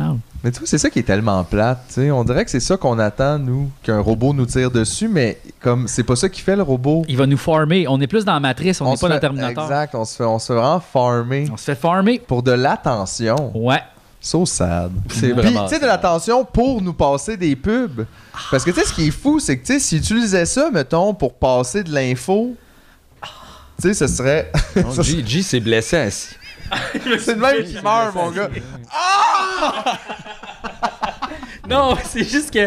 Speaker 1: Ah.
Speaker 3: Mais tu vois, c'est ça qui est tellement plate. tu sais. On dirait que c'est ça qu'on attend, nous, qu'un robot nous tire dessus, mais comme c'est pas ça qui fait le robot.
Speaker 1: Il va nous farmer. On est plus dans la matrice, on n'est
Speaker 3: se
Speaker 1: pas dans
Speaker 3: fait-
Speaker 1: Terminator.
Speaker 3: Exact, on se fait, on se fait vraiment farmer
Speaker 1: On se fait farmer.
Speaker 3: pour de l'attention.
Speaker 1: Ouais.
Speaker 3: So sad.
Speaker 2: C'est
Speaker 3: Mm. Puis,
Speaker 2: vraiment.
Speaker 3: tu sais, de l'attention pour nous passer des pubs. Parce que, tu sais, ce qui est fou, c'est que, tu sais, s'ils utilisaient ça, mettons, pour passer de l'info, tu sais, ce serait.
Speaker 2: Non, G, G s'est blessé assis.
Speaker 3: c'est le même qui meurt, mon gars.
Speaker 1: Non, c'est juste que.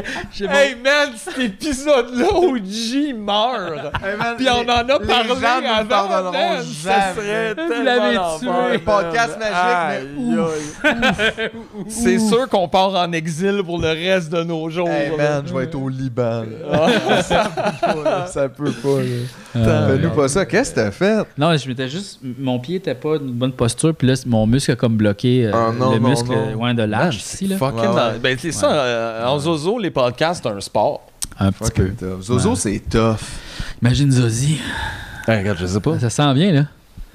Speaker 2: Hey man, cet épisode-là où G meurt. Puis on en a
Speaker 3: les
Speaker 2: parlé
Speaker 3: gens nous
Speaker 2: avant,
Speaker 3: pardonneront
Speaker 2: man,
Speaker 3: jamais.
Speaker 2: Ça serait
Speaker 1: Vous
Speaker 2: tellement
Speaker 1: l'avez
Speaker 2: l'enfer,
Speaker 1: tué.
Speaker 3: Un podcast
Speaker 2: man.
Speaker 3: magique, mais
Speaker 5: Aïe, aïe.
Speaker 2: C'est sûr qu'on part en exil pour le reste de nos jours.
Speaker 3: Hey
Speaker 2: là.
Speaker 3: man, je vais être au Liban. là. ça peut pas, là. Ça peut pas, là. Fais-nous pas ça. Qu'est-ce que t'as fait?
Speaker 1: Euh, non, je m'étais juste. Mon pied était pas d'une bonne posture, puis là, c'est- mon muscle a comme bloqué euh,
Speaker 3: Ah, non,
Speaker 1: le
Speaker 3: non,
Speaker 1: muscle
Speaker 3: non.
Speaker 1: euh, ouais, de l'âge ici, là.
Speaker 2: Fucking
Speaker 3: Ouais, ouais.
Speaker 2: Ben, c'est ça, euh, en zozo, les podcasts, c'est un sport.
Speaker 1: Un petit peu.
Speaker 3: Fucking tough. Zozo,
Speaker 1: Ouais.
Speaker 3: c'est tough.
Speaker 1: Imagine Zozie.
Speaker 2: regarde, je sais pas.
Speaker 1: Ça sent bien, là.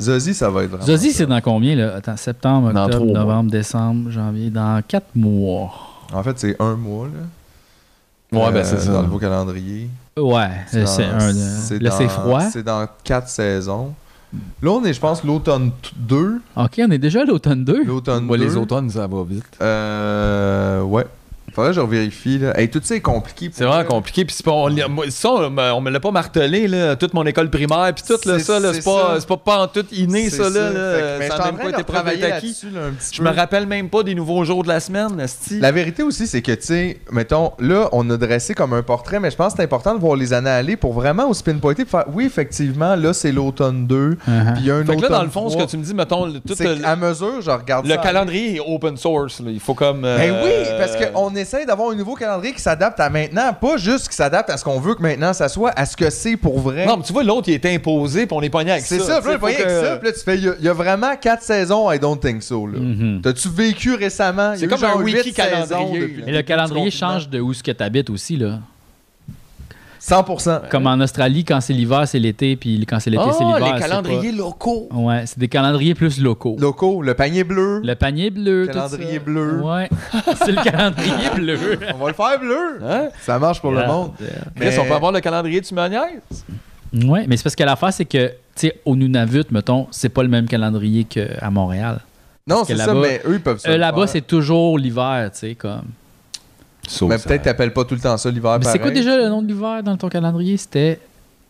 Speaker 3: Zozie, ça va être vraiment.
Speaker 1: Zozie, c'est dans combien, là Attends, septembre,
Speaker 2: Dans
Speaker 1: octobre,
Speaker 2: trois mois.
Speaker 1: novembre, décembre, janvier. Dans quatre mois.
Speaker 3: En fait, c'est un mois, là.
Speaker 2: Ouais, ben,
Speaker 3: Euh,
Speaker 2: c'est ça.
Speaker 3: Dans le beau calendrier.
Speaker 1: Ouais, c'est
Speaker 3: dans-
Speaker 1: un. euh,
Speaker 3: c'est
Speaker 1: Là,
Speaker 3: dans-
Speaker 1: c'est froid.
Speaker 3: C'est dans quatre saisons. Là, on est, je pense, l'automne 2. Euh,
Speaker 1: Ok, on est déjà à l'automne 2.
Speaker 3: L'automne 2.
Speaker 2: automnes, ça va vite.
Speaker 3: Euh, ouais. Faudrait que je revérifie. Là. Hey, tout ça est compliqué. pour
Speaker 2: C'est vraiment
Speaker 3: vrai.
Speaker 2: compliqué. Puis c'est pas- on, l'a- moi, ça, on me- on me l'a pas martelé, là, toute mon école primaire, puis tout, là,
Speaker 3: C'est-
Speaker 2: ça, là,
Speaker 3: c'est
Speaker 2: c'est pas,
Speaker 3: ça.
Speaker 2: c'est pas, pas en tout inné,
Speaker 3: C'est
Speaker 2: ça, là. là.
Speaker 3: Fait que- mais
Speaker 2: ça a
Speaker 3: je suis en
Speaker 2: même pas
Speaker 3: train de
Speaker 2: été propre
Speaker 3: travailler
Speaker 2: d'être acquis.
Speaker 3: là-dessus là, un petit
Speaker 2: Je
Speaker 3: peu.
Speaker 2: me rappelle même pas des nouveaux jours de la semaine, esti.
Speaker 3: La vérité aussi, c'est que, tu sais, mettons, là, on a dressé comme un portrait, mais je pense que c'est important de voir les années aller pour vraiment aussi pinpointer, pour faire, oui, effectivement, là, c'est l'automne 2,
Speaker 1: Uh-huh.
Speaker 3: puis il y a un
Speaker 2: Fait que
Speaker 3: automne
Speaker 2: là, dans le fond, ce
Speaker 3: 3.
Speaker 2: que tu me dis, mettons, le- tout
Speaker 3: C'est
Speaker 2: le-
Speaker 3: qu'à mesure, je regarde
Speaker 2: le
Speaker 3: ça.
Speaker 2: calendrier est open source. là. Il faut comme. euh,
Speaker 3: Ben oui, parce qu'on essaye d'avoir un nouveau calendrier qui s'adapte à maintenant, pas juste qui s'adapte à ce qu'on veut que maintenant ça soit, à ce que c'est pour vrai.
Speaker 2: euh, Non, mais tu vois, l'autre, il est imposé, puis on est pogné avec ça.
Speaker 3: c'est ça,
Speaker 2: tu
Speaker 3: puis là,
Speaker 2: sais,
Speaker 3: vous voyez
Speaker 2: faut
Speaker 3: avec
Speaker 2: que- euh,
Speaker 3: ça, puis là, tu fais, il y a- il y, a vraiment quatre saisons, I don't think so, là.
Speaker 1: Mhm.
Speaker 3: T'as-tu vécu récemment? Il y
Speaker 2: Mm. C'est
Speaker 3: a eu
Speaker 2: comme
Speaker 3: genre
Speaker 2: un
Speaker 3: huit
Speaker 2: wiki
Speaker 3: saisons
Speaker 2: calendrier,
Speaker 3: depuis
Speaker 2: là.
Speaker 1: Et
Speaker 3: début
Speaker 1: le
Speaker 3: du
Speaker 1: calendrier
Speaker 3: confinement.
Speaker 1: change de où ce que tu habites aussi, là.
Speaker 3: 100%.
Speaker 1: Comme en Australie, quand c'est l'hiver, c'est l'été, puis quand c'est l'été, c'est
Speaker 3: Oh,
Speaker 2: Ah,
Speaker 1: l'hiver.
Speaker 2: les
Speaker 1: c'est
Speaker 2: calendriers locaux.
Speaker 1: pas- Ouais, c'est des calendriers plus locaux.
Speaker 3: Locaux, le panier bleu.
Speaker 1: Le panier bleu, tout ça.
Speaker 3: Calendrier bleu.
Speaker 1: Ouais, c'est le calendrier bleu.
Speaker 3: On va le faire bleu.
Speaker 2: Hein?
Speaker 3: Ça marche pour le monde.
Speaker 2: Mais...
Speaker 3: Mais-
Speaker 2: on peut avoir le calendrier du manière.
Speaker 1: Ouais, mais c'est parce que l'affaire, c'est que, tu sais, au Nunavut, mettons, c'est pas le même calendrier qu'à Montréal.
Speaker 3: Non,
Speaker 1: que
Speaker 3: c'est ça,
Speaker 1: là-bas-
Speaker 3: mais eux, ils peuvent ça.
Speaker 1: Euh,
Speaker 3: le
Speaker 1: Là-bas,
Speaker 3: faire.
Speaker 1: c'est toujours l'hiver, tu sais, comme.
Speaker 3: Mais peut-être t'appelles pas tout le temps ça l'hiver.
Speaker 1: Mais c'est quoi
Speaker 3: Ah, pareil.
Speaker 1: déjà le nom de l'hiver dans ton calendrier? C'était.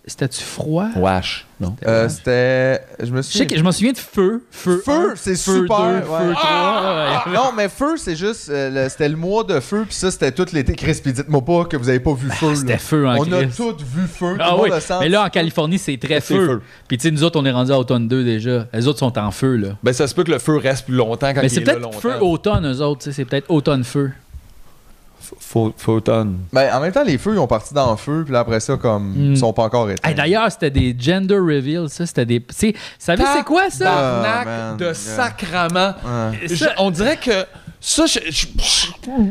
Speaker 1: C'était-tu froid?
Speaker 2: Wash. Non.
Speaker 3: Euh, C'était. Je me
Speaker 1: Je
Speaker 3: suis.
Speaker 1: sais que je m'en souviens de feu. Feu,
Speaker 3: Feu,
Speaker 1: un,
Speaker 3: c'est
Speaker 1: feu
Speaker 3: super,
Speaker 1: deux,
Speaker 3: ouais. Ah!
Speaker 1: feu trois, ouais.
Speaker 3: Non, mais feu, c'est juste. euh, le- C'était le mois de feu, puis ça, c'était tout l'été. Chris, puis dites-moi pas que vous avez pas vu feu.
Speaker 1: Ah, C'était
Speaker 3: là.
Speaker 1: feu en
Speaker 3: On a
Speaker 1: Christ.
Speaker 3: tous vu feu.
Speaker 1: Ah
Speaker 3: tout le
Speaker 1: oui,
Speaker 3: monde a senti.
Speaker 1: mais là en Californie c'est très
Speaker 2: C'est
Speaker 1: feu.
Speaker 2: feu.
Speaker 1: Puis tu sais nous autres on est rendu à automne 2 déjà. Les autres sont en feu là.
Speaker 2: Ben, ça se peut que le feu reste plus longtemps quand
Speaker 1: mais
Speaker 2: il
Speaker 1: c'est
Speaker 2: est là
Speaker 1: peut-être
Speaker 2: longtemps.
Speaker 1: feu automne eux autres, tu sais, c'est peut-être automne feu.
Speaker 2: Faux- Photon.
Speaker 3: Ben, en même temps, les feux, ils ont parti dans le feu, puis là, après ça, comme.
Speaker 1: Hmm.
Speaker 3: Ils sont pas encore
Speaker 1: Hey,
Speaker 3: éteints.
Speaker 1: D'ailleurs c'était des gender reveals ça, c'était des, tu sais, savez c'est quoi ça?
Speaker 2: Tabarnak
Speaker 3: Ah, man.
Speaker 2: de
Speaker 3: Yeah.
Speaker 2: sacrament.
Speaker 3: Ouais.
Speaker 1: Ça-
Speaker 2: Je- on dirait que ça, je. je- je-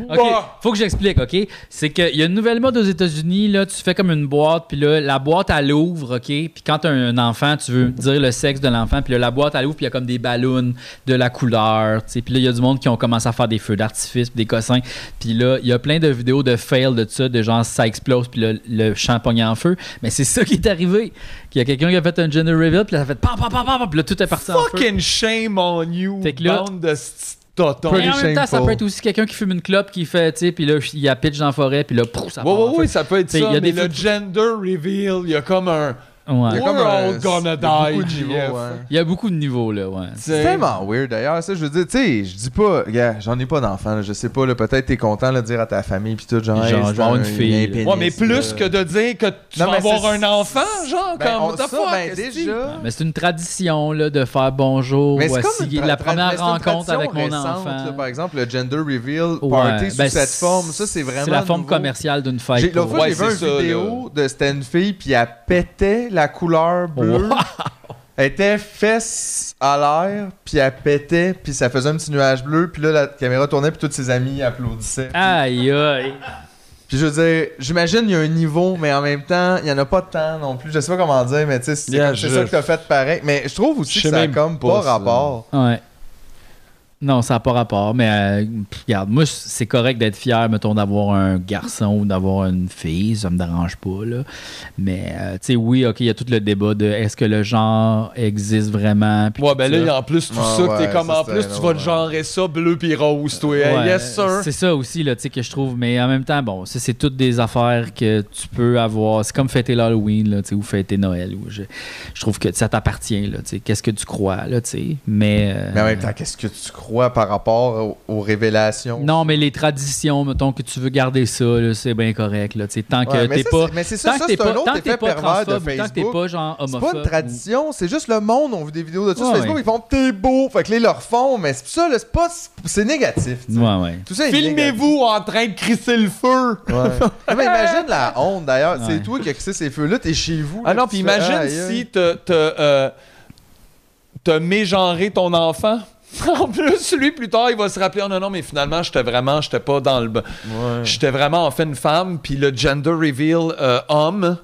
Speaker 1: OK,
Speaker 2: Bah.
Speaker 1: faut que j'explique, OK? C'est qu'il y a une nouvelle mode aux États-Unis, là, tu fais comme une boîte, puis là, la boîte, elle ouvre, OK? Puis quand t'as un enfant, tu veux dire le sexe de l'enfant, puis là, la boîte, elle ouvre, puis il y a comme des ballons de la couleur, tu sais. Puis là, il y a du monde qui ont commencé à faire des feux d'artifice, puis des cossins. Puis là, il y a plein de vidéos de fail de ça, de genre ça explose, puis le, le champ pogne en feu. Mais c'est ça qui est arrivé. Qu'il y a quelqu'un qui a fait un gender reveal, puis là, ça fait pam, pam, pam, pam, pam, puis là, tout est parti en feu.
Speaker 2: Fucking shame on you,
Speaker 1: Fait que là-
Speaker 2: bande de sti- totons.
Speaker 1: Mais
Speaker 3: Pretty
Speaker 1: en même temps, ça
Speaker 3: shameful.
Speaker 1: peut être aussi quelqu'un qui fume une clope, qui fait, tu sais, puis là, il y a pitch dans la forêt, puis là, prouf, ça
Speaker 2: Ouais,
Speaker 1: part en
Speaker 2: ouais, ouais, ça peut être ça.
Speaker 1: T'sais, il y a
Speaker 2: mais
Speaker 1: des
Speaker 2: le gender reveal, il y a comme un.
Speaker 1: feu. Ouais.
Speaker 3: Il y a
Speaker 2: We're
Speaker 3: comme un-
Speaker 2: all gonna
Speaker 3: il y a
Speaker 2: die,
Speaker 3: beaucoup de niveaux,
Speaker 2: GF.
Speaker 3: ouais.
Speaker 1: Il y a beaucoup de niveaux, là, ouais.
Speaker 3: C'est
Speaker 2: C'est
Speaker 3: tellement weird d'ailleurs, ça. Je veux dire, tu sais, je dis pas, gars, j'en ai pas d'enfant, là, je sais pas, là, peut-être t'es content là, de dire à ta famille, pis tout, genre,
Speaker 1: Genre,
Speaker 3: hey,
Speaker 1: je vais
Speaker 3: c'est
Speaker 1: avoir
Speaker 3: un-
Speaker 1: une
Speaker 3: il y a
Speaker 1: fille,
Speaker 3: un
Speaker 1: là.
Speaker 3: pénis,
Speaker 2: Ouais, mais plus
Speaker 3: là.
Speaker 2: que de dire que tu
Speaker 3: Non,
Speaker 2: vas
Speaker 3: mais
Speaker 2: avoir
Speaker 3: c'est-
Speaker 2: un enfant, genre,
Speaker 3: Ben,
Speaker 2: comme.
Speaker 3: on-
Speaker 2: the
Speaker 3: ça,
Speaker 2: fuck,
Speaker 3: ben,
Speaker 2: esti?
Speaker 3: déjà.
Speaker 1: Mais c'est une tradition, là, de faire bonjour.
Speaker 3: Mais c'est
Speaker 1: voici
Speaker 3: comme une tra-
Speaker 1: la
Speaker 3: tra-
Speaker 1: première
Speaker 3: mais c'est une
Speaker 1: rencontre
Speaker 3: tradition
Speaker 1: avec mon
Speaker 3: récente,
Speaker 1: enfant.
Speaker 3: là, par exemple, le gender reveal
Speaker 1: Ouais.
Speaker 3: party sous
Speaker 1: Ben,
Speaker 3: cette forme, ça c'est vraiment.
Speaker 1: C'est la forme
Speaker 3: nouveau.
Speaker 1: commerciale d'une fête.
Speaker 3: J'ai, l'autre
Speaker 1: pour-
Speaker 3: fois,
Speaker 2: Ouais,
Speaker 3: j'ai vu
Speaker 2: c'est
Speaker 3: une
Speaker 2: ça,
Speaker 3: vidéo de c'était une fille, puis elle pétait la couleur bleue. Elle était fesse à l'air, puis elle pétait, puis ça faisait un petit nuage bleu, puis là la caméra tournait, puis tous ses amis applaudissaient.
Speaker 1: Ah. Aïe, aïe.
Speaker 3: Puis je veux dire, j'imagine il y a un niveau, mais en même temps, il n'y en a pas tant non plus. Je sais pas comment dire, mais tu sais, c'est
Speaker 2: Yeah,
Speaker 3: comme- c'est
Speaker 2: je-
Speaker 3: ça que t'as fait pareil. Mais je trouve aussi
Speaker 2: Je
Speaker 3: que
Speaker 2: sais
Speaker 3: ça a
Speaker 2: même
Speaker 3: comme pas,
Speaker 2: pas ça.
Speaker 3: rapport.
Speaker 1: Ouais. Non, ça n'a pas rapport, mais euh, pff, regarde, moi, c'est correct d'être fier, mettons, d'avoir un garçon ou d'avoir une fille, ça me dérange pas, là. Mais, euh, tu sais, oui, OK, il y a tout le débat de est-ce que le genre existe vraiment. puis
Speaker 2: Ouais,
Speaker 1: tout
Speaker 2: ben
Speaker 1: ça.
Speaker 2: là, il y a en plus tout
Speaker 3: Ouais,
Speaker 2: ça, que
Speaker 3: ouais,
Speaker 2: t'es comme
Speaker 3: ça,
Speaker 2: en
Speaker 3: c'est
Speaker 2: plus,
Speaker 3: un
Speaker 2: tu
Speaker 3: autre,
Speaker 2: vas te
Speaker 3: ouais.
Speaker 2: gérer ça bleu pis rose, toi. hein?
Speaker 1: Ouais,
Speaker 2: yes, sir.
Speaker 1: C'est ça aussi là, tu sais, que je trouve. Mais en même temps, bon, ça, c'est toutes des affaires que tu peux avoir. C'est comme fêter l'Halloween là, tu sais, ou fêter Noël. Ou je, je trouve que ça t'appartient. là, tu sais. Qu'est-ce que tu crois là, tu sais. Mais, euh,
Speaker 3: Mais en même temps, qu'est-ce que tu crois par rapport aux, aux révélations?
Speaker 1: non, mais les traditions, mettons que tu veux garder ça, là, c'est bien correct. Là, tu sais, tant que
Speaker 3: Ouais,
Speaker 1: t'es
Speaker 3: mais ça,
Speaker 1: pas.
Speaker 3: c'est- Mais c'est ça,
Speaker 1: Tant
Speaker 3: ça
Speaker 1: que t'es
Speaker 3: c'est
Speaker 1: pas,
Speaker 3: un
Speaker 1: tant
Speaker 3: autre
Speaker 1: que t'es
Speaker 3: effet
Speaker 1: pas
Speaker 3: pervers de
Speaker 1: transphobe, ou tant que t'es
Speaker 3: Facebook.
Speaker 1: pas genre
Speaker 3: C'est
Speaker 1: homophobe.
Speaker 3: pas une tradition, c'est juste le monde. On voit des vidéos de ça sur
Speaker 1: Ouais,
Speaker 3: Facebook,
Speaker 1: ouais.
Speaker 3: ils font t'es beau. Fait que là, ils leur font, mais c'est ça, là, c'est pas. C'est négatif. tu
Speaker 1: ou-
Speaker 3: sais.
Speaker 1: Ouais, ouais.
Speaker 3: Tout ça est négatif.
Speaker 2: Filmez-vous en train de crisser le feu.
Speaker 3: Ouais. mais imagine la honte d'ailleurs.
Speaker 1: Ouais.
Speaker 3: C'est toi qui as crissé ces feux-là, t'es chez vous.
Speaker 2: Ah non,
Speaker 3: là, tu
Speaker 2: puis
Speaker 3: fais,
Speaker 2: imagine
Speaker 3: aïe, aïe.
Speaker 2: si t'as t'as, euh, t'as mégenré ton enfant. En plus, lui, plus tard, il va se rappeler, oh non, non, mais finalement, j'étais vraiment, j'étais pas dans le... bon- J'étais vraiment, en fait, une femme, puis le gender reveal euh, homme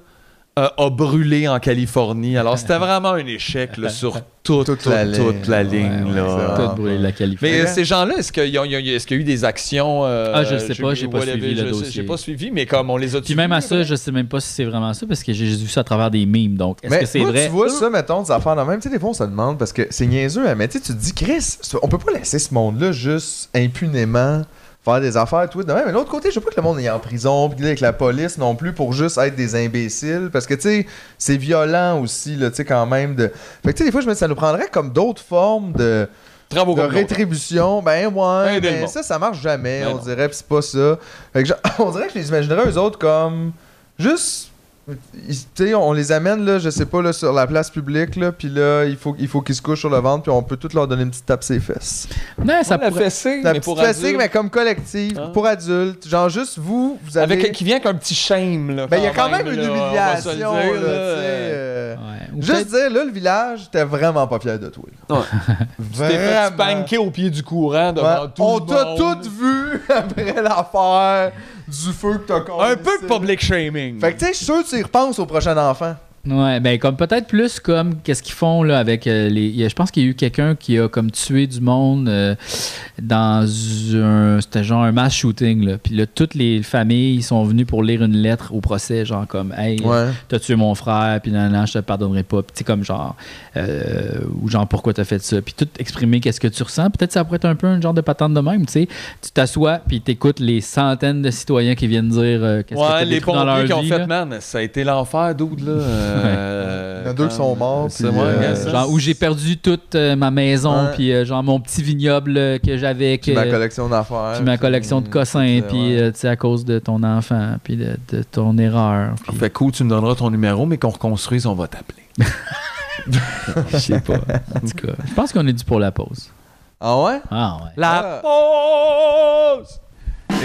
Speaker 2: euh, a brûlé en Californie. Alors, c'était vraiment un échec, là, sur toute, toute, toute la ligne,
Speaker 1: Ouais,
Speaker 2: là.
Speaker 1: ouais,
Speaker 3: là.
Speaker 1: Tout brûlé la Californie.
Speaker 2: Mais euh,
Speaker 3: Ouais.
Speaker 2: ces gens-là, est-ce qu'il y, a- est-ce qu'il y a eu des actions euh,
Speaker 1: Hein? Ah, je le sais pas, j'ai
Speaker 2: ou
Speaker 1: pas
Speaker 2: whatever,
Speaker 1: suivi le
Speaker 2: je sais-
Speaker 1: dossier.
Speaker 2: J'ai pas suivi, mais comme on les a
Speaker 1: Puis même à ça, je sais même pas si c'est vraiment ça parce que j'ai vu ça à travers des mimes. Donc, est-ce que c'est
Speaker 3: moi,
Speaker 1: vrai?
Speaker 3: tu vois ça, mettons, des affaires dans même. Tu sais, des fois, on se demande parce que c'est niaiseux, hein, mais tu sais, tu te dis, Chris, c'est- on peut pas laisser ce monde-là juste impunément faire des affaires, tout. Non, mais de l'autre côté, je veux pas que le monde est en prison, puis avec la police non plus, pour juste être des imbéciles. Parce que, tu sais, c'est violent aussi, là, tu sais, quand même. De... Fait que, tu sais, des fois, je me dis, ça nous prendrait comme d'autres formes de,
Speaker 2: Travaux
Speaker 3: de
Speaker 2: comme l'autre.
Speaker 3: rétribution. Ben ouais,
Speaker 2: Ben, dès le
Speaker 3: ben
Speaker 2: bon.
Speaker 3: ça, ça marche jamais,
Speaker 2: Ben
Speaker 3: on
Speaker 2: non.
Speaker 3: dirait, pis c'est pas ça. Fait que, genre, on dirait que je les imaginerais eux autres comme. Juste. ils- Tu sais, on les amène, là, je sais pas, là, sur la place publique, là, puis là, il faut, il faut qu'ils se couchent sur le ventre, puis on peut tout leur donner une petite tape ses fesses.
Speaker 1: Non, ça
Speaker 2: la
Speaker 1: pourrait...
Speaker 2: fessée,
Speaker 3: La
Speaker 2: mais
Speaker 3: petite
Speaker 2: pour
Speaker 3: classique,
Speaker 2: adultes.
Speaker 3: mais comme collective,
Speaker 2: Ah.
Speaker 3: pour adultes. Genre, juste vous, vous avez.
Speaker 2: Avec, qui vient avec un petit shame. Là,
Speaker 3: Ben, il y a quand même,
Speaker 2: là,
Speaker 3: une
Speaker 2: on va se
Speaker 3: humiliation,
Speaker 2: le
Speaker 3: là,
Speaker 2: dire,
Speaker 3: tu sais.
Speaker 2: là.
Speaker 3: euh,
Speaker 1: Ouais. Ou
Speaker 3: Juste dire, là, le village, t'es vraiment pas fier de toi. là.
Speaker 2: Ouais. Tu t'es fait
Speaker 3: Vraiment.
Speaker 2: spanker au pied du courant devant
Speaker 3: Ouais.
Speaker 2: tout
Speaker 3: On
Speaker 2: le
Speaker 3: t'a
Speaker 2: monde.
Speaker 3: toutes vu après l'affaire du feu que t'as causé.
Speaker 2: Un peu de public shaming.
Speaker 3: Fait que, tu sais, je suis sûr que tu y repenses au prochain enfant.
Speaker 1: Ouais, ben comme peut-être plus comme qu'est-ce qu'ils font là avec euh, les. il y a- Je pense qu'il y a eu quelqu'un qui a comme tué du monde euh, dans un. C'était genre un mass shooting là. Puis là, toutes les familles sont venues pour lire une lettre au procès, genre comme Hey, t'as tué mon frère, puis non, non, je te pardonnerai pas. Puis tu sais, comme genre, euh, ou genre, pourquoi t'as fait ça? Puis tout exprimer qu'est-ce que tu ressens. Peut-être ça pourrait être un peu un genre de patente de même, tu sais. Tu t'assois, puis t'écoutes les centaines de citoyens qui viennent dire euh, qu'est-ce que
Speaker 2: ouais,
Speaker 1: t'as
Speaker 2: les
Speaker 1: vécu dans
Speaker 2: pompiers
Speaker 1: leur
Speaker 2: qui ont
Speaker 1: vie,
Speaker 2: fait,
Speaker 1: là.
Speaker 2: man, ça a été l'enfer, dude, là. euh,
Speaker 3: Il y en a deux qui sont morts,
Speaker 2: C'est
Speaker 3: puis,
Speaker 2: moi,
Speaker 3: euh,
Speaker 2: regarde ça.
Speaker 3: ça.
Speaker 1: Oh, Genre où j'ai perdu toute euh, ma maison,
Speaker 3: Ouais.
Speaker 1: puis euh, genre mon petit vignoble euh, que j'avais, que,
Speaker 3: Puis ma collection d'affaires.
Speaker 1: puis ma collection de cossins,
Speaker 3: tout, euh,
Speaker 1: puis
Speaker 3: ouais.
Speaker 1: euh, tu sais à cause de ton enfant, puis de, de ton erreur. puis-
Speaker 2: Fait cool, tu me donneras ton numéro, mais qu'on reconstruise, on va t'appeler.
Speaker 1: Je sais pas. En tout cas, je pense qu'on est dû pour la pause.
Speaker 3: Ah ouais?
Speaker 1: Ah ouais.
Speaker 2: La
Speaker 3: Ah.
Speaker 2: pause!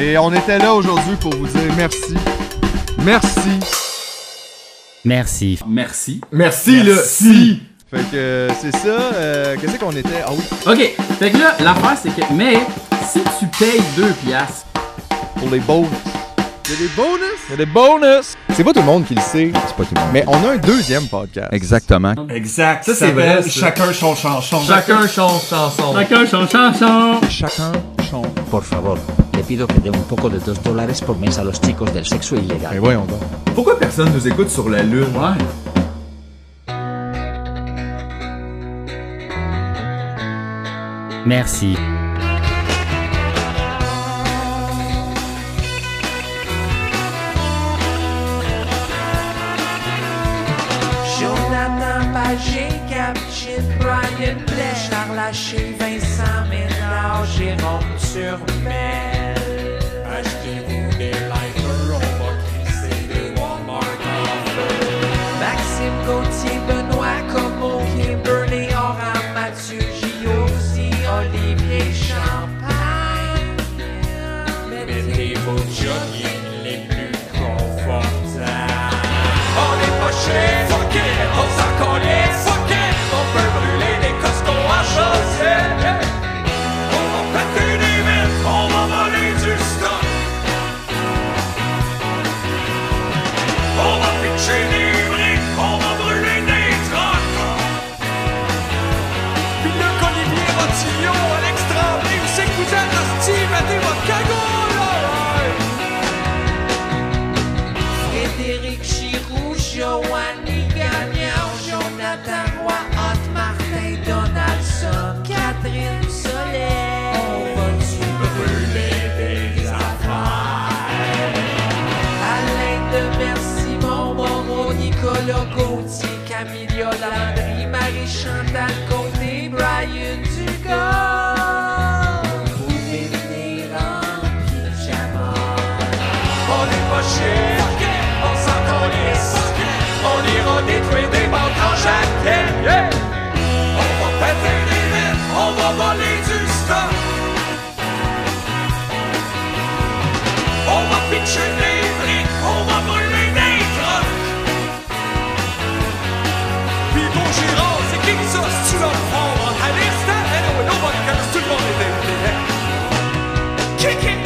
Speaker 3: Et on était là aujourd'hui pour vous dire merci. Merci.
Speaker 1: Merci.
Speaker 3: Merci, le si! Fait que euh, c'est ça. euh, Qu'est-ce qu'on était? Ah oui.
Speaker 5: OK. Fait que là, l'affaire, c'est que. Mais, si tu payes 2 piastres,
Speaker 3: Pour les bonus. Il y a des bonus?
Speaker 2: Il y a des bonus!
Speaker 3: C'est pas tout le monde qui le sait. C'est pas tout le monde. Mais on a un deuxième podcast.
Speaker 2: Exactement.
Speaker 6: Exact. Ça,
Speaker 5: c'est vrai, ça.
Speaker 6: Chacun son chanson.
Speaker 5: chacun son chanson. Chacun son chanson.
Speaker 2: Chacun son.
Speaker 7: Por favor, le pido que dé un poco de dos dólares por mes a los chicos del sexo ilegal.
Speaker 3: Mais Ben voyons donc.
Speaker 6: Pourquoi personne nous écoute sur la lune?
Speaker 5: Ouais.
Speaker 1: Merci.
Speaker 8: Jonathan Pagé, Capchit, Brian Blais, Charles Laché, Vincent Ménard, Jérôme Turmel. Achetez-vous des lighters, on va crisser des Walmart en feu. Maxime Gauthier, Benoît Como, Kimberly, Oran, Mathieu, Giozzi, Olivier Champagne. Mettez vos jogging les plus confortables. On est pas chers, fuck it, on s'en connaît, fuck it, on peut brûler des costauds à chaussée. On va péter des mètres, on va voler du stock. On va pitcher des briques, on va brûler des trocs. Puis le Olivier Rotillon, Alex Tremblay, où c'est que vous êtes hostie, mettez votre cagoule, alright. Frédéric Giroux, Joanny Gagnon, Jonathan Roy, Hot Martin, Donaldson, Catherine Soleil. On va-tu brûler des affaires? Alain de Mercimon, Moreau, Nicolas Gauthier, Camilla Landry, Marie-Chantal Côté, Brian Dugas. Vous pouvez venir en pyjama. On est pas chier, on s'en calisse. On ira détruire des banques en jaquette. yeah. On va péter des vitres, on va voler du stock. On va pitcher des briques, on va brûler des trucks. Puis bon Gérard, c'est qui ça, si tu vas le prendre eh à l'instant? Anyway, nobody cares, tout le monde est invité. Kick it!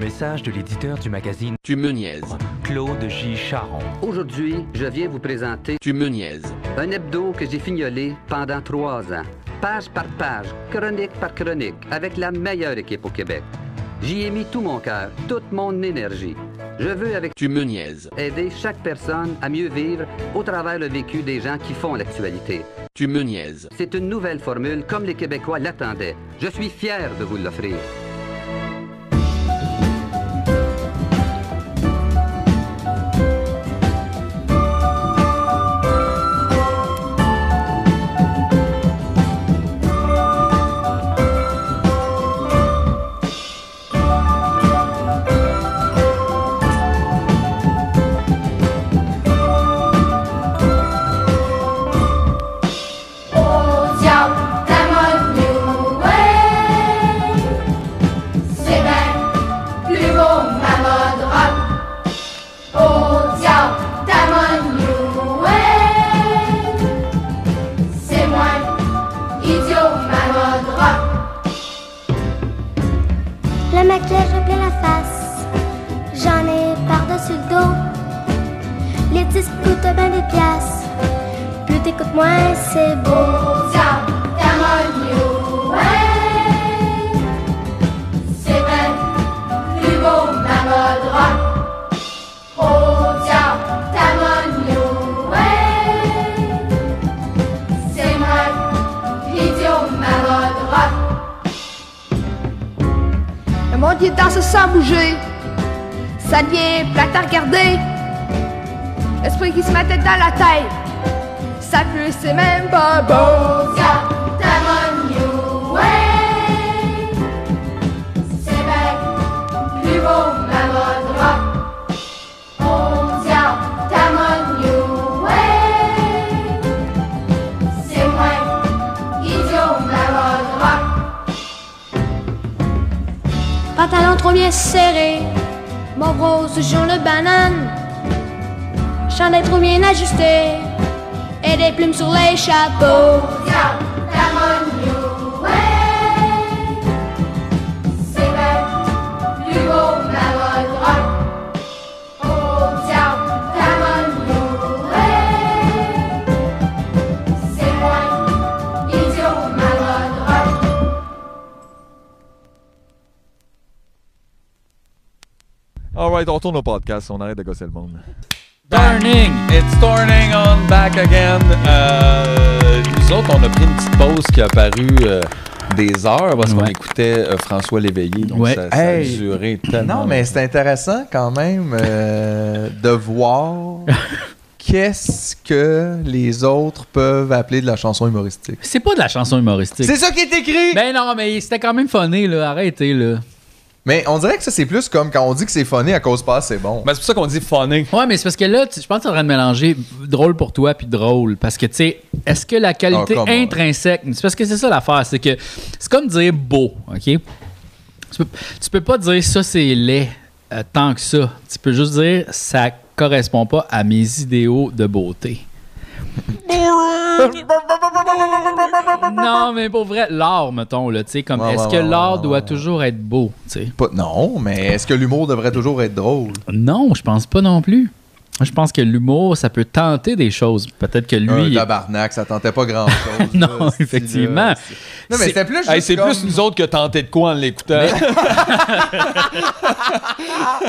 Speaker 9: message de l'éditeur du magazine
Speaker 10: Tu me niaises.
Speaker 9: Claude J. Charon.
Speaker 10: Aujourd'hui, je viens vous présenter Tu me niaises. Un hebdo que j'ai fignolé pendant trois ans. Page par page, chronique par chronique, avec la meilleure équipe au Québec. J'y ai mis tout mon cœur, toute mon énergie. Je veux avec Tu me niaises. Aider chaque personne à mieux vivre au travers le vécu des gens qui font l'actualité. Tu me niaises. C'est une nouvelle formule comme les Québécois l'attendaient. Je suis fier de vous l'offrir.
Speaker 8: Au diable, la mode New Wave. C'est même plus beau, ma mode rock. Au diable, la mode New Wave. C'est moins idiot, ma mode rock.
Speaker 11: Le maquillage est plein la face, j'en ai par-dessus le dos. Les disques coûtent bien des piastres, plus t'écoutes moins c'est beau.
Speaker 8: Diable, la mode New Wave. C'est même plus beau, ma mode rock. Oh, Au diable, la mode New Wave. C'est moins idiot, ma mode rock.
Speaker 12: Le monde il danse sans bouger. Ça devient plate à regarder. L'esprit qui se mettait dans la tête. Ça plus c'est même pas beau.
Speaker 11: Pantalon trop bien serré, mon rose jaune banane, chandail trop bien ajusté, et des plumes sur les chapeaux.
Speaker 2: Alright, on retourne au podcast, on arrête de gosser le monde.
Speaker 1: Turning!
Speaker 2: It's turning on back again. Euh, nous autres, on a pris une petite pause qui a paru euh, des heures parce qu'on
Speaker 1: Ouais.
Speaker 2: écoutait euh, François Léveillé. Donc
Speaker 1: Ouais.
Speaker 2: ça, ça a
Speaker 3: Hey!
Speaker 2: duré tellement.
Speaker 3: Non, mais c'est intéressant quand même euh, de voir qu'est-ce que les autres peuvent appeler de la chanson humoristique.
Speaker 1: C'est pas de la chanson humoristique.
Speaker 3: C'est ça qui est écrit!
Speaker 1: Ben non, mais c'était quand même funné, là. Arrêtez, là.
Speaker 3: Mais on dirait que ça, c'est plus comme quand on dit que c'est funny à cause pas, c'est bon.
Speaker 2: Ben, c'est pour ça qu'on dit funny.
Speaker 1: Ouais, mais c'est parce que là, tu- je pense que t'es en train de mélanger drôle pour toi puis drôle. Parce que, tu sais, est-ce que la qualité
Speaker 3: Oh, come on.
Speaker 1: intrinsèque. C'est parce que c'est ça l'affaire. C'est que c'est comme dire beau, OK? Tu peux, tu peux pas dire ça, c'est laid euh, tant que ça. Tu peux juste dire ça correspond pas à mes idéaux de beauté. non, mais pour vrai, l'art, mettons, là, tu sais, comme
Speaker 3: Ouais,
Speaker 1: est-ce
Speaker 3: ouais,
Speaker 1: que
Speaker 3: ouais,
Speaker 1: l'art
Speaker 3: ouais, ouais,
Speaker 1: doit toujours être beau, tu sais?
Speaker 3: Pas- non, mais est-ce que l'humour devrait toujours être drôle?
Speaker 1: Non, je pense pas non plus. Je pense que l'humour, ça peut tenter des choses. Peut-être que lui.
Speaker 3: Un
Speaker 1: il-
Speaker 3: tabarnak, ça tentait pas grand-chose.
Speaker 1: Non,
Speaker 3: là, c'est-tu, là,
Speaker 1: effectivement.
Speaker 3: c'est- Non, mais
Speaker 1: C'est-
Speaker 3: c'était plus juste
Speaker 2: Hey, c'est
Speaker 3: comme-
Speaker 2: plus nous autres que tenter de quoi en l'écoutant.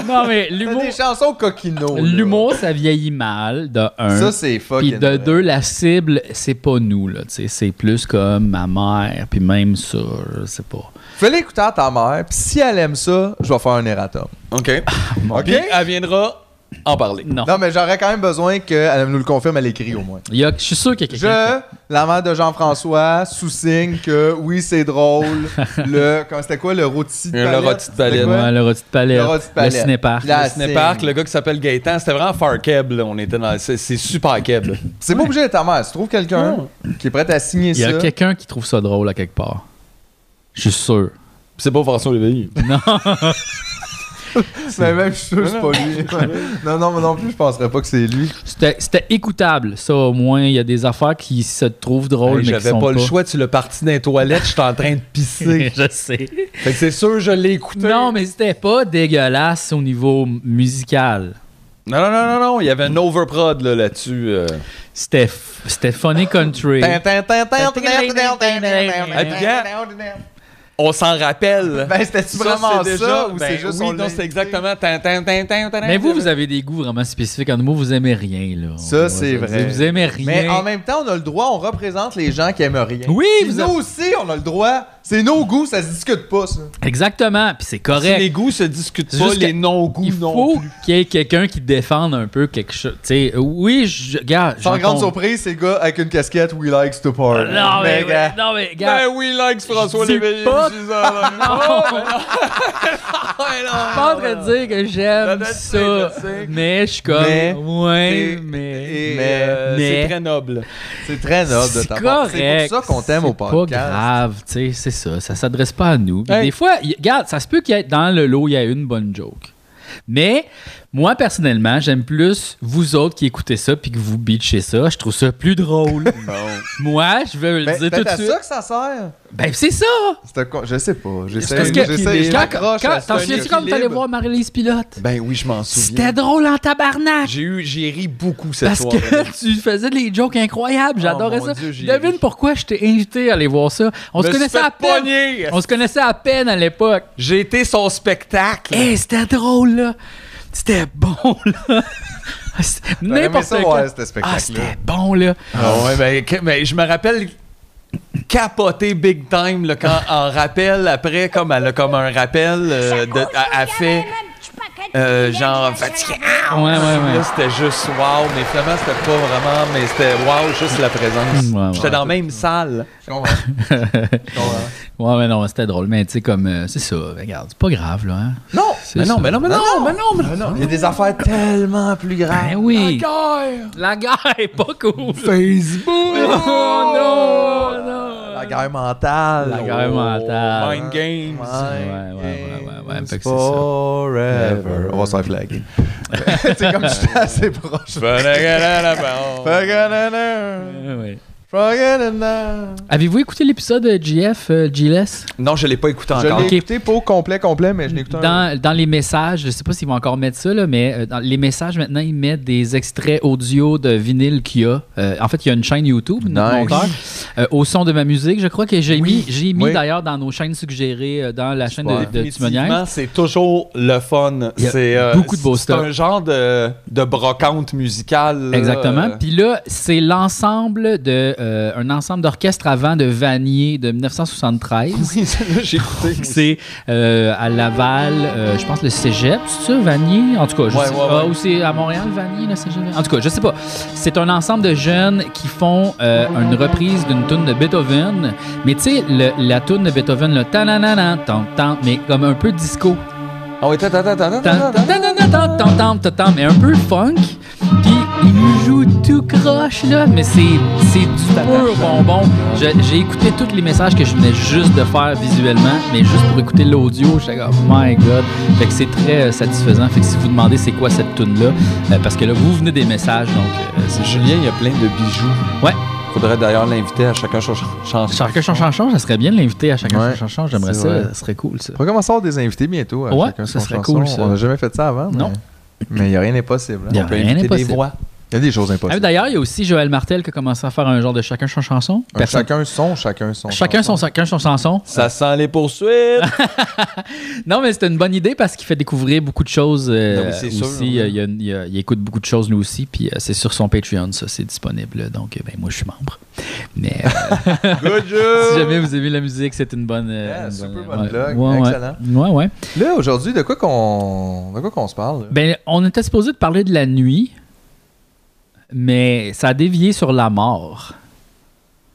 Speaker 1: Non, mais
Speaker 3: T'as
Speaker 1: l'humour.
Speaker 3: des chansons coquino. là.
Speaker 1: L'humour, ça vieillit mal, de un.
Speaker 3: Ça, c'est fucking
Speaker 1: Puis de
Speaker 3: vrai.
Speaker 1: deux, la cible, c'est pas nous, là. tu sais. C'est plus comme ma mère, puis même ça, je sais pas.
Speaker 3: Fais-le écouter à ta mère, puis si elle aime ça, je vais faire un erratum.
Speaker 2: OK. OK.
Speaker 3: Dieu.
Speaker 2: Elle viendra en parler.
Speaker 1: Non.
Speaker 3: Non, mais j'aurais quand même besoin qu'elle nous le confirme à l'écrit au moins.
Speaker 1: Il y a- je suis sûr qu'il y a quelqu'un.
Speaker 3: Je, la mère de Jean-François, sous-signe que oui, c'est drôle. le, comment c'était quoi, le rôti de
Speaker 2: Le
Speaker 3: palette?
Speaker 2: rôti de
Speaker 3: c'était
Speaker 2: palette.
Speaker 3: quoi?
Speaker 1: Ouais, le rôti de palette.
Speaker 3: Le rôti de palette.
Speaker 1: cinépark.
Speaker 3: La-
Speaker 2: Le cinépark, le gars qui s'appelle Gaëtan, c'était vraiment far keb. là. On était dans, c'est, c'est super keb.
Speaker 3: C'est pas obligé de ta mère. Si tu trouves quelqu'un qui est prêt à signer
Speaker 1: Il y a
Speaker 3: ça,
Speaker 1: quelqu'un qui trouve ça drôle à quelque part. Je suis sûr.
Speaker 2: C'est pas François Léveillé.
Speaker 1: Non.
Speaker 3: Mais ben, même, je suis sûr que c'est pas lui. non, non, moi non plus, je penserais pas que c'est lui.
Speaker 1: C'était c'était écoutable, ça, au moins. Il y a des affaires qui se trouvent drôles,
Speaker 2: Hey,
Speaker 1: mais qui
Speaker 2: J'avais
Speaker 1: sont
Speaker 2: pas,
Speaker 1: pas...
Speaker 2: le choix, tu l'as parti dans les toilettes, j'étais en train de pisser.
Speaker 1: je sais.
Speaker 2: Fait que c'est sûr, je l'ai écouté.
Speaker 1: Non, mais c'était pas dégueulasse au niveau musical.
Speaker 2: Non, non, non, non, non, il y avait une overprod là, là-dessus. euh.
Speaker 1: C'était f- c'était funny country.
Speaker 2: Tin, tin, tin, tin, tin, tin, tin, tin, tin, tin. On s'en rappelle.
Speaker 3: Ben, c'était-tu
Speaker 2: Ça,
Speaker 3: vraiment
Speaker 2: c'est
Speaker 3: ça,
Speaker 2: déjà-
Speaker 3: ou
Speaker 2: ben
Speaker 3: c'est juste
Speaker 2: oui,
Speaker 3: on
Speaker 2: non,
Speaker 3: l'a
Speaker 2: c'est exactement. tin, tin, tin, tin, tin,
Speaker 1: Mais vous,
Speaker 2: tin.
Speaker 1: vous avez des goûts vraiment spécifiques. En nous, vous aimez rien, là.
Speaker 3: Ça, c'est
Speaker 1: Vous-
Speaker 3: vrai.
Speaker 1: Vous aimez rien.
Speaker 3: Mais en même temps, on a le droit, on représente les gens qui aiment rien.
Speaker 1: Oui,
Speaker 3: Puis
Speaker 1: vous
Speaker 3: nous
Speaker 1: avez-
Speaker 3: aussi, on a le droit. C'est nos goûts, ça se discute pas, ça.
Speaker 1: Exactement, puis c'est
Speaker 2: Si les
Speaker 1: correct.
Speaker 2: goûts se discutent
Speaker 1: C'est
Speaker 2: pas,
Speaker 1: juste que-
Speaker 2: les non-goûts
Speaker 1: Il
Speaker 2: non
Speaker 1: faut qu'il y ait quelqu'un qui défende un peu quelque chose. Tu sais, oui, je, regarde.
Speaker 3: Sans
Speaker 1: j'en
Speaker 3: grande
Speaker 1: con-
Speaker 3: surprise, c'est le gars avec une casquette We Likes to Party.
Speaker 1: Non, mais,
Speaker 3: gars,
Speaker 1: non, mais,
Speaker 2: Ben
Speaker 1: regarde.
Speaker 2: oui, likes
Speaker 1: Je
Speaker 2: François
Speaker 1: dis
Speaker 2: Léveillé.
Speaker 1: pas-
Speaker 2: je suis ça, là.
Speaker 1: Non.
Speaker 2: Oh, ben non. Ben non.
Speaker 1: Je suis pas en train de dire que j'aime
Speaker 2: Ben, je sais, je
Speaker 1: ça,
Speaker 2: sais.
Speaker 1: mais je suis comme,
Speaker 3: Mais-
Speaker 1: ouais,
Speaker 3: et-
Speaker 1: mais...
Speaker 3: et-
Speaker 2: Mais, euh,
Speaker 1: mais-
Speaker 2: c'est très noble.
Speaker 3: C'est très noble de
Speaker 1: C'est
Speaker 3: ta part.
Speaker 1: correct.
Speaker 3: C'est pour ça qu'on t'aime au podcast.
Speaker 1: C'est pas grave, tu sais, c'est ça. Ça s'adresse pas à nous. Puis
Speaker 2: Hey.
Speaker 1: Des fois, y- regarde, ça se peut qu'il y ait dans le lot, il y a une bonne joke. Mais moi, personnellement, j'aime plus vous autres qui écoutez ça puis que vous bitchez ça. Je trouve ça plus drôle. Moi, je veux le
Speaker 3: Ben,
Speaker 1: dire
Speaker 3: peut-être
Speaker 1: tout de
Speaker 3: à
Speaker 1: suite.
Speaker 3: ça que ça sert.
Speaker 1: Ben, c'est ça!
Speaker 3: C'est un con- Je sais pas.
Speaker 1: Parce
Speaker 3: J'essaie.
Speaker 1: que
Speaker 3: j'essaie-
Speaker 1: quand,
Speaker 3: je m'accroche à
Speaker 1: quand,
Speaker 3: ce
Speaker 1: t'en souviens-tu quand t'allais
Speaker 3: équilibre.
Speaker 1: voir Marie-Lise Pilote?
Speaker 2: Ben oui, je m'en
Speaker 1: C'était drôle en tabarnak!
Speaker 2: J'ai eu, j'ai ri beaucoup cette
Speaker 1: Parce
Speaker 2: soirée.
Speaker 1: que tu faisais des jokes incroyables, j'adorais
Speaker 2: mon
Speaker 1: ça.
Speaker 2: Dieu, j'ai
Speaker 1: Devine
Speaker 2: ri.
Speaker 1: pourquoi je t'ai invité à aller voir ça. On se connaissait à peine. On se connaissait à peine à l'époque.
Speaker 2: J'ai été son spectacle.
Speaker 1: Hey, c'était drôle, là. C'était bon, là. C'était
Speaker 3: J'aurais aimé
Speaker 1: N'importe
Speaker 3: ça
Speaker 1: quoi.
Speaker 3: voir ce
Speaker 1: Ah,
Speaker 3: spectacle-là.
Speaker 1: c'était bon, là.
Speaker 2: Ah ouais, ben, que- ben, je me rappelle capoter big time là, quand en rappel après comme elle a comme un rappel euh, de- a, a fait euh, genre fatigué Ah,
Speaker 1: Ouais, ouais, ouais.
Speaker 2: là c'était juste wow mais finalement c'était pas vraiment mais c'était wow juste la présence
Speaker 1: Ouais, ouais.
Speaker 2: j'étais dans la même salle
Speaker 3: Je comprends. Je comprends.
Speaker 1: ouais, mais non, c'était drôle. Mais tu sais, comme, euh, c'est ça. Regarde, c'est pas grave, là. Hein?
Speaker 2: non
Speaker 1: C'est
Speaker 2: mais non
Speaker 1: ça.
Speaker 2: mais non mais non mais non mais non
Speaker 3: Il y a des affaires tellement plus graves.
Speaker 1: Ben oui.
Speaker 2: Guerre!
Speaker 1: La guerre est pas cool.
Speaker 2: Facebook
Speaker 1: Oh non, non.
Speaker 3: La guerre mentale.
Speaker 1: La guerre mentale.
Speaker 2: Oh, mind games
Speaker 1: Ouais, ouais, ouais, ouais, ouais, fait que c'est ça.
Speaker 3: Forever. On va se faire flaguer. C'est comme j'étais assez proche.
Speaker 1: Ouais, ouais.
Speaker 3: Je
Speaker 1: Avez-vous écouté l'épisode de GF euh, Gilles?
Speaker 2: non je l'ai pas écouté encore
Speaker 3: l'ai
Speaker 1: Ok.
Speaker 3: écouté pas au complet, complet, mais je l'ai écouté un
Speaker 1: Dans, dans les messages, je sais pas s'ils vont encore mettre ça, là, mais euh, dans les messages maintenant, ils mettent des extraits audio de vinyle qu'il y a. Euh, en fait, il y a une chaîne YouTube, notre
Speaker 3: Nice.
Speaker 1: monteur, euh, au son de ma musique. Je crois que j'ai mis, j'ai mis
Speaker 3: Oui.
Speaker 1: d'ailleurs dans nos chaînes suggérées, euh, dans la chaîne
Speaker 2: Ouais.
Speaker 1: de, de Timonière.
Speaker 2: Définitivement, c'est toujours le fun.
Speaker 1: Il y a
Speaker 2: C'est euh,
Speaker 1: beaucoup de beau
Speaker 2: C'est
Speaker 1: stuff.
Speaker 2: un genre de, de brocante musicale. là.
Speaker 1: Exactement.
Speaker 2: Euh,
Speaker 1: Puis là, c'est l'ensemble de euh, un ensemble d'orchestre avant de Vanier de 1973.
Speaker 2: oui, celle-là, j'ai écouté.
Speaker 1: C'est euh, à Laval, euh, je pense le Cégep, c'est ça, Vanier? En tout cas, je
Speaker 2: Ouais,
Speaker 1: sais
Speaker 2: ouais,
Speaker 1: pas. Ah,
Speaker 2: ouais.
Speaker 1: Ou c'est à Montréal, Vanier, le Cégep? En tout cas, je sais pas. C'est un ensemble de jeunes qui font euh, une reprise d'une tune de Beethoven. Mais tu sais, le- la tune de Beethoven, le tanananan, tam, tam, mais comme un peu disco.
Speaker 2: Ah oui, attends, attends, attends,
Speaker 1: Tan,
Speaker 2: attends,
Speaker 1: tan, tan, tan, tan,
Speaker 2: attends.
Speaker 1: tan, tan, tan, tan, mais un peu funk. Puis il nous joue tout croche là, mais c'est c'est du pur bonbon. Je- J'ai écouté tous les messages que je venais juste de faire visuellement, mais juste pour écouter l'audio, j'étais comme oh my god. Fait que c'est très euh, satisfaisant. Fait que si vous demandez c'est quoi cette tune là, parce que là vous venez des messages donc euh, c'est juste-
Speaker 2: Julien, il y a plein de bijoux.
Speaker 1: Ouais.
Speaker 2: Faudrait d'ailleurs l'inviter à chacun son ch- chanson.
Speaker 1: Chacun son chanson, ça serait bien de l'inviter à chacun
Speaker 3: Ouais,
Speaker 1: son chanson, j'aimerais
Speaker 3: c'est
Speaker 1: ça,
Speaker 3: vrai.
Speaker 1: ça serait cool ça.
Speaker 3: On va commencer à avoir des invités bientôt. à
Speaker 1: Ouais,
Speaker 3: chacun
Speaker 1: ça
Speaker 3: son
Speaker 1: serait
Speaker 3: chanson.
Speaker 1: cool, ça.
Speaker 3: On n'a jamais fait ça avant. mais-
Speaker 1: Non.
Speaker 3: Mais il n'y a rien d'impossible.
Speaker 1: Y
Speaker 3: hein.
Speaker 1: a
Speaker 2: On peut
Speaker 1: rien
Speaker 2: inviter des
Speaker 1: d'impossible.
Speaker 2: voix.
Speaker 3: Il y a des choses
Speaker 1: Ah, mais
Speaker 3: impossibles.
Speaker 1: D'ailleurs, il y a aussi Joël Martel qui a commencé à faire un genre de chacun son chanson.
Speaker 3: Un
Speaker 1: Ah, Personne-
Speaker 3: Chacun son, chacun son.
Speaker 1: Chacun son,
Speaker 3: chanson.
Speaker 1: chacun son chanson.
Speaker 2: Ça sent les poursuites.
Speaker 1: Non, mais c'est une bonne idée parce qu'il fait découvrir beaucoup de choses euh,
Speaker 2: Non, mais c'est
Speaker 1: aussi.
Speaker 2: sûr, ouais.
Speaker 1: Euh, il, y a une- il y a- il écoute beaucoup de choses lui aussi. Puis euh, c'est sur son Patreon, ça, c'est disponible. Donc, euh, ben, moi, je suis membre. Mais euh,
Speaker 2: Good job.
Speaker 1: si jamais vous aimez la musique, c'est une bonne. euh,
Speaker 3: Yeah,
Speaker 1: une
Speaker 3: super
Speaker 1: bonne-
Speaker 3: bonne
Speaker 1: ouais.
Speaker 3: blague,
Speaker 1: Ouais, ouais.
Speaker 3: excellent.
Speaker 1: Ouais, ouais.
Speaker 3: Là, aujourd'hui, de quoi qu'on de quoi qu'on se parle? là?
Speaker 1: Ben, on était supposé de parler de la nuit, mais ça a dévié sur la mort.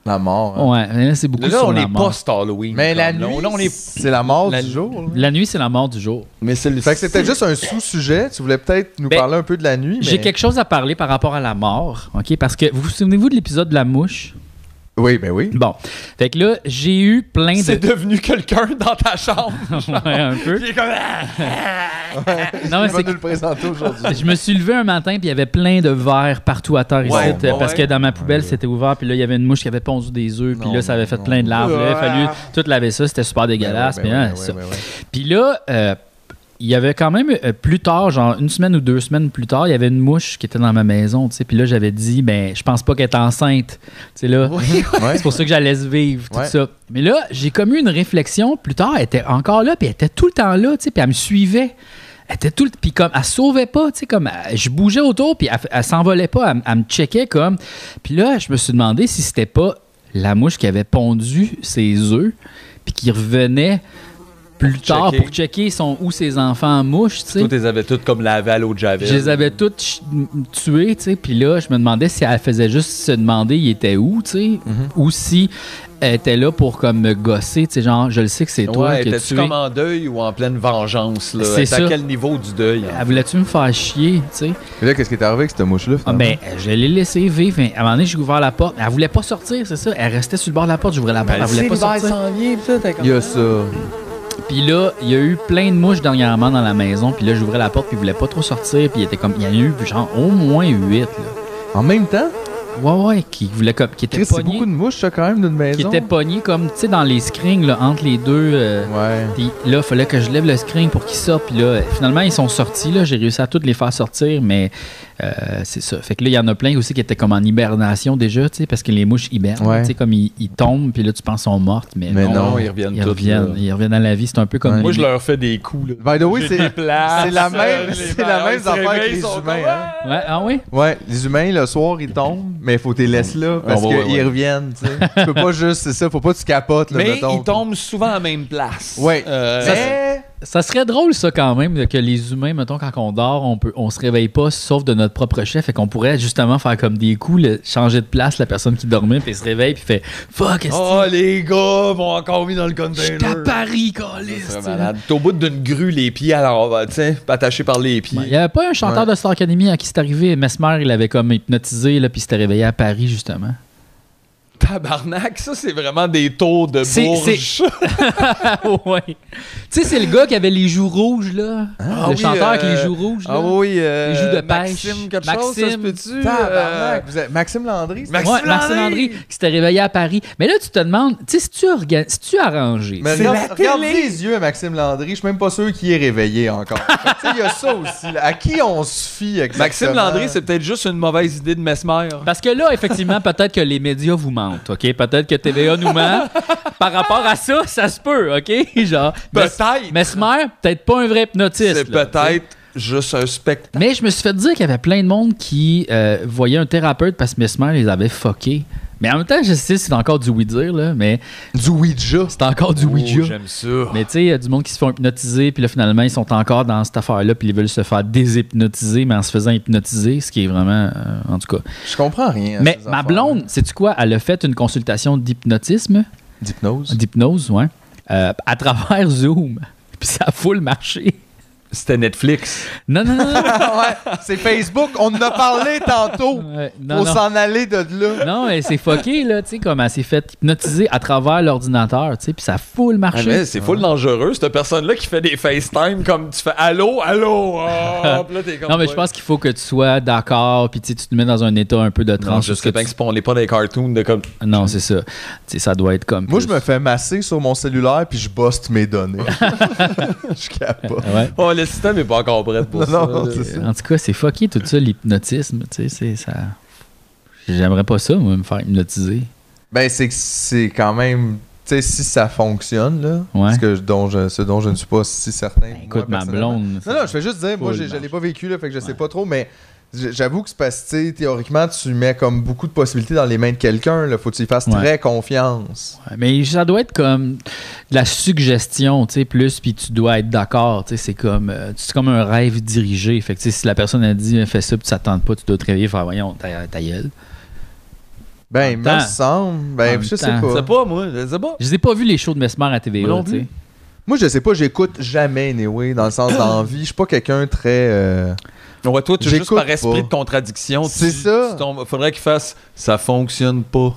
Speaker 3: La mort. hein.
Speaker 1: Ouais, mais là, c'est beaucoup
Speaker 2: Là,
Speaker 1: sur
Speaker 2: on
Speaker 1: la
Speaker 2: est
Speaker 1: mort.
Speaker 2: post-Halloween.
Speaker 3: Mais la
Speaker 2: comme, là.
Speaker 3: nuit,
Speaker 2: Là, on est...
Speaker 3: c'est la mort
Speaker 2: la-
Speaker 3: du jour. là.
Speaker 1: La nuit, c'est la mort du jour.
Speaker 2: Mais c'est le...
Speaker 3: Fait que c'est peut-être juste un sous-sujet. Tu voulais peut-être nous
Speaker 1: Ben,
Speaker 3: parler un peu de la nuit.
Speaker 1: J'ai
Speaker 3: mais-
Speaker 1: quelque chose à parler par rapport à la mort, OK? Parce que vous vous souvenez-vous de l'épisode de la mouche?
Speaker 3: Oui, ben oui.
Speaker 1: Bon. Fait que là, j'ai eu plein de.
Speaker 2: C'est devenu quelqu'un dans ta chambre.
Speaker 1: Ouais, un peu.
Speaker 2: Puis il est comme. ah,
Speaker 1: Non, mais Ah
Speaker 3: Il va
Speaker 1: c'est
Speaker 3: nous le présenter aujourd'hui.
Speaker 1: Je me suis levé un matin, puis il y avait plein de verres partout à terre ici.
Speaker 3: Ouais,
Speaker 1: euh,
Speaker 3: ouais,
Speaker 1: parce que
Speaker 3: ouais.
Speaker 1: dans ma poubelle, c'était ouvert, puis là, il y avait une mouche qui avait pondu des œufs, puis
Speaker 3: Non,
Speaker 1: là, ça avait fait
Speaker 3: non.
Speaker 1: plein de larves. là. Il a fallu
Speaker 3: Ah.
Speaker 1: tout laver ça, c'était super dégueulasse.
Speaker 3: Ben
Speaker 1: puis,
Speaker 3: ouais,
Speaker 1: hein,
Speaker 3: ben
Speaker 1: ça.
Speaker 3: ouais, ben ouais.
Speaker 1: Puis là, euh, il y avait quand même euh, plus tard, genre une semaine ou deux semaines plus tard, il y avait une mouche qui était dans ma maison, tu sais. Puis là, j'avais dit, ben, je pense pas qu'elle est enceinte. Tu sais, là, c'est pour ça que j'allais se vivre, tout
Speaker 3: Ouais.
Speaker 1: ça. Mais là, j'ai comme eu une réflexion. Plus tard, elle était encore là, puis elle était tout le temps là, tu sais, puis elle me suivait. Elle était tout le Puis comme, elle se sauvait pas, tu sais, comme, elle- je bougeais autour, puis elle, elle s'envolait pas, elle, elle me checkait comme. Puis là, je me suis demandé si c'était pas la mouche qui avait pondu ses œufs, puis qui revenait plus tard
Speaker 2: checker.
Speaker 1: pour checker son, où ses enfants mouchent, tu sais.
Speaker 2: Toi, tu les avais toutes comme lavées à l'eau de Javel.
Speaker 1: Je les avais toutes ch- m- tuées, tu sais. Puis là, je me demandais si elle faisait juste se demander il était où, tu sais.
Speaker 3: Mhm.
Speaker 1: Ou si elle était là pour comme me gosser, tu sais. Genre, je le sais que c'est toi
Speaker 2: Ouais,
Speaker 1: qui as
Speaker 2: étais-tu
Speaker 1: tué.
Speaker 2: comme en deuil ou en pleine vengeance? Là?
Speaker 1: C'est
Speaker 2: T'es
Speaker 1: ça.
Speaker 2: à quel niveau du deuil?
Speaker 1: Elle voulait-tu me faire chier, tu sais?
Speaker 3: Et là, qu'est-ce qui est arrivé avec cette mouche-là?
Speaker 1: Ah,
Speaker 3: finalement?
Speaker 1: ben, je l'ai laissée vivre. mais À un moment donné, j'ai ouvert la porte. Elle voulait pas sortir, c'est ça. Elle restait sur le bord de la porte. J'ouvrais la
Speaker 3: Ben,
Speaker 1: porte. Elle voulait pas sortir.
Speaker 3: Il y a ça.
Speaker 1: Puis là, il y a eu plein de mouches dernièrement dans la maison. Puis là, j'ouvrais la porte, puis il voulait pas trop sortir. Puis il était comme, il y en a eu genre au moins huit. Là.
Speaker 3: En même temps,
Speaker 1: Ouais, ouais, qui voulait comme, qui était
Speaker 3: Chris, c'est
Speaker 1: pogné,
Speaker 3: beaucoup de mouches, ça, quand même, d'une
Speaker 1: qui
Speaker 3: maison.
Speaker 1: était pogné comme, tu sais, dans les screens là, entre les deux. euh,
Speaker 3: Ouais.
Speaker 1: Puis là, fallait que je lève le screen pour qu'ils sortent. Puis là, euh, finalement, ils sont sortis. Là, j'ai réussi à toutes les faire sortir, mais euh, c'est ça. Fait que là, il y en a plein aussi qui étaient comme en hibernation déjà, tu sais, parce que les mouches hibernent.
Speaker 3: Ouais.
Speaker 1: Tu sais, comme ils, ils tombent, puis là, tu penses qu'ils sont mortes, mais,
Speaker 3: Mais non,
Speaker 2: ils reviennent
Speaker 1: ils
Speaker 2: toutes,
Speaker 1: reviennent,
Speaker 2: là.
Speaker 1: ils reviennent à la vie. C'est un peu comme.
Speaker 3: Ouais.
Speaker 1: les-
Speaker 2: Moi, je leur fais des coups. Là.
Speaker 3: By the way,
Speaker 2: J'ai
Speaker 3: c'est
Speaker 2: des places,
Speaker 3: c'est la
Speaker 2: euh,
Speaker 3: même,
Speaker 2: les
Speaker 3: c'est la
Speaker 2: barres, ils
Speaker 3: même
Speaker 2: se
Speaker 3: affaires que
Speaker 2: réveillent,
Speaker 3: les
Speaker 2: ils sont
Speaker 3: humains.
Speaker 2: comme,
Speaker 3: Hein?
Speaker 1: Ouais, ah oui?
Speaker 3: Ouais, les humains, le soir, ils tombent, mais faut que les laisses là parce
Speaker 2: ouais, ouais,
Speaker 3: qu'ils
Speaker 2: ouais.
Speaker 3: reviennent. tu sais. tu peux pas juste, c'est ça, faut pas que tu capotes. Là,
Speaker 2: Mais
Speaker 3: mettons.
Speaker 2: ils tombent souvent à la même place.
Speaker 3: Ouais.
Speaker 2: Euh,
Speaker 3: Ça,
Speaker 2: mais-
Speaker 3: c'est-
Speaker 1: Ça serait drôle, ça, quand même, que les humains, mettons, quand on dort, on peut, on se réveille pas, sauf de notre propre chef, et qu'on pourrait justement faire comme des coups, le- changer de place, la personne qui dormait, puis se réveille, puis fait Fuck, est-ce que
Speaker 2: Oh, les gars m'ont encore mis dans le
Speaker 1: je suis à
Speaker 2: container.
Speaker 1: Paris,
Speaker 2: C'est
Speaker 1: câlisse, tu sais.
Speaker 2: malade. T'es au bout d'une grue, les pieds à l'envers, tu sais, attaché par les pieds.
Speaker 1: Ouais, Il n'y avait pas un chanteur de Star Academy à qui c'est arrivé. Mesmer, il avait comme hypnotisé, là, puis il s'était réveillé à Paris, justement.
Speaker 2: Tabarnak, ça, c'est vraiment des taux de
Speaker 1: C'est-
Speaker 2: bourge. Ah,
Speaker 1: ouais. Tu sais, c'est le gars qui avait les joues rouges, là.
Speaker 2: Ah
Speaker 1: le
Speaker 2: oui,
Speaker 1: chanteur avec les
Speaker 2: euh,
Speaker 1: joues rouges, là.
Speaker 2: Ah oui,
Speaker 1: Les
Speaker 2: euh,
Speaker 1: joues de
Speaker 2: Maxime,
Speaker 1: pêche.
Speaker 2: quelque chose, ça euh, se
Speaker 1: Maxime.
Speaker 2: peut-tu?
Speaker 3: Tabarnak, vous êtes- Maxime Landry, c'est-
Speaker 2: Maxime
Speaker 1: Ouais, Maxime
Speaker 2: Landry.
Speaker 1: Landry, qui s'était réveillé à Paris. Mais là, tu te demandes, tu sais, si tu organ... tu arrangé?
Speaker 3: Mais
Speaker 2: C'est
Speaker 3: regarde,
Speaker 2: la
Speaker 3: regarde
Speaker 2: télé.
Speaker 3: les yeux à Maxime Landry, je suis même pas sûr qu'il est réveillé encore. Tu sais, Il y a ça aussi. là. À qui on se fie exactement?
Speaker 2: Maxime Landry, c'est peut-être juste une mauvaise idée de Mesmer.
Speaker 1: Parce que là, effectivement, peut-être que les médias vous mentent, OK? Peut-être que TVA nous ment. Par rapport à ça, ça se peut, OK? Genre,
Speaker 2: Peut-être.
Speaker 1: Mesmer, peut-être pas un vrai hypnotiste.
Speaker 2: C'est
Speaker 1: là, tu sais.
Speaker 2: peut-être juste un spectacle.
Speaker 1: Mais je me suis fait dire qu'il y avait plein de monde qui euh, voyait un thérapeute parce que Mesmer les avait fuckés. Mais en même temps, je sais, c'est encore du oui-dire, là, mais
Speaker 3: du Ouija.
Speaker 1: c'est encore du Ouija.
Speaker 2: J'aime ça.
Speaker 1: mais tu sais, il y a du monde qui se font hypnotiser, puis là, finalement, ils sont encore dans cette affaire-là, puis ils veulent se faire déshypnotiser, mais en se faisant hypnotiser, ce qui est vraiment. euh, en tout cas.
Speaker 3: Je comprends rien. à
Speaker 1: Mais
Speaker 3: ces
Speaker 1: ma
Speaker 3: affaires-là.
Speaker 1: blonde, sais-tu quoi? Elle a fait une consultation d'hypnotisme,
Speaker 3: D'hypnose.
Speaker 1: d'hypnose, ouais, euh, à travers Zoom. Puis ça a full marché.
Speaker 2: C'était Netflix.
Speaker 1: Non, non, non, non.
Speaker 3: ouais, c'est Facebook, on en a parlé tantôt.
Speaker 1: Ouais, non,
Speaker 3: Faut
Speaker 1: non.
Speaker 3: s'en aller de là.
Speaker 1: Non, mais c'est fucké, là, tu sais, comme elle s'est fait hypnotiser à travers l'ordinateur, tu sais, puis ça a full marché.
Speaker 2: Ah, c'est full dangereux, cette personne-là qui fait des FaceTime comme tu fais Allô, allô, ah, puis là, t'es comme.
Speaker 1: non, mais je pense qu'il faut que tu sois d'accord, puis tu sais, tu te mets dans un état un peu de
Speaker 2: Non,
Speaker 1: transe.
Speaker 2: je
Speaker 1: parce
Speaker 2: sais
Speaker 1: que
Speaker 2: bien
Speaker 1: tu-
Speaker 2: que c'est pas- on n'est pas dans les cartoons de comme.
Speaker 1: Non, c'est ça. Tu sais, ça doit être comme.
Speaker 3: Moi, je
Speaker 1: plus-
Speaker 3: me fais masser sur mon cellulaire puis je bosse mes données. je capote.
Speaker 1: Ah Ouais.
Speaker 2: Oh, le système est pas encore prêt pour ça.
Speaker 3: Non, non,
Speaker 2: là.
Speaker 3: c'est ça.
Speaker 1: En tout cas, c'est fucké tout ça, l'hypnotisme, tu sais, c'est ça. J'aimerais pas ça, moi, me faire hypnotiser.
Speaker 3: Ben, c'est que c'est quand même. Tu sais, si ça fonctionne, là.
Speaker 1: Ouais. Ben,
Speaker 3: Ce, que je- dont je, ce dont je ne suis pas si certain. moi,
Speaker 1: Écoute, ma
Speaker 3: personnellement.
Speaker 1: blonde.
Speaker 3: Non, non, je fais juste dire, moi,
Speaker 1: Full
Speaker 3: j'ai- je l'ai
Speaker 1: marche.
Speaker 3: pas vécu, là, fait que je sais pas trop, mais j- j'avoue que c'est parce que, tu sais, théoriquement, tu mets comme beaucoup de possibilités dans les mains de quelqu'un, là. Faut que tu y fasses
Speaker 1: Ouais.
Speaker 3: très confiance.
Speaker 1: Ouais, Mais ça doit être comme de la suggestion, tu sais, plus, puis tu dois être d'accord, tu sais, c'est comme, euh, c'est comme un rêve dirigé. Fait que, tu sais, si la personne a dit, euh, fais ça, puis tu t'attends pas, tu dois te réveiller, faire, voyons, ta, ta gueule.
Speaker 3: Ben,
Speaker 1: En même
Speaker 3: il me
Speaker 1: temps.
Speaker 3: semble.
Speaker 1: En
Speaker 3: Ben, je
Speaker 1: même
Speaker 3: sais
Speaker 1: temps.
Speaker 2: Je
Speaker 3: pas.
Speaker 2: sais pas, moi, je sais pas.
Speaker 1: Je n'ai pas vu les shows de Mesmer à TVA,
Speaker 2: Moi non
Speaker 1: tu sais.
Speaker 2: plus.
Speaker 3: Moi, je sais pas, j'écoute jamais, anyway, dans le sens d'envie. Je suis pas quelqu'un très. euh,
Speaker 2: Ouais, toi, tu juste
Speaker 3: J'écoute
Speaker 2: par esprit
Speaker 3: pas.
Speaker 2: de contradiction. tu-
Speaker 3: C'est ça.
Speaker 2: tu tombes- faudrait qu'il fasse Ça fonctionne pas.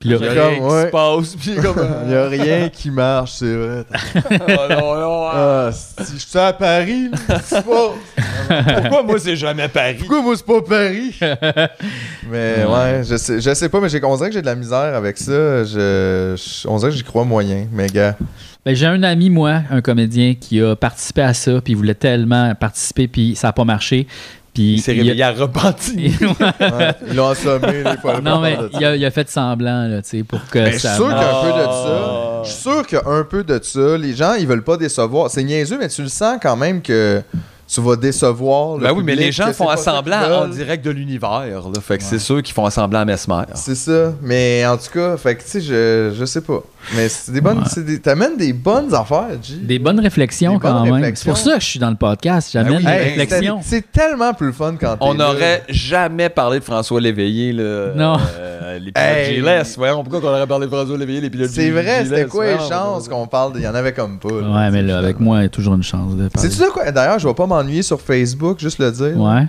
Speaker 1: Puis là,
Speaker 3: Il y a rien qui se
Speaker 2: passe. Puis comme.
Speaker 3: Il n'y a rien qui marche, c'est vrai.
Speaker 2: Oh non, non, ah.
Speaker 3: Ah, si je suis à Paris, là, c'est pas-
Speaker 2: Pourquoi moi, c'est jamais Paris?
Speaker 3: Pourquoi moi, c'est pas Paris? Mais ouais, je sais, je sais pas, mais j'ai- on dirait que j'ai de la misère avec ça. Je, je- on dirait que j'y crois moyen, mais gars.
Speaker 1: Ben, j'ai un ami, moi, un comédien, qui a participé à ça, puis il voulait tellement participer, puis ça n'a pas marché. Puis
Speaker 2: Il s'est
Speaker 1: il a-
Speaker 2: réveillé à repenti.
Speaker 3: Ouais, ils l'ont assommé, là, il faut aller
Speaker 1: Non,
Speaker 3: pas
Speaker 1: mais
Speaker 3: faire de ça.
Speaker 1: il a, il a fait semblant, là, tu sais, pour que
Speaker 3: Mais je suis
Speaker 1: ça.
Speaker 3: sûr qu'il y a un peu de
Speaker 2: Ah.
Speaker 3: ça. Je suis sûr qu'il y a un peu de ça. Les gens, ils veulent pas décevoir. C'est niaiseux, mais tu le sens quand même que tu vas décevoir. Le
Speaker 2: Ben oui, mais
Speaker 3: public,
Speaker 2: les gens
Speaker 3: que c'est
Speaker 2: font
Speaker 3: pas ça qu'ils
Speaker 2: assemblant en
Speaker 3: veulent.
Speaker 2: direct de l'univers. là. Fait que c'est ceux qui font assemblant à Mesmer.
Speaker 3: C'est ça. Mais en tout cas, fait que, tu sais, je, je sais pas. Mais c'est des bonnes. c'est des- T'amènes des bonnes affaires, G.
Speaker 1: Des bonnes réflexions
Speaker 3: Des
Speaker 1: quand
Speaker 3: bonnes
Speaker 1: même. C'est
Speaker 3: réflexions.
Speaker 1: pour ça que je suis dans le podcast. J'amène
Speaker 2: Ben oui,
Speaker 1: des
Speaker 2: hey,
Speaker 1: réflexions.
Speaker 3: C'est- C'est tellement plus le fun quand t'es
Speaker 2: On
Speaker 3: là.
Speaker 2: n'aurait jamais parlé de François Léveillé, là,
Speaker 1: Non.
Speaker 2: euh, les pilotes
Speaker 3: Hey.
Speaker 2: Gilles. Voyons pourquoi on aurait parlé de François Léveillé, les pilotes
Speaker 3: C'est vrai,
Speaker 2: Gilles.
Speaker 3: c'était quoi les
Speaker 2: Voyons,
Speaker 3: chances qu'on parle de. Il y en avait comme pas. là.
Speaker 1: Ouais, mais là, avec moi, il y a toujours une chance de parler.
Speaker 3: C'est-tu ça quoi? D'ailleurs, je vais pas m'ennuyer sur Facebook, juste le dire.
Speaker 1: Ouais.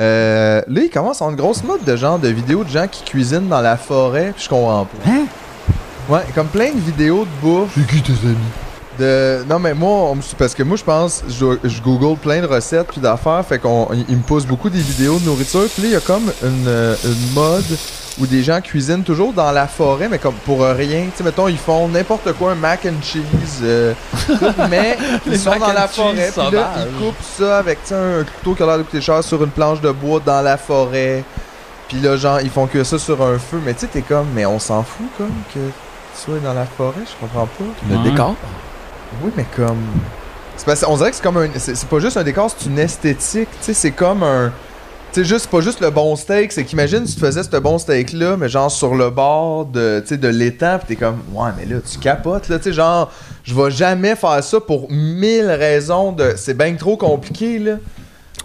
Speaker 3: Euh, là, il commence à avoir une grosse mode de genre de vidéos de gens qui cuisinent dans la forêt, puis je comprends pas.
Speaker 1: Hein?
Speaker 3: Ouais, comme plein de vidéos de bouffe.
Speaker 4: C'est qui tes amis?
Speaker 3: De... Non, mais moi, on me... parce que moi, je pense, je, je google plein de recettes puis d'affaires, fait qu'on il- il me pousse beaucoup des vidéos de nourriture. Puis là, il y a comme une, euh, une mode où des gens cuisinent toujours dans la forêt, mais comme pour rien. Tu sais, mettons, ils font n'importe quoi, un mac and cheese, euh, tout, mais
Speaker 2: Les
Speaker 3: ils sont
Speaker 2: mac
Speaker 3: dans
Speaker 2: and
Speaker 3: la
Speaker 2: cheese
Speaker 3: forêt. Puis là,
Speaker 2: sauvages.
Speaker 3: ils coupent ça avec tu sais, un couteau qui a l'air de coûter cher sur une planche de bois dans la forêt. Puis là, genre, ils font que ça sur un feu. Mais tu sais, t'es comme, mais on s'en fout, comme, que tu sois dans la forêt, je comprends pas.
Speaker 2: Le
Speaker 1: Ouais.
Speaker 2: décor.
Speaker 3: Oui, mais comme. C'est parce on dirait que c'est comme un. C'est c'est pas juste un décor, c'est une esthétique. Tu sais, c'est comme un. Tu sais, juste, c'est pas juste le bon steak. C'est qu'imagine si tu faisais ce bon steak-là, mais genre sur le bord de, tu sais, de l'étang, pis t'es comme, ouais, mais là, tu capotes, là, tu sais, genre, je vais jamais faire ça pour mille raisons de. C'est bien trop compliqué, là.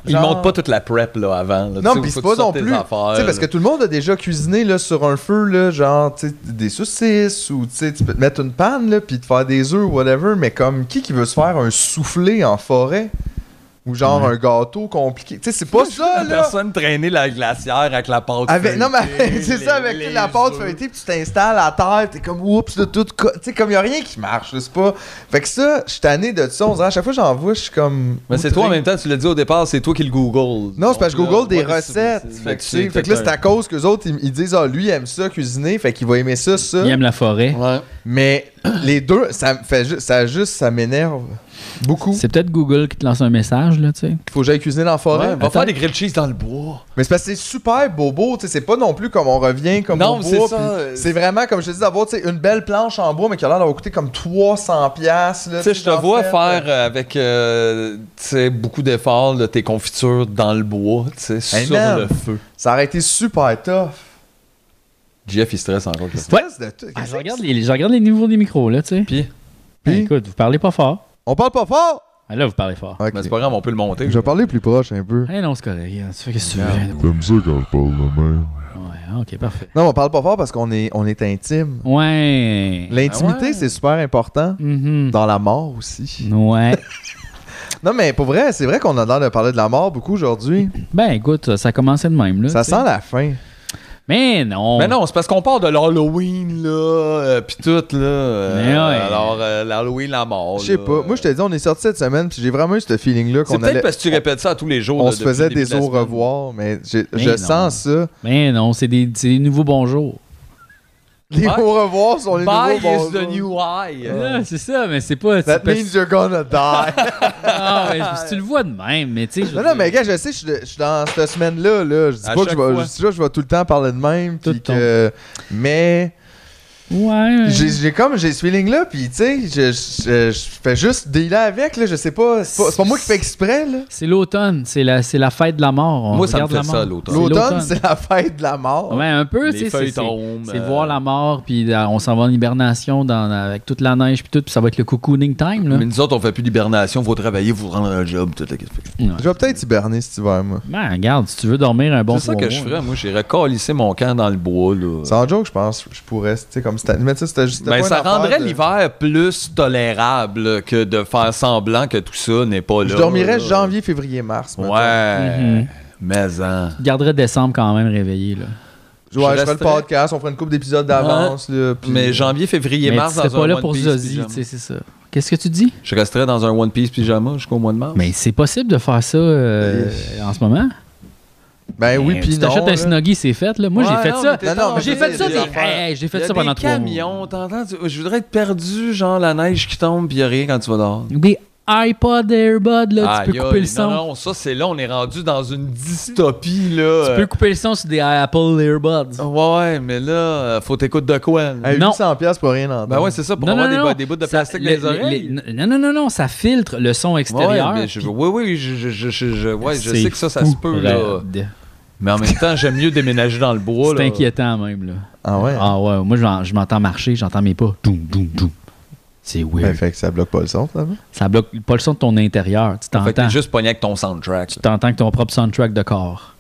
Speaker 2: Ils
Speaker 3: Genre-
Speaker 2: montent pas toute la prep là, avant. là. Tu sais,
Speaker 3: non, pis
Speaker 2: faut
Speaker 3: c'est
Speaker 2: que tu
Speaker 3: pas non
Speaker 2: sortes tes
Speaker 3: plus. Tu sais,
Speaker 2: affaires,
Speaker 3: parce que
Speaker 2: là.
Speaker 3: tout le monde a déjà cuisiné là, sur un feu, là, genre tu sais, des saucisses ou tu sais, tu peux te mettre une panne là, puis te faire des œufs ou whatever. Mais comme qui qui veut se faire un soufflé en forêt ou genre un gâteau compliqué. Tu sais, c'est pas ça là.
Speaker 2: Personne traîner la glacière avec la pâte.
Speaker 3: Avec, non, mais avec- c'est
Speaker 2: les-
Speaker 3: ça, avec tu sais, la
Speaker 2: les
Speaker 3: pâte
Speaker 2: œufs.
Speaker 3: feuilletée, puis tu t'installes à terre, t'es comme oups, de tout. co- Tu sais, comme y a rien qui marche, là, c'est pas. Fait que ça, je suis tanné de ça. On dirait à chaque fois que j'en vois, je suis comme.
Speaker 2: Mais c'est
Speaker 3: outré.
Speaker 2: toi en même temps, tu l'as dit au départ, c'est toi qui le Google.
Speaker 3: Non, c'est parce que je
Speaker 2: Donc,
Speaker 3: google des
Speaker 2: ouais,
Speaker 3: recettes.
Speaker 2: c'est-
Speaker 3: Fait que, tu sais, fait que là,
Speaker 2: t'as
Speaker 3: c'est à cause qu'eux autres, ils, ils disent, ah, lui, il aime ça, cuisiner, fait qu'il va aimer ça, ça.
Speaker 1: Il aime la forêt.
Speaker 2: Ouais.
Speaker 3: Mais les deux, ça me fait ju- ça juste, ça m'énerve beaucoup.
Speaker 1: C'est peut-être Google qui te lance un message, là, tu sais.
Speaker 3: Faut que j'aille cuisiner dans la forêt.
Speaker 2: Ouais, va
Speaker 1: Attends.
Speaker 2: faire des grilled cheese dans le bois.
Speaker 3: Mais c'est parce que c'est super bobo, tu sais, c'est pas non plus comme on revient, comme
Speaker 2: Non,
Speaker 3: on
Speaker 2: c'est
Speaker 3: voit,
Speaker 2: ça,
Speaker 3: puis
Speaker 2: euh,
Speaker 3: C'est vraiment, comme je te dis, d'avoir, tu sais, une belle planche en bois, mais qui a l'air d'avoir coûté comme 300 piastres, là,
Speaker 2: Tu sais, je te
Speaker 3: genre
Speaker 2: vois
Speaker 3: fait,
Speaker 2: faire euh, avec euh, tu sais, beaucoup d'efforts là, tes confitures dans le bois, tu sais,
Speaker 3: Hey,
Speaker 2: sur
Speaker 3: man.
Speaker 2: le feu.
Speaker 3: Ça aurait été super tough.
Speaker 2: Jeff, il stresse encore. je sais.
Speaker 1: Ouais.
Speaker 3: Qu'est-ce de tout-
Speaker 1: Ah, je, regarde les, je regarde les niveaux des micros, là, tu sais.
Speaker 2: Puis?
Speaker 1: Ben,
Speaker 3: Puis?
Speaker 1: écoute, vous parlez pas fort.
Speaker 3: On parle pas fort?
Speaker 1: Ah, là, vous parlez fort.
Speaker 3: Ok.
Speaker 2: Mais c'est pas grave, on peut le monter.
Speaker 3: Je vais parler plus proche un peu.
Speaker 1: Eh non, c'est correct. Tu fais qu'est-ce que tu veux.
Speaker 4: T'aimes ça quand je parle de même?
Speaker 1: Ouais, ok, parfait.
Speaker 3: Non, on parle pas fort parce qu'on est, on est intime.
Speaker 2: Ben
Speaker 1: Ouais.
Speaker 3: L'intimité, c'est super important.
Speaker 1: Mhm.
Speaker 3: Dans la mort aussi.
Speaker 1: Ouais.
Speaker 3: Non, mais pour vrai, c'est vrai qu'on a l'air de parler de la mort beaucoup aujourd'hui.
Speaker 1: Ben, écoute, ça commençait de même, là.
Speaker 3: Ça
Speaker 1: tu sais.
Speaker 3: sent la fin.
Speaker 1: Mais non.
Speaker 2: Mais non, c'est parce qu'on part de l'Halloween, là, euh, pis tout, là. euh,
Speaker 1: Mais ouais.
Speaker 2: Alors, euh, l'Halloween, la mort.
Speaker 3: Je sais
Speaker 2: là.
Speaker 3: pas. Moi, je te dis, on est sorti cette semaine, puis j'ai vraiment eu ce feeling-là
Speaker 2: C'est
Speaker 3: qu'on
Speaker 2: peut-être
Speaker 3: allait.
Speaker 2: parce que tu répètes ça à tous les jours.
Speaker 3: On
Speaker 2: là,
Speaker 3: se
Speaker 2: depuis
Speaker 3: faisait
Speaker 2: le début de
Speaker 3: des
Speaker 2: la
Speaker 3: au
Speaker 2: semaine.
Speaker 3: revoir, mais j'ai-
Speaker 1: Mais
Speaker 3: je
Speaker 1: non.
Speaker 3: sens ça.
Speaker 1: Mais non, c'est des, c'est des nouveaux bonjours.
Speaker 3: Les
Speaker 2: Ouais.
Speaker 3: au revoir sont les
Speaker 2: Bye is
Speaker 3: nouveaux
Speaker 2: the
Speaker 3: bonjours.
Speaker 2: new high.
Speaker 1: Ah, c'est ça, mais c'est pas.
Speaker 3: That
Speaker 1: c'est pas-
Speaker 3: means you're gonna die.
Speaker 1: Ah, ouais, parce que tu le vois de même, mais tu sais. je veux
Speaker 3: non, non,
Speaker 1: dire,
Speaker 3: mais gars, je sais, je suis de- je suis dans cette semaine-là. Là. Je dis
Speaker 2: À
Speaker 3: pas que je
Speaker 2: chaque
Speaker 3: vais,
Speaker 2: fois.
Speaker 3: je dis pas que je vais tout le temps parler de même.
Speaker 1: Tout
Speaker 3: puis
Speaker 1: le temps.
Speaker 3: que- Mais.
Speaker 1: Ouais.
Speaker 3: J'ai- J'ai comme j'ai ce feeling là puis tu sais je, je, je fais juste dealer avec là, je sais pas, c'est pas c'est pas moi qui fais exprès là.
Speaker 1: C'est l'automne, c'est la, c'est la fête de la mort. On
Speaker 2: Moi, ça me
Speaker 1: regarde la mort.
Speaker 2: fait ça, l'automne.
Speaker 1: C'est
Speaker 3: L'automne, c'est la fête de la mort.
Speaker 1: Ouais, un peu, tu
Speaker 2: Les
Speaker 1: sais.
Speaker 2: feuilles
Speaker 1: c'est- c'est-
Speaker 2: tombent,
Speaker 1: C'est
Speaker 2: euh,
Speaker 1: voir la mort, puis euh, on s'en va en hibernation dans, avec toute la neige, puis tout, puis ça va être le cocooning time, là.
Speaker 2: Mais nous autres, on fait plus d'hibernation, faut travailler, faut rendre un job, tout.
Speaker 3: Je vais peut-être hiberner cet hiver moi.
Speaker 1: Ben, regarde, si tu veux dormir un bon
Speaker 2: c'est ça
Speaker 1: trois
Speaker 2: que je
Speaker 1: mois,
Speaker 2: ferais. Moi, j'irais câlisser mon camp dans le bois. Là.
Speaker 3: Sans joke, je pense je pourrais, tu sais comme c'était mais tu sais, c'était juste c'était
Speaker 2: Ben,
Speaker 3: pas
Speaker 2: ça
Speaker 3: une affaire
Speaker 2: rendrait
Speaker 3: de-
Speaker 2: l'hiver plus tolérable que de faire semblant que tout ça n'est pas là.
Speaker 3: Je dormirais
Speaker 2: là.
Speaker 3: janvier, février, mars. mettons.
Speaker 2: Ouais.
Speaker 1: Mhm.
Speaker 2: Mais hein.
Speaker 1: Je garderais décembre quand même réveillé, là.
Speaker 3: Ouais, je, ferai le podcast, on fera une couple d'épisodes d'avance. là, puis-
Speaker 2: Mais janvier, février,
Speaker 3: Mais
Speaker 2: mars,
Speaker 3: tu
Speaker 2: dans
Speaker 3: serais
Speaker 2: un
Speaker 3: pas là
Speaker 2: One
Speaker 3: pour
Speaker 2: Piece
Speaker 3: Zazie,
Speaker 2: pyjama.
Speaker 3: tu sais, c'est
Speaker 1: ça. Qu'est-ce que tu dis?
Speaker 2: Je resterai dans un One Piece pyjama jusqu'au mois de mars.
Speaker 1: Mais c'est possible de faire ça euh, en ce moment?
Speaker 3: Ben
Speaker 2: Eh oui, puis
Speaker 1: Tu t'achètes
Speaker 2: non,
Speaker 1: un
Speaker 2: là.
Speaker 1: Snuggy, c'est fait, là. Moi,
Speaker 2: Ouais,
Speaker 1: j'ai fait
Speaker 2: non, mais
Speaker 1: ça.
Speaker 2: t'es tard,
Speaker 1: j'ai
Speaker 2: je
Speaker 1: fait
Speaker 2: veux
Speaker 1: ça,
Speaker 2: dire, il y a
Speaker 1: des-
Speaker 2: des affaires.
Speaker 1: hey, j'ai
Speaker 2: Il
Speaker 1: fait
Speaker 2: y a
Speaker 1: ça pendant
Speaker 2: des
Speaker 1: trois mois.
Speaker 2: camions, t'entends? Tu- Je voudrais être perdu, genre la neige qui tombe, puis il a rien quand tu vas dehors.
Speaker 1: Des iPod, AirBud, là, tu
Speaker 2: Aïe,
Speaker 1: peux couper
Speaker 2: aïe,
Speaker 1: le son.
Speaker 2: Non, non, ça, c'est là, on est rendu dans une dystopie, là.
Speaker 1: Tu peux couper le son sur des Apple AirBuds.
Speaker 2: Ouais, mais là, euh, faut t'écouter de quoi? là?
Speaker 3: À 800$ piastres pour rien entendre.
Speaker 2: Ben ouais, c'est ça, pour
Speaker 1: Non,
Speaker 2: avoir
Speaker 1: non,
Speaker 2: des,
Speaker 1: non,
Speaker 2: bo-
Speaker 1: non.
Speaker 2: des bouts de
Speaker 1: Ça-
Speaker 2: plastique dans
Speaker 1: le-
Speaker 2: les oreilles.
Speaker 1: le- le- non, non, non, non, ça filtre le son extérieur.
Speaker 2: Ouais, mais je- oui, oui, je, je- je- je- je- ouais, je
Speaker 1: C'est
Speaker 2: sais que ça, ça se
Speaker 1: fou,
Speaker 2: peut, là.
Speaker 1: raide.
Speaker 2: Mais en même temps, j'aime mieux déménager dans le bois,
Speaker 1: C'est
Speaker 2: là.
Speaker 1: inquiétant, même, là.
Speaker 3: Ah ouais?
Speaker 1: Ah ouais, moi, je m'en- je m'entends marcher, j'entends mes pas. Doum, doum, doum. C'est weird.
Speaker 3: Ben, fait que ça bloque pas le son, finalement.
Speaker 1: Ça bloque pas le son de ton intérieur. Tu
Speaker 2: Fait que t'es
Speaker 1: t'entends.
Speaker 2: juste pogné avec ton soundtrack.
Speaker 1: Tu t'entends que ton propre soundtrack de corps.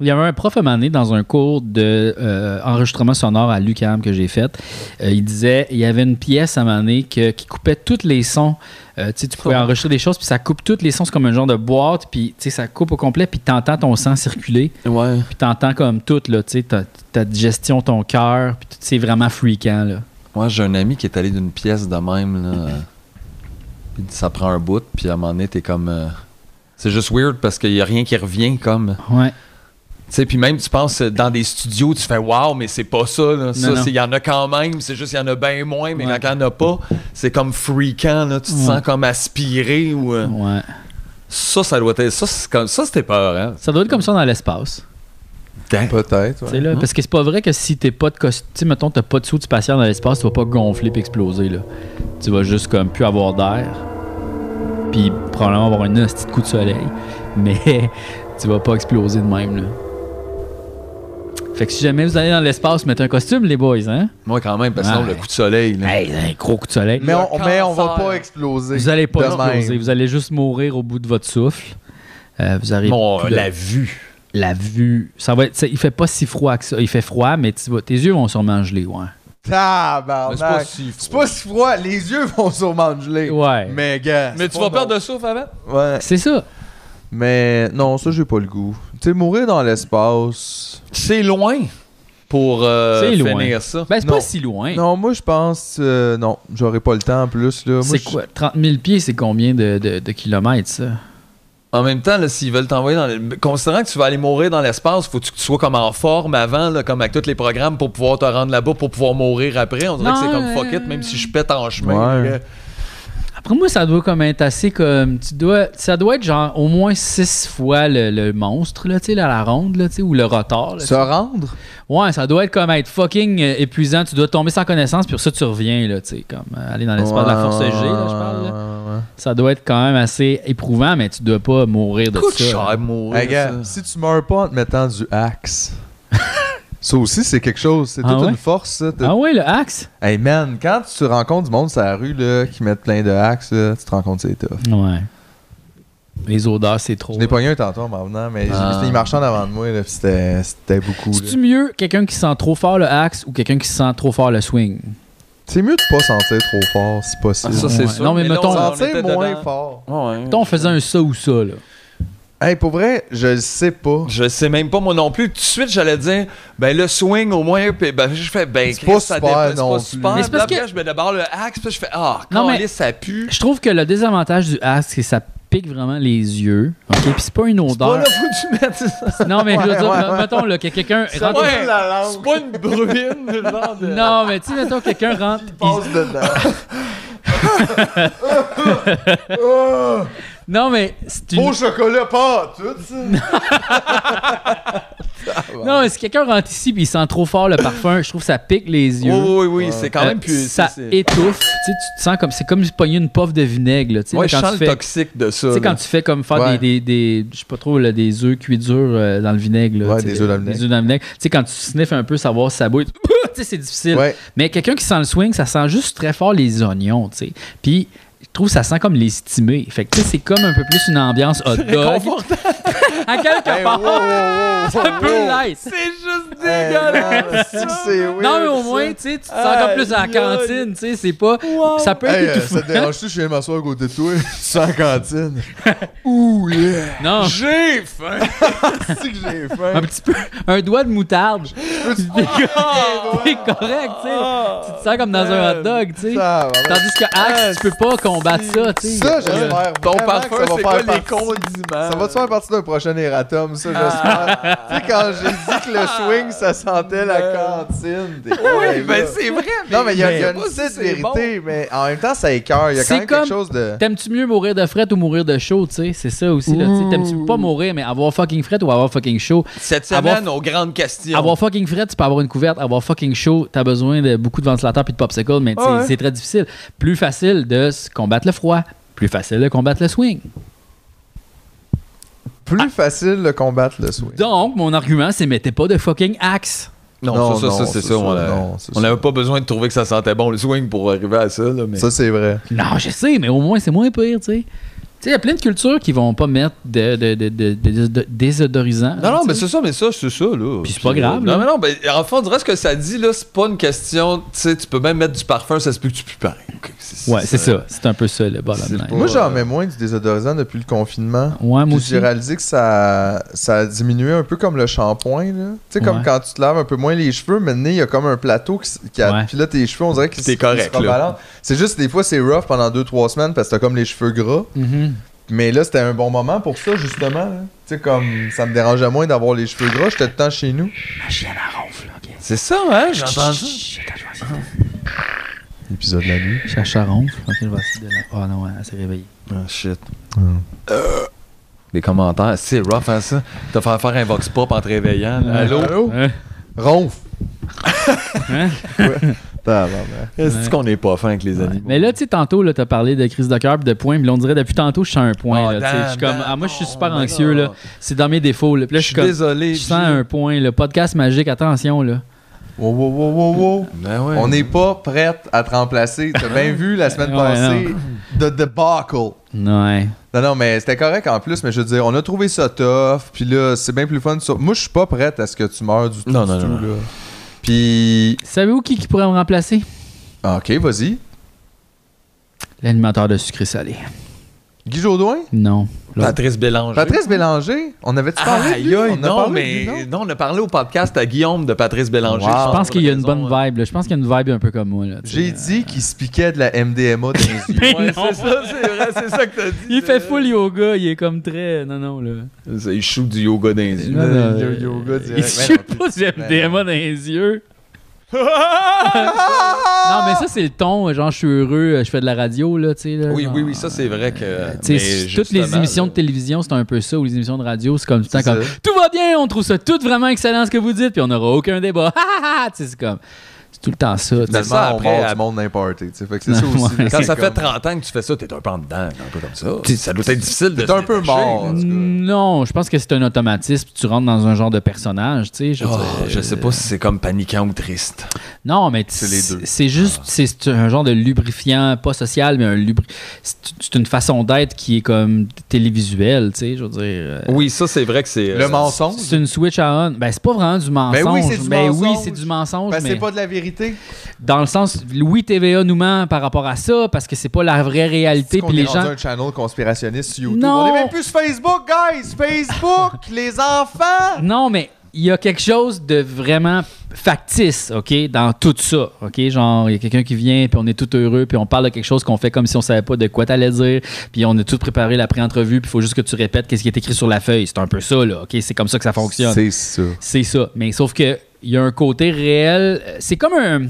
Speaker 1: Il y avait un prof à un moment donné dans un cours de euh, enregistrement sonore à l'UCAM que j'ai fait. Euh, il disait il y avait une pièce à un moment donné que- qui coupait tous les sons. Euh, tu sais, tu pouvais enregistrer des choses, puis ça coupe tous les sons. C'est comme un genre de boîte, puis tu sais, ça coupe au complet, puis t'entends ton sang circuler.
Speaker 2: Ouais.
Speaker 1: Puis t'entends comme tout, là, tu sais, ta, ta digestion, ton cœur, puis tout, c'est vraiment freakant, là.
Speaker 2: Moi, j'ai un ami qui est allé d'une pièce de même, là. euh, Puis ça prend un bout, puis à un moment donné, t'es comme. euh, C'est juste weird parce qu'il y a rien qui revient comme.
Speaker 1: Ouais.
Speaker 2: Tu sais, puis même, tu penses euh, dans des studios, tu fais waouh, mais c'est pas ça. là. Ça,
Speaker 1: Non, non.
Speaker 2: c'est- il y en a quand même, c'est juste il y en a bien moins, mais
Speaker 1: Ouais.
Speaker 2: quand il y en a pas, c'est comme freakant, là. Tu te
Speaker 1: Ouais.
Speaker 2: sens comme aspiré ou. euh,
Speaker 1: Ouais.
Speaker 2: Ça, ça doit être. Ça, c'est comme- ça, c'était peur, hein.
Speaker 1: Ça doit être comme ça dans l'espace.
Speaker 3: Peut-être. ouais.
Speaker 1: Tu sais, là, Parce que c'est pas vrai que si t'es pas de cos- tu sais, mettons, t'as pas de sous de spatial dans l'espace, tu vas pas gonfler puis exploser. Là. Tu vas juste comme plus avoir d'air. Puis probablement avoir un petit coup de soleil. Mais tu vas pas exploser de même. Là. Fait que si jamais vous allez dans l'espace, mettez un costume, les boys, hein?
Speaker 2: Moi, quand même, parce que sinon,
Speaker 1: Ouais.
Speaker 2: le coup de soleil. là.
Speaker 1: Hey, un gros coup de soleil.
Speaker 3: Mais on, mais on va pas exploser.
Speaker 1: Vous allez pas
Speaker 3: de
Speaker 1: exploser,
Speaker 3: même.
Speaker 1: vous allez juste mourir au bout de votre souffle. Euh, vous arrivez
Speaker 2: Bon,
Speaker 1: plus de-
Speaker 2: la vue.
Speaker 1: la vue, ça va être, ça- il fait pas si froid que ça. Il fait froid, mais tu vas- tes yeux vont sûrement geler, ouais.
Speaker 2: Mais c'est pas
Speaker 3: Tabarnak.
Speaker 2: si
Speaker 3: C'est pas si froid. Les yeux vont sûrement geler.
Speaker 1: Ouais.
Speaker 3: Mais gars.
Speaker 2: Mais
Speaker 3: c'est
Speaker 2: tu
Speaker 3: pas
Speaker 2: vas perdre de souffle avant?
Speaker 3: bon. Ouais.
Speaker 1: C'est ça.
Speaker 3: Mais non, ça, j'ai pas le goût. Tu sais, mourir dans l'espace.
Speaker 2: C'est loin pour euh,
Speaker 1: C'est loin.
Speaker 2: finir ça.
Speaker 1: Ben, c'est pas
Speaker 3: Non.
Speaker 1: si loin.
Speaker 3: Non, moi, je pense. euh, non, j'aurais pas le temps en plus. Là. Moi,
Speaker 1: C'est
Speaker 3: je-
Speaker 1: quoi? 30 000 pieds, c'est combien de, de- de kilomètres, ça?
Speaker 2: En même temps, là, s'ils veulent t'envoyer dans le... Considérant que tu vas aller mourir dans l'espace, faut que tu sois comme en forme avant, là, comme avec tous les programmes pour pouvoir te rendre là-bas, pour pouvoir mourir après. On dirait que c'est
Speaker 1: Non,
Speaker 2: comme fuck
Speaker 1: euh,
Speaker 2: it, même si je pète en chemin.
Speaker 3: Ouais.
Speaker 2: là.
Speaker 1: Après moi, ça doit comme être assez comme... Tu dois, ça doit être genre au moins 6 fois le, le monstre, là, tu sais, là, la ronde, là, tu sais, ou le rotor. là, tu
Speaker 3: Se rendre?
Speaker 1: Ouais, ça doit être comme être fucking euh, épuisant. Tu dois tomber sans connaissance, puis pour ça, tu reviens, là, tu sais, comme euh, aller dans l'espace de la force G, là, je parle. là. Ça doit être quand même assez éprouvant, mais tu dois pas mourir de
Speaker 2: Coûte
Speaker 1: ça.
Speaker 2: cher mourir.
Speaker 3: Hey, gars,
Speaker 2: ça.
Speaker 3: si tu meurs pas en te mettant du axe, ça aussi, c'est quelque chose. C'est
Speaker 1: Ah
Speaker 3: toute
Speaker 1: ouais?
Speaker 3: une force, ça. T'as-
Speaker 1: Ah ouais, le axe?
Speaker 3: Hey, man, quand tu rencontres du monde sur la rue là, qui mettent plein de axes, là, tu te rends compte que c'est tough.
Speaker 1: Ouais. Les odeurs, c'est trop.
Speaker 3: Je n'ai pas eu un tantôt en m'en venant, mais
Speaker 1: Ah.
Speaker 3: il marchait en avant de moi, là, puis c'était c'était beaucoup. là.
Speaker 1: C'est-tu mieux quelqu'un qui sent trop fort le axe ou quelqu'un qui sent trop fort le swing?
Speaker 3: C'est mieux de pas sentir trop fort, si possible.
Speaker 2: Ça, c'est
Speaker 1: Ouais.
Speaker 2: sûr.
Speaker 1: Non, mais mettons-
Speaker 2: là, on était
Speaker 3: sentir moins
Speaker 2: dedans.
Speaker 3: fort.
Speaker 2: Ouais.
Speaker 1: Mettons, on faisait un ça ou ça, là.
Speaker 3: Hey, pour vrai, je le sais pas.
Speaker 2: Je sais même pas moi non plus. Tout de suite, j'allais dire, ben le swing au moins, puis ben je fais, ben
Speaker 3: C'est pas
Speaker 2: Chris, ça
Speaker 3: super
Speaker 2: dépend- c'est
Speaker 3: non
Speaker 2: pas
Speaker 3: plus.
Speaker 2: super.
Speaker 1: Mais c'est parce
Speaker 2: Puis
Speaker 1: que-
Speaker 2: après, je mets d'abord le axe, puis je fais, ah,
Speaker 1: Non,
Speaker 2: quand
Speaker 1: mais-
Speaker 2: ça pue.
Speaker 1: Je trouve que le désavantage du axe, c'est que ça pique vraiment les yeux. OK? Puis c'est pas une
Speaker 2: C'est pas
Speaker 1: odeur.
Speaker 2: là, faut que tu mettes ça.
Speaker 1: Non, mais je veux
Speaker 3: Ouais,
Speaker 1: dire,
Speaker 3: ouais, ouais.
Speaker 1: mettons là, que quelqu'un rentre.
Speaker 2: Ouais, c'est pas une bruine, genre de...
Speaker 1: Non, mais tu sais, mettons que quelqu'un rentre.
Speaker 3: Passe dedans. Oh,
Speaker 1: il- Non, mais c'est une-
Speaker 3: beau chocolat, pas tout ça.
Speaker 1: Non, mais si quelqu'un rentre ici puis il sent trop fort le parfum, je trouve que ça pique les yeux.
Speaker 2: Oui, oui, oui, c'est Oh, quand
Speaker 1: Euh,
Speaker 2: même plus.
Speaker 1: ça
Speaker 2: c'est- c'est-
Speaker 1: étouffe. Tu sais, tu te sens comme. C'est comme si tu pognais une poffe de vinaigre, là. Tu sais,
Speaker 2: Ouais,
Speaker 1: là,
Speaker 2: je
Speaker 1: quand
Speaker 2: sens
Speaker 1: tu
Speaker 2: le
Speaker 1: fais-
Speaker 2: toxique de ça.
Speaker 1: Tu sais,
Speaker 2: là.
Speaker 1: quand tu fais comme faire
Speaker 3: Ouais.
Speaker 1: des, des, des- je sais pas trop, là, des œufs cuits durs euh, dans le vinaigre. Là,
Speaker 3: Ouais,
Speaker 1: tu sais,
Speaker 3: des œufs dans le vinaigre.
Speaker 1: Des œufs dans le vinaigre. Tu sais, quand tu sniffes un peu, savoir si ça bouille, tu sais, c'est difficile.
Speaker 3: Ouais.
Speaker 1: Mais quelqu'un qui sent le swing, ça sent juste très fort les oignons, tu sais. Puis je trouve que ça sent comme les stimés. Fait que tu sais, c'est comme un peu plus une ambiance hot dog. à quelque part, ça peut l'être.
Speaker 8: C'est juste
Speaker 1: dégueulasse. non, mais au moins, tu sais, tu te sens comme plus à la
Speaker 3: Aïe, aïe.
Speaker 1: cantine, tu sais, c'est pas... Ça peut être
Speaker 3: Hey, euh, ça te
Speaker 1: étouffant.
Speaker 3: dérange-tu, je viens m'asseoir à côté de toi, sans cantine. Ouh, yeah.
Speaker 1: Non.
Speaker 2: J'ai faim.
Speaker 3: C'est que j'ai
Speaker 1: Un
Speaker 3: faim.
Speaker 1: petit peu, un doigt de moutarde. C'est co- c'est correct, tu
Speaker 2: Ah!
Speaker 1: sais. Tu te sens comme dans un hot dog, tu sais. Tandis que Axe, tu peux pas combattre ça, tu sais. Euh,
Speaker 3: Ça, j'espère.
Speaker 2: Ton
Speaker 3: vraiment
Speaker 2: parfum,
Speaker 3: que ça
Speaker 2: c'est
Speaker 3: va faire
Speaker 2: quoi les
Speaker 3: partie-
Speaker 2: condiments?
Speaker 3: Ça va te faire partie d'un prochain erratum, ça, j'espère.
Speaker 2: Ah.
Speaker 3: tu sais, quand j'ai dit que le swing, ça sentait la cantine. t'es-
Speaker 2: Oui,
Speaker 3: Ouais,
Speaker 2: ben
Speaker 3: là.
Speaker 2: c'est vrai.
Speaker 3: Non, mais il y a,
Speaker 2: mais
Speaker 3: il y a
Speaker 2: je sais
Speaker 3: une
Speaker 2: pas si
Speaker 3: petite
Speaker 2: c'est
Speaker 3: vérité, mais en même temps, ça écœure. Il y a quand
Speaker 1: C'est
Speaker 3: même quelque
Speaker 1: comme-
Speaker 3: chose de.
Speaker 1: T'aimes-tu mieux mourir de fret ou mourir de chaud, tu sais? C'est ça aussi, là. tu sais. T'aimes-tu pas mourir, mais avoir fucking fret ou avoir fucking chaud?
Speaker 2: Cette
Speaker 1: Avoir-
Speaker 2: semaine, aux grandes questions.
Speaker 1: Avoir fucking fret, tu peux avoir une couverte. Avoir fucking chaud, t'as besoin de beaucoup de ventilateurs puis de popsicles, mais tu sais,
Speaker 2: Ouais.
Speaker 1: c'est très difficile. Plus facile de se combattre le froid. Plus facile de combattre le swing.
Speaker 3: Plus facile de combattre le swing.
Speaker 1: Donc, mon argument, c'est mettez pas de fucking axe.
Speaker 2: Non,
Speaker 3: Non,
Speaker 2: ça, ça,
Speaker 3: non,
Speaker 2: ça, c'est
Speaker 3: c'est
Speaker 2: ça. on
Speaker 3: ça,
Speaker 2: a-
Speaker 3: non, c'est
Speaker 2: On n'avait pas besoin de trouver que ça sentait bon le swing pour arriver à ça. là, mais...
Speaker 3: Ça, c'est vrai.
Speaker 1: Non, je sais, mais au moins, c'est moins pire, tu sais. Tu sais, il y a plein de cultures qui vont pas mettre de, de, de, de- de- de- désodorisant.
Speaker 2: Non, non,
Speaker 1: tu
Speaker 2: mais
Speaker 1: sais.
Speaker 2: c'est ça, mais ça, c'est ça, là.
Speaker 1: Puis c'est pas grave, là.
Speaker 2: Non, mais non, mais en fait, on dirait ce que ça dit, là, c'est pas une question. Tu sais, tu peux même mettre du parfum, ça se peut que tu pues pareil. Ok,
Speaker 1: Ouais, c'est ça. C'est un peu ça, le bottom
Speaker 2: C'est
Speaker 1: line.
Speaker 2: pas-
Speaker 3: Moi, j'en mets moins du désodorisant depuis le confinement.
Speaker 1: Ouais, moi
Speaker 3: Puis
Speaker 1: aussi.
Speaker 3: J'ai réalisé que ça, ça a diminué un peu comme le shampoing. là. Tu sais, comme
Speaker 1: Ouais.
Speaker 3: quand tu te laves un peu moins les cheveux, maintenant, il y a comme un plateau qui, s- qui a.
Speaker 1: Ouais.
Speaker 3: Puis là, tes cheveux, on dirait qu'ils
Speaker 2: T'es
Speaker 3: s-
Speaker 2: correct,
Speaker 3: ils se
Speaker 2: là.
Speaker 3: rebalancent. C'est juste, des fois, c'est rough pendant 2-3 semaines parce que t'as comme les cheveux gras.
Speaker 1: Mhm.
Speaker 3: Mais là, c'était un bon moment pour ça, justement. là. Tu sais, comme ça me dérangeait moins d'avoir les cheveux gras, j'étais tout le temps chez nous.
Speaker 1: Ma chienne, elle ronfle, là. Bien.
Speaker 2: C'est ça, hein, j'entends ça.
Speaker 1: Chut, attends, je vais essayer.
Speaker 3: Épisode de la nuit.
Speaker 1: Cherche à ronfle. Ok, je vais essayer de la- Oh non, elle s'est réveillée.
Speaker 2: Ah, shit. Les commentaires, c'est rough, hein, ça. T'as fait faire un vox pop en te réveillant. là. Allô?
Speaker 1: Hein?
Speaker 3: Ronf.
Speaker 1: Hein?
Speaker 2: Bah,
Speaker 3: Tabarnak.
Speaker 2: Est-ce qu'on n'est pas fin avec les animaux?
Speaker 1: Mais là, tu sais, tantôt, là, t'as parlé de crise de cœur pis de points, mais là, on dirait depuis tantôt, je suis à un point.
Speaker 2: Ah,
Speaker 1: là, tu sais. je suis
Speaker 2: damn,
Speaker 1: comme, ah, moi, je suis
Speaker 2: damn,
Speaker 1: super
Speaker 2: non,
Speaker 1: anxieux,
Speaker 2: non.
Speaker 1: là. C'est dans mes défauts, là. Puis là,
Speaker 2: Je
Speaker 1: je suis
Speaker 2: suis
Speaker 1: comme,
Speaker 2: désolé.
Speaker 1: je sens un point, le podcast magique, attention, là.
Speaker 3: Wow, wow, wow, wow, wow.
Speaker 2: Ben ouais.
Speaker 3: On n'est pas prête à te remplacer. T'as bien vu la semaine
Speaker 1: Ouais,
Speaker 3: passée de debacle.
Speaker 1: Ouais.
Speaker 3: Non, non, mais c'était correct en plus, mais je veux dire, on a trouvé ça tough, puis là, c'est bien plus fun. ça. Moi, je suis pas prête à ce que tu meurs du tout.
Speaker 2: Non,
Speaker 3: du
Speaker 2: non,
Speaker 3: tout,
Speaker 2: non.
Speaker 3: là. Puis, ah,
Speaker 1: Savez-vous qui, qui pourrait me remplacer?
Speaker 3: ok, vas-y.
Speaker 1: L'animateur de sucré salé.
Speaker 3: Guy Jodoin,
Speaker 1: Non. L'autre.
Speaker 2: Patrice Bélanger.
Speaker 3: Patrice Bélanger, on avait-tu parlé? de
Speaker 2: Aïe,
Speaker 3: lui?
Speaker 2: aïe,
Speaker 3: On a
Speaker 2: non,
Speaker 3: parlé de lui,
Speaker 2: mais
Speaker 3: non?
Speaker 2: non, on a parlé au podcast à Guillaume de Patrice Bélanger.
Speaker 3: Wow.
Speaker 1: Je pense qu'il y a une
Speaker 2: raison,
Speaker 1: bonne
Speaker 2: hein.
Speaker 1: vibe, là. Je pense qu'il y a une vibe un peu comme moi, là. tu sais.
Speaker 3: J'ai dit qu'il se piquait de la MDMA dans les yeux.
Speaker 2: Ouais,
Speaker 1: non.
Speaker 2: c'est ça, c'est vrai, c'est ça que t'as dit.
Speaker 1: Il fait full yoga, il est comme très. Non, non, là.
Speaker 2: Ça, Il shoot du yoga dans les yeux.
Speaker 1: Non, non,
Speaker 3: yo-
Speaker 1: euh,
Speaker 3: yoga
Speaker 1: Il
Speaker 3: direct.
Speaker 1: se
Speaker 3: Ouais, non,
Speaker 1: pas du
Speaker 2: ben,
Speaker 1: MDMA dans les yeux.
Speaker 2: Ah,
Speaker 1: Non, mais ça, c'est le ton. euh, Genre, je suis heureux, je fais de la radio, là, tu sais. là,
Speaker 2: Oui,
Speaker 1: genre,
Speaker 2: oui, oui, ça c'est vrai que.
Speaker 1: Tu
Speaker 2: mais
Speaker 1: sais, toutes les
Speaker 2: justement,
Speaker 1: émissions
Speaker 2: là,
Speaker 1: de télévision, c'est un peu ça, ou les émissions de radio, c'est comme tout le temps
Speaker 3: C'est
Speaker 1: comme
Speaker 3: ça.
Speaker 1: tout va bien, on trouve ça tout vraiment excellent ce que vous dites, puis on n'aura aucun débat. Ha, ha, ha! Tu sais, c'est comme c'est tout le temps ça. tu sais.
Speaker 3: Finalement,
Speaker 2: ça,
Speaker 3: on
Speaker 2: après,
Speaker 3: mord
Speaker 2: à-
Speaker 3: du monde n'importe. tu sais. Fait que c'est
Speaker 1: Non,
Speaker 3: ça aussi.
Speaker 1: ouais.
Speaker 3: là,
Speaker 2: Quand
Speaker 3: c'est
Speaker 2: ça fait
Speaker 3: comme-
Speaker 2: 30 ans que tu fais ça, t'es un pan dedans, un peu comme ça. ça doit être difficile de.
Speaker 3: T'es un
Speaker 2: se
Speaker 3: peu
Speaker 2: détacher.
Speaker 3: mort. en tout cas.
Speaker 1: Mm, Non, je pense que c'est un automatisme, tu rentres dans un genre de personnage, tu sais. je veux
Speaker 2: Oh,
Speaker 1: dire,
Speaker 2: je sais pas si c'est comme paniquant ou triste.
Speaker 1: Non, mais c'est
Speaker 3: les deux. Ah.
Speaker 1: C'est juste, c'est- c'est un genre de lubrifiant, pas social, mais un lubri... c'est c'est une façon d'être qui est comme télévisuelle, tu sais, je veux dire. euh,
Speaker 2: Oui, ça c'est vrai que c'est.
Speaker 3: Le mensonge.
Speaker 1: C'est une switch à on. Ben, c'est pas vraiment du mensonge.
Speaker 3: oui, c'est du
Speaker 1: Ben oui,
Speaker 3: mensonge.
Speaker 1: c'est du mensonge,
Speaker 3: Ben,
Speaker 1: mais
Speaker 3: c'est pas de la vérité.
Speaker 1: dans le sens, oui, TVA nous ment par rapport à ça, parce que c'est pas la vraie réalité,
Speaker 3: Est-ce qu'on
Speaker 1: puis les
Speaker 3: est rendu
Speaker 1: gens...
Speaker 3: un channel conspirationniste sur YouTube.
Speaker 1: Non.
Speaker 3: On est même plus sur Facebook, guys! Facebook, les enfants!
Speaker 1: Non, mais il y a quelque chose de vraiment factice, OK, dans tout ça, OK? Genre, il y a quelqu'un qui vient, puis on est tout heureux, puis on parle de quelque chose qu'on fait comme si on savait pas de quoi t'allais dire, puis on a tout préparé la pré-entrevue, puis il faut juste que tu répètes qu'est-ce qui est écrit sur la feuille. C'est un peu ça, là, OK? C'est comme ça que ça fonctionne.
Speaker 3: ça.
Speaker 1: C'est ça. Mais sauf que il y a un côté réel. euh, C'est comme un.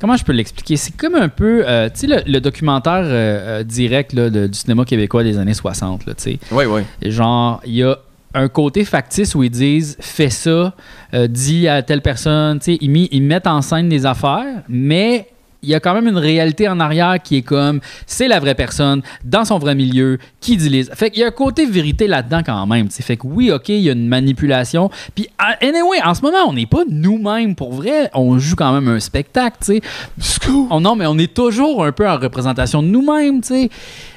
Speaker 1: Comment je peux l'expliquer? C'est comme un peu. euh, tu sais, le, le documentaire euh, euh, direct là, de- du cinéma québécois des années 60, là, tu sais.
Speaker 2: Oui, oui.
Speaker 1: Genre, il y a un côté factice où ils disent fais ça, euh, dis à telle personne, tu sais, ils, mi- ils mettent en scène des affaires, mais il y a quand même une réalité en arrière qui est comme c'est la vraie personne dans son vrai milieu qui dit les. Fait qu'il y a un côté vérité là-dedans quand même. t'sais. Fait que oui, ok, il y a une manipulation. Puis ah, anyway, en ce moment, on n'est pas nous-mêmes pour vrai. On joue quand même un spectacle, tu sais. On Oh non, mais on est toujours un peu en représentation de nous-mêmes, tu sais.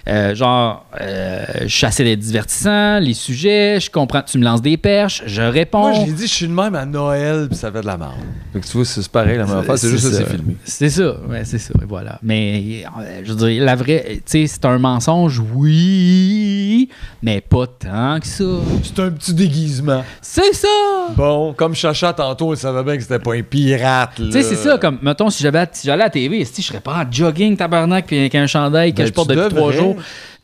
Speaker 1: Euh, genre, euh, je suis assez divertissant, les sujets, je comprends, tu me lances des perches, je réponds.
Speaker 2: Moi, je l'ai dit, je suis le même à Noël, puis ça fait de la merde. Fait que tu vois, c'est pareil, la même
Speaker 3: Euh,
Speaker 2: affaire, c'est juste que c'est filmé.
Speaker 1: C'est ça, ouais, c'est ça, et voilà. Mais euh, je veux dire, la vraie, tu sais, c'est un mensonge, oui, mais pas tant que ça.
Speaker 2: C'est un petit déguisement.
Speaker 1: C'est ça!
Speaker 2: Bon, comme Chacha tantôt, elle savait bien que c'était pas un pirate, là.
Speaker 1: Tu sais, c'est ça, comme, mettons, si j'avais, si j'allais à la TV, si je serais pas en jogging, tabarnak, puis avec un chandail que
Speaker 2: Ben,
Speaker 1: je porte
Speaker 2: tu
Speaker 1: depuis trois
Speaker 2: devrais.
Speaker 1: jours.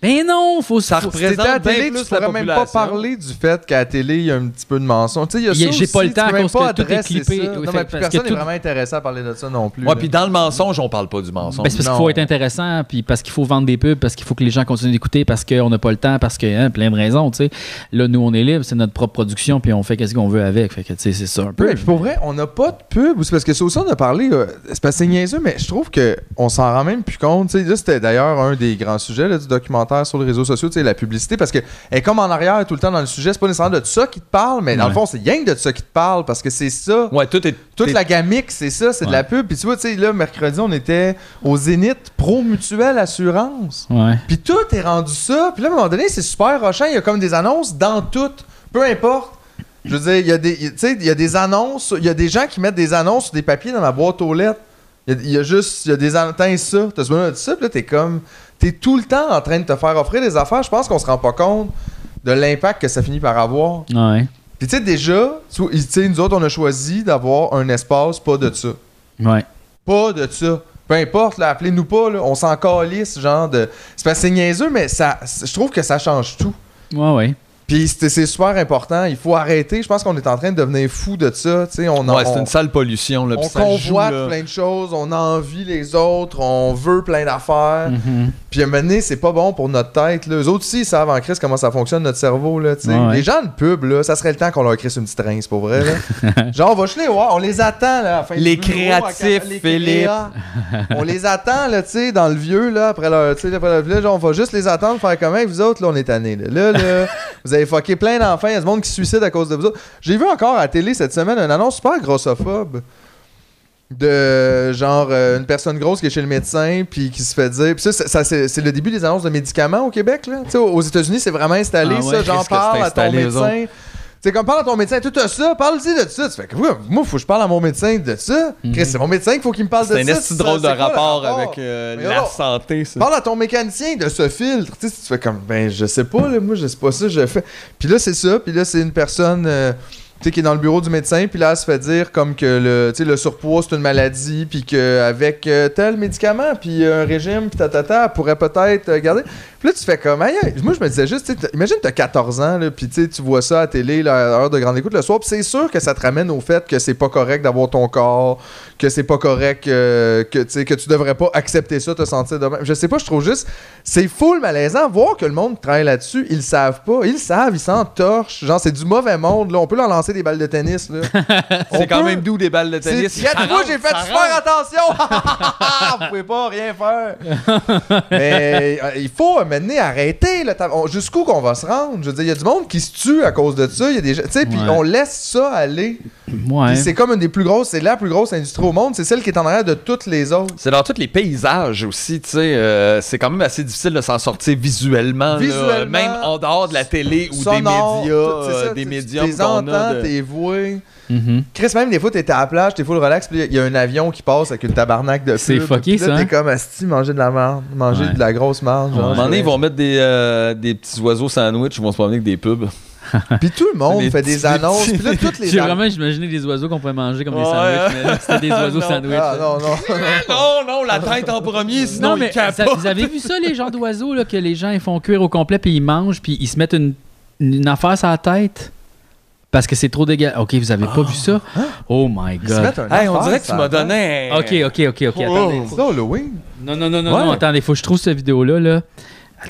Speaker 1: Mais non, faut ça
Speaker 3: T'étais à la télé, tu pourrais même pas parler du fait qu'à la télé, il y a un petit peu de mensonge. Tu sais, il y a
Speaker 1: Il y a-
Speaker 3: ça
Speaker 1: j'ai pas
Speaker 3: aussi,
Speaker 1: le temps
Speaker 3: tu peux
Speaker 1: à
Speaker 3: même
Speaker 1: cause
Speaker 3: pas
Speaker 1: que tout est
Speaker 3: adresser
Speaker 1: clippé.
Speaker 3: ça.
Speaker 1: Oui,
Speaker 3: Non,
Speaker 1: fait-
Speaker 3: mais
Speaker 1: parce que
Speaker 3: personne n'est
Speaker 1: tout-
Speaker 3: vraiment intéressé à parler de ça non plus.
Speaker 2: Ouais,
Speaker 3: là.
Speaker 2: puis dans le mensonge, on parle pas du mensonge.
Speaker 1: Ben, c'est parce qu'il faut être intéressant, puis parce qu'il faut vendre des pubs, parce qu'il faut que les gens continuent d'écouter, parce qu'on n'a pas le temps, parce que hein, plein de raisons, tu sais. Là, nous, on est libre, c'est notre propre production, puis on fait qu'est-ce qu'on veut avec. Fait que, tu sais, c'est ça un peu.
Speaker 3: Ouais, puis pour vrai, on n'a pas de pub. C'est parce que ça aussi, on a parlé. euh, c'est parce que c'est niaiseux, mais je trouve qu'on s'en rend même plus compte. Tu sais, là, c'était d'ailleurs un des grands sujets là, du documentaire sur les réseaux sociaux, tu sais, la publicité. Parce que elle est comme en arrière tout le temps dans le sujet. C'est pas nécessairement de ça qui te parle, mais dans
Speaker 2: Ouais.
Speaker 3: le fond, c'est rien que de ça qui te parle. Parce que c'est ça.
Speaker 2: Ouais, tout est.
Speaker 3: Toute
Speaker 2: t'es-
Speaker 3: la gamique, c'est ça, c'est de la pub. Puis tu vois, tu sais, là, mercredi, on était au Zénith Pro Mutuelle Assurance.
Speaker 1: Ouais.
Speaker 3: Puis tout est rendu ça. Puis là, à un moment donné, c'est super rochant. Il y a comme des annonces dans tout. Peu importe. Je veux dire, il y a des, tu sais, il y a des annonces. Il y a des gens qui mettent des annonces sur des papiers dans la boîte aux lettres. Il y a, il y a juste, il y a des annonces. T'as ça, t'as ce moment-là de ça. Puis là, t'es comme. T'es tout le temps en train de te faire offrir des affaires. Je pense qu'on se rend pas compte de l'impact que ça finit par avoir.
Speaker 1: Ouais.
Speaker 3: Puis tu sais, déjà, tu tu sais, nous autres, on a choisi d'avoir un espace pas de ça.
Speaker 1: Ouais.
Speaker 3: Pas de ça. Peu importe, là, appelez-nous pas, là, on s'en calisse, genre de... C'est parce que c'est niaiseux, mais ça, c'est- je trouve que ça change tout.
Speaker 1: Ouais, ouais.
Speaker 3: Puis c'est c'est super important, il faut arrêter. Je pense qu'on est en train de devenir fou de ça, tu sais, on, en-
Speaker 2: Ouais, c'est
Speaker 3: on-
Speaker 2: une sale pollution, là. puis
Speaker 3: on
Speaker 2: ça joue,
Speaker 3: convoite
Speaker 2: là.
Speaker 3: plein de choses, on envie les autres, on veut plein d'affaires.
Speaker 2: Mm-hmm.
Speaker 1: Mhm.
Speaker 3: Puis à un moment donné, c'est pas bon pour notre tête. Là. Eux autres aussi, ils savent en crise comment ça fonctionne notre cerveau. Là, tu sais.
Speaker 1: Ouais, ouais.
Speaker 3: Les gens de pub, là, ça serait le temps qu'on leur crisse une petite rince, pour vrai. Là. Genre, on va chez les voir, on les attend. Là, à la fin
Speaker 2: Les
Speaker 3: du bureau, à
Speaker 2: créatifs,
Speaker 3: quatre-
Speaker 2: Philippe.
Speaker 3: créas. on les attend, là, tu sais, dans le vieux, là, après leur, tu sais, après leur village, on va juste les attendre, faire comme, Hey, vous autres, là, on est tannés, là. Là, là, vous avez fucké plein d'enfants, il y a du monde qui se suicide à cause de vous autres. J'ai vu encore à la télé cette semaine une annonce super grossophobe de genre euh, une personne grosse qui est chez le médecin puis qui se fait dire puis ça, ça, ça, c'est c'est le début des annonces de médicaments au Québec là Tu sais, aux États-Unis c'est vraiment installé
Speaker 2: Ah ouais,
Speaker 3: ça genre
Speaker 2: qu'est-ce que c'est
Speaker 3: parle à ton
Speaker 2: installé, eux
Speaker 3: médecin c'est comme parle à ton médecin tout ça parle-y de ça tu fais que oui, moi faut que je parle à mon médecin de ça Chris, c'est mon médecin qu'il faut qu'il me parle de ça
Speaker 2: Mhm. C'est un esti
Speaker 3: c'est
Speaker 2: drôle de
Speaker 3: ça, c'est quoi le
Speaker 2: rapport avec euh,
Speaker 3: Mais
Speaker 2: la
Speaker 3: alors,
Speaker 2: santé, ça.
Speaker 3: Parle à ton mécanicien de ce filtre. Tu sais, tu fais comme, ben, je sais pas, là, moi, je sais pas ça, je fais. Puis là, c'est ça, puis là, c'est une personne. euh, tu sais, qui est dans le bureau du médecin, puis là, elle se fait dire comme que le, tu sais, le surpoids, c'est une maladie, puis qu'avec tel médicament, puis euh, un régime, puis tatata, elle pourrait peut-être euh, garder. Puis là, tu fais comme, aïe, aïe. moi, je me disais juste, tu sais, t'as- imagine, t'as 14 ans, là, puis tu sais, tu vois ça à la télé, là, à l'heure de grande écoute le soir, puis c'est sûr que ça te ramène au fait que c'est pas correct d'avoir ton corps, que c'est pas correct, euh, que, tu sais, que tu devrais pas accepter ça, te sentir de même. Je sais pas, je trouve juste, c'est full malaisant voir que le monde travaille là-dessus. Ils le savent pas. Ils le savent, ils s'entorchent. Genre, c'est du mauvais monde. Là. On peut leur lancer des balles de tennis. Là. On
Speaker 2: C'est quand
Speaker 3: peut-
Speaker 2: même doux des balles de
Speaker 3: C'est-
Speaker 2: tennis.
Speaker 3: Il y a des fois, j'ai fait super attention. Vous pouvez pas rien faire. Mais euh, il faut mener arrêter là, ta- on- jusqu'où qu'on va se rendre. Je veux dire, il y a du monde qui se tue à cause de ça. Il y a des gens- tu sais, puis
Speaker 1: Ouais.
Speaker 3: on laisse ça aller.
Speaker 1: Ouais.
Speaker 3: Puis c'est comme une des plus grosses, c'est la plus grosse industrie au monde. C'est celle qui est en arrière de toutes les autres.
Speaker 2: C'est dans tous les paysages aussi, tu sais. euh, c'est quand même assez difficile de s'en sortir visuellement, là,
Speaker 3: Visuellement,
Speaker 2: même en dehors de la télé ou
Speaker 3: Sonore,
Speaker 2: des médias,
Speaker 3: tout, c'est ça,
Speaker 2: euh,
Speaker 3: tu-
Speaker 2: des
Speaker 3: tu-
Speaker 2: médiums
Speaker 3: Tu les
Speaker 2: qu'on a
Speaker 3: entends,
Speaker 2: de-
Speaker 3: t'es voué.
Speaker 1: Mm-hmm.
Speaker 3: Chris, même des fois, t'es à la plage, t'es full relax, puis il y a un avion qui passe avec une tabarnak de
Speaker 1: C'est
Speaker 3: pub,
Speaker 1: fucké,
Speaker 3: puis là,
Speaker 1: ça, hein?
Speaker 3: T'es comme asti, manger de la merde, manger
Speaker 1: Ouais.
Speaker 3: de la grosse merde.
Speaker 2: À un
Speaker 3: genre.
Speaker 2: moment donné, ils vont mettre des, euh, des petits oiseaux sandwich, ils vont se promener avec des pubs.
Speaker 3: Puis tout le monde
Speaker 2: Des
Speaker 3: fait des
Speaker 2: petits-
Speaker 3: annonces, puis là, toutes les
Speaker 1: J'ai vraiment imaginé des oiseaux qu'on pourrait manger comme des
Speaker 2: Ouais.
Speaker 1: sandwichs, mais là, c'était des oiseaux
Speaker 2: Non.
Speaker 1: sandwichs.
Speaker 3: Ah, non, non.
Speaker 2: non, non, la tête en premier, sinon
Speaker 1: Non, mais
Speaker 2: ils capotent.
Speaker 1: ça- vous avez vu ça, les genres d'oiseaux, là, que les gens ils font cuire au complet, puis ils mangent, puis ils se mettent une, une affaire sur la tête? Parce que c'est trop dégueulasse. Ok, vous avez pas vu ça? Oh my
Speaker 3: Ah. Hein? Ils se
Speaker 1: god.
Speaker 3: mettent un
Speaker 2: Hey, on
Speaker 3: affaire,
Speaker 2: dirait que tu
Speaker 3: ça.
Speaker 2: m'as donné un-
Speaker 1: Ok, ok, ok, ok.
Speaker 2: Oh.
Speaker 1: Attendez.
Speaker 3: C'est ça, Halloween?
Speaker 1: Non, non, non, non,
Speaker 2: Ouais.
Speaker 1: non, attendez, faut que je trouve cette vidéo-là. Là.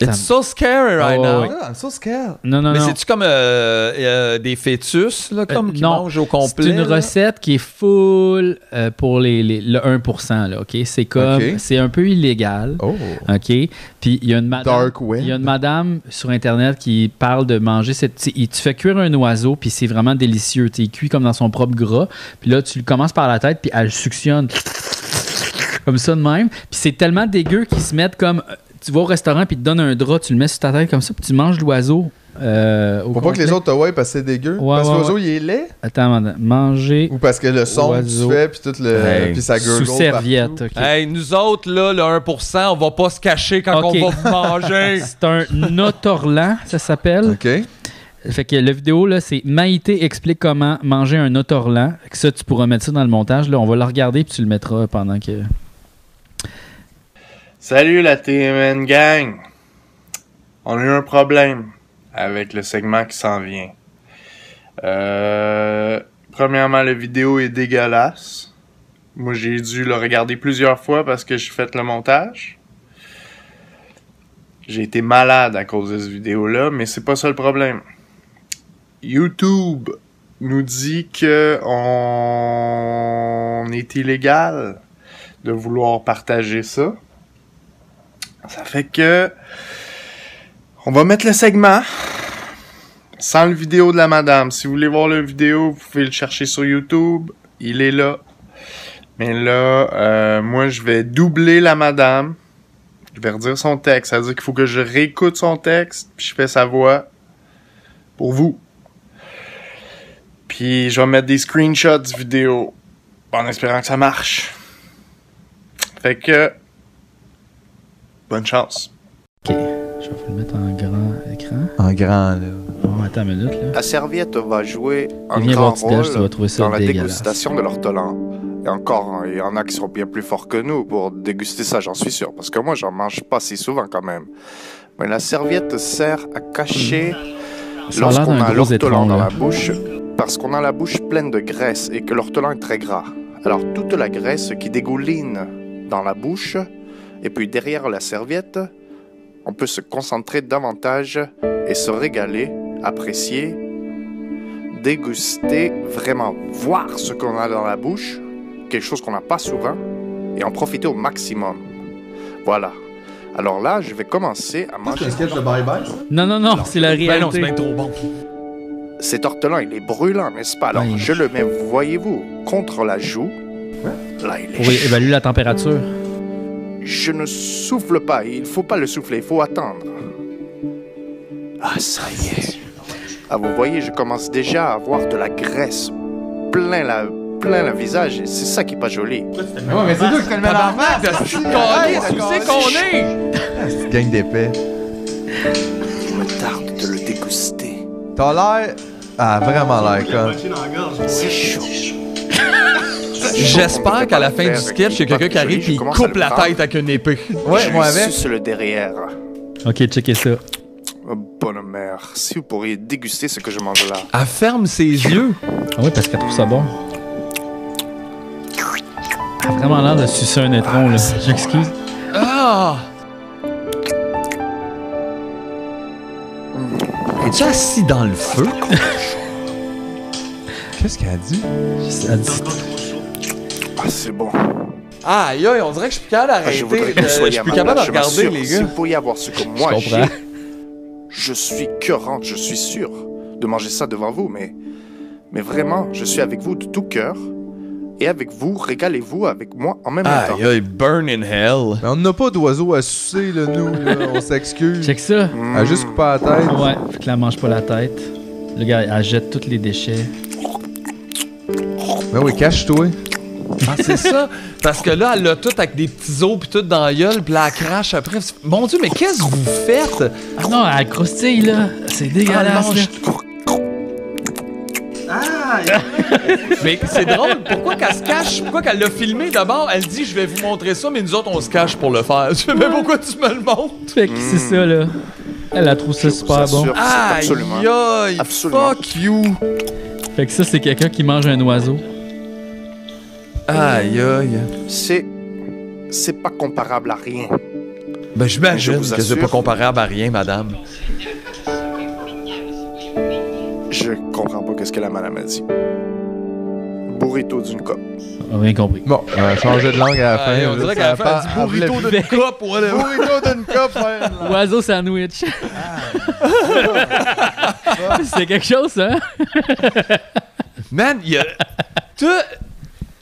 Speaker 2: It's so scary right
Speaker 1: Oh,
Speaker 2: now.
Speaker 1: ouais.
Speaker 3: Ah, I'm so scared.
Speaker 1: Non, non,
Speaker 2: Mais
Speaker 1: non.
Speaker 2: c'est-tu comme euh, euh, des fœtus, là, comme, qui
Speaker 1: non,
Speaker 2: mangent au complet?
Speaker 1: C'est une
Speaker 2: là?
Speaker 1: recette qui est full euh, pour les, les- le 1%. Là, ok? C'est comme,
Speaker 3: Ok.
Speaker 1: c'est un peu illégal. OK? Puis il y a une madame.
Speaker 3: Oh, Dark web.
Speaker 1: Il y a une madame sur Internet qui parle de manger cette. tu sais, il- Tu fais cuire un oiseau, puis c'est vraiment délicieux. Tu sais, Il cuit comme dans son propre gras. Puis là, tu le commences par la tête, puis elle suctionne. Comme ça de même. Puis c'est tellement dégueu qu'ils se mettent comme. euh, Tu vas au restaurant, puis ils te donnent un drap, tu le mets sur ta tête comme ça, puis tu manges l'oiseau. euh, au
Speaker 3: Pour pas que les
Speaker 1: complet.
Speaker 3: autres te voient parce que c'est dégueu.
Speaker 1: Ouais,
Speaker 3: parce que
Speaker 1: ouais,
Speaker 3: l'oiseau,
Speaker 1: ouais.
Speaker 3: il est laid.
Speaker 1: Attends, madame. Manger.
Speaker 3: Ou parce que le son que
Speaker 1: Oiseau.
Speaker 3: tu fais, puis tout le.
Speaker 1: Hey.
Speaker 3: Puis ça gurgle. bah.
Speaker 1: Sous serviette, ok.
Speaker 2: Hey, nous autres, là, le 1%, on va pas se cacher quand
Speaker 1: Ok.
Speaker 2: on va vous manger.
Speaker 1: C'est un notorlan, ça s'appelle.
Speaker 3: OK.
Speaker 1: Fait que la vidéo, là, c'est Maïté explique comment manger un notorlan. Fait que Ça, tu pourras mettre ça dans le montage. Là, on va le regarder puis tu le mettras pendant que.
Speaker 13: Salut la TMN gang! On a eu un problème avec le segment qui s'en vient. Euh, premièrement, la vidéo est dégueulasse. Moi, j'ai dû le regarder plusieurs fois parce que j'ai fait le montage. J'ai été malade à cause de cette vidéo-là, mais c'est pas ça le problème. YouTube nous dit que on est illégal de vouloir partager ça. Ça fait que on va mettre le segment sans le vidéo de la madame. Si vous voulez voir le vidéo, vous pouvez le chercher sur YouTube. Il est là. Mais là, euh, moi, je vais doubler la madame. Je vais redire son texte. Ça veut dire qu'il faut que je réécoute son texte, puis je fais sa voix pour vous. Puis je vais mettre des screenshots du vidéo en espérant que ça marche. Fait que bonne chance.
Speaker 1: Je vais vous le mettre en grand écran.
Speaker 3: En grand, là.
Speaker 1: Bon, attends une minute, là.
Speaker 10: La serviette va jouer un
Speaker 1: Viens
Speaker 10: grand
Speaker 1: voir Tidej, tu vas
Speaker 10: rôle
Speaker 1: trouver ça
Speaker 10: dans la
Speaker 1: dégueulasse.
Speaker 10: dégustation de l'ortolan. Et encore, hein, il y en a qui sont bien plus forts que nous pour déguster ça, j'en suis sûr, parce que moi, j'en mange pas si souvent quand même. Mais la serviette sert à cacher
Speaker 1: Ça a l'air
Speaker 10: lorsqu'on
Speaker 1: d'un
Speaker 10: a
Speaker 1: gros
Speaker 10: l'ortolan
Speaker 1: étron,
Speaker 10: dans
Speaker 1: là.
Speaker 10: la bouche, parce qu'on a la bouche pleine de graisse et que l'ortolan est très gras. Alors toute la graisse qui dégouline dans la bouche, et puis derrière la serviette, on peut se concentrer davantage et se régaler, apprécier, déguster, vraiment voir ce qu'on a dans la bouche, quelque chose qu'on n'a pas souvent, et en profiter au maximum. Voilà. Alors là, je vais commencer à manger.
Speaker 1: Non, non, ben non, c'est la réalité.
Speaker 10: Cet ortelan, il est brûlant, n'est-ce pas Alors, je le mets, voyez-vous, contre la joue. Là, il est
Speaker 1: Pour évaluer la température.
Speaker 10: Je ne souffle pas, il faut pas le souffler, il faut attendre. Ah, ça y est. Ah, vous voyez, je commence déjà à avoir de la graisse plein la, plein le visage, et c'est ça qui est pas joli.
Speaker 3: Ouais, mais c'est toi qui te le mets dans la face,
Speaker 2: Tabarnak,
Speaker 3: c'est
Speaker 2: de-
Speaker 3: Arrête,
Speaker 2: Caliste, où
Speaker 3: arrête.
Speaker 2: c'est qu'on est?
Speaker 3: Petite gang d'épais.
Speaker 10: Je me tarde de le déguster.
Speaker 3: T'as l'air. Ah, vraiment l'air con.
Speaker 10: C'est chaud.
Speaker 2: J'espère qu'à la fin du sketch, il y a quelqu'un qui arrive et il coupe la tête avec une épée.
Speaker 10: Ouais, moi avec. Suce le derrière.
Speaker 1: Ok, checkez ça.
Speaker 10: Oh, bonne mère, si vous pourriez déguster ce que je mange là.
Speaker 2: Elle ferme ses yeux.
Speaker 1: Ah oui, parce qu'elle trouve ça bon. Elle a vraiment l'air de sucer un étron, là. J'excuse.
Speaker 2: Ah! Es-tu assis dans le feu?
Speaker 3: Qu'est-ce qu'elle a dit?
Speaker 1: Elle dit.
Speaker 10: Ah, c'est bon.
Speaker 2: Ah, aïe, aïe, on dirait que je suis plus capable
Speaker 10: Ah,
Speaker 2: d'arrêter.
Speaker 10: je voudrais que
Speaker 2: euh,
Speaker 10: vous
Speaker 2: Je
Speaker 10: soyez
Speaker 2: suis
Speaker 10: à
Speaker 2: plus
Speaker 10: ma
Speaker 2: capable de
Speaker 10: place, je
Speaker 2: regarder,
Speaker 10: m'assure.
Speaker 2: les
Speaker 10: Si
Speaker 2: gars.
Speaker 10: vous pourriez avoir ce que moi
Speaker 2: comprends.
Speaker 10: j'ai, je suis cœurante, je suis sûr de manger ça devant vous, mais, mais vraiment, je suis avec vous de tout cœur. Et avec vous, régalez-vous avec moi en même temps.
Speaker 2: Aïe, aïe, burn in hell.
Speaker 3: Mais on n'a pas d'oiseau à sucer, là, nous. là. On s'excuse.
Speaker 1: Check ça.
Speaker 3: Elle a juste coupé la tête.
Speaker 1: Ouais, fait qu'elle mange pas la tête. Le gars, elle jette tous les déchets.
Speaker 3: Ben oui, cache-toi.
Speaker 2: Ah, c'est ça. Parce que là, elle l'a tout avec des petits os pis tout dans la gueule, pis là, elle crache après. Mon Dieu, mais qu'est-ce que vous faites?
Speaker 1: Ah non, elle croustille, là. C'est dégueulasse.
Speaker 2: mange-
Speaker 1: là.
Speaker 2: Mais c'est drôle, pourquoi qu'elle se cache? Pourquoi qu'elle l'a filmé d'abord? Elle dit, je vais vous montrer ça, mais nous autres, on se cache pour le faire. Je fais, mais pourquoi tu me le montres?
Speaker 1: Fait que c'est ça, là. Elle a trouvé ça super
Speaker 10: assure.
Speaker 1: bon.
Speaker 10: Ah,
Speaker 2: Aïe,
Speaker 10: absolument.
Speaker 2: aïe,
Speaker 10: Absolument.
Speaker 2: fuck you!
Speaker 1: Fait que ça, c'est quelqu'un qui mange un oiseau.
Speaker 2: Aïe, aïe.
Speaker 10: C'est. C'est pas comparable à rien.
Speaker 2: Ben,
Speaker 10: Je
Speaker 2: j'imagine
Speaker 10: vous
Speaker 2: que c'est
Speaker 10: assure.
Speaker 2: pas comparable à rien, madame.
Speaker 10: Je comprends pas qu'est-ce que la madame a dit. Burrito d'une cope.
Speaker 1: Rien compris.
Speaker 3: Bon, euh, changer de langue à la fin.
Speaker 10: Ouais, on
Speaker 3: là, ça
Speaker 10: dirait qu'à la
Speaker 3: a
Speaker 10: fin,
Speaker 3: pas-
Speaker 10: elle dit
Speaker 3: elle voulait
Speaker 10: burrito
Speaker 3: plus.
Speaker 10: de-
Speaker 2: Cop, whatever.
Speaker 3: Burrito d'une cope, frère.
Speaker 1: Oiseau sandwich. c'est quelque chose, hein? ça.
Speaker 2: Man, il y a. Tu.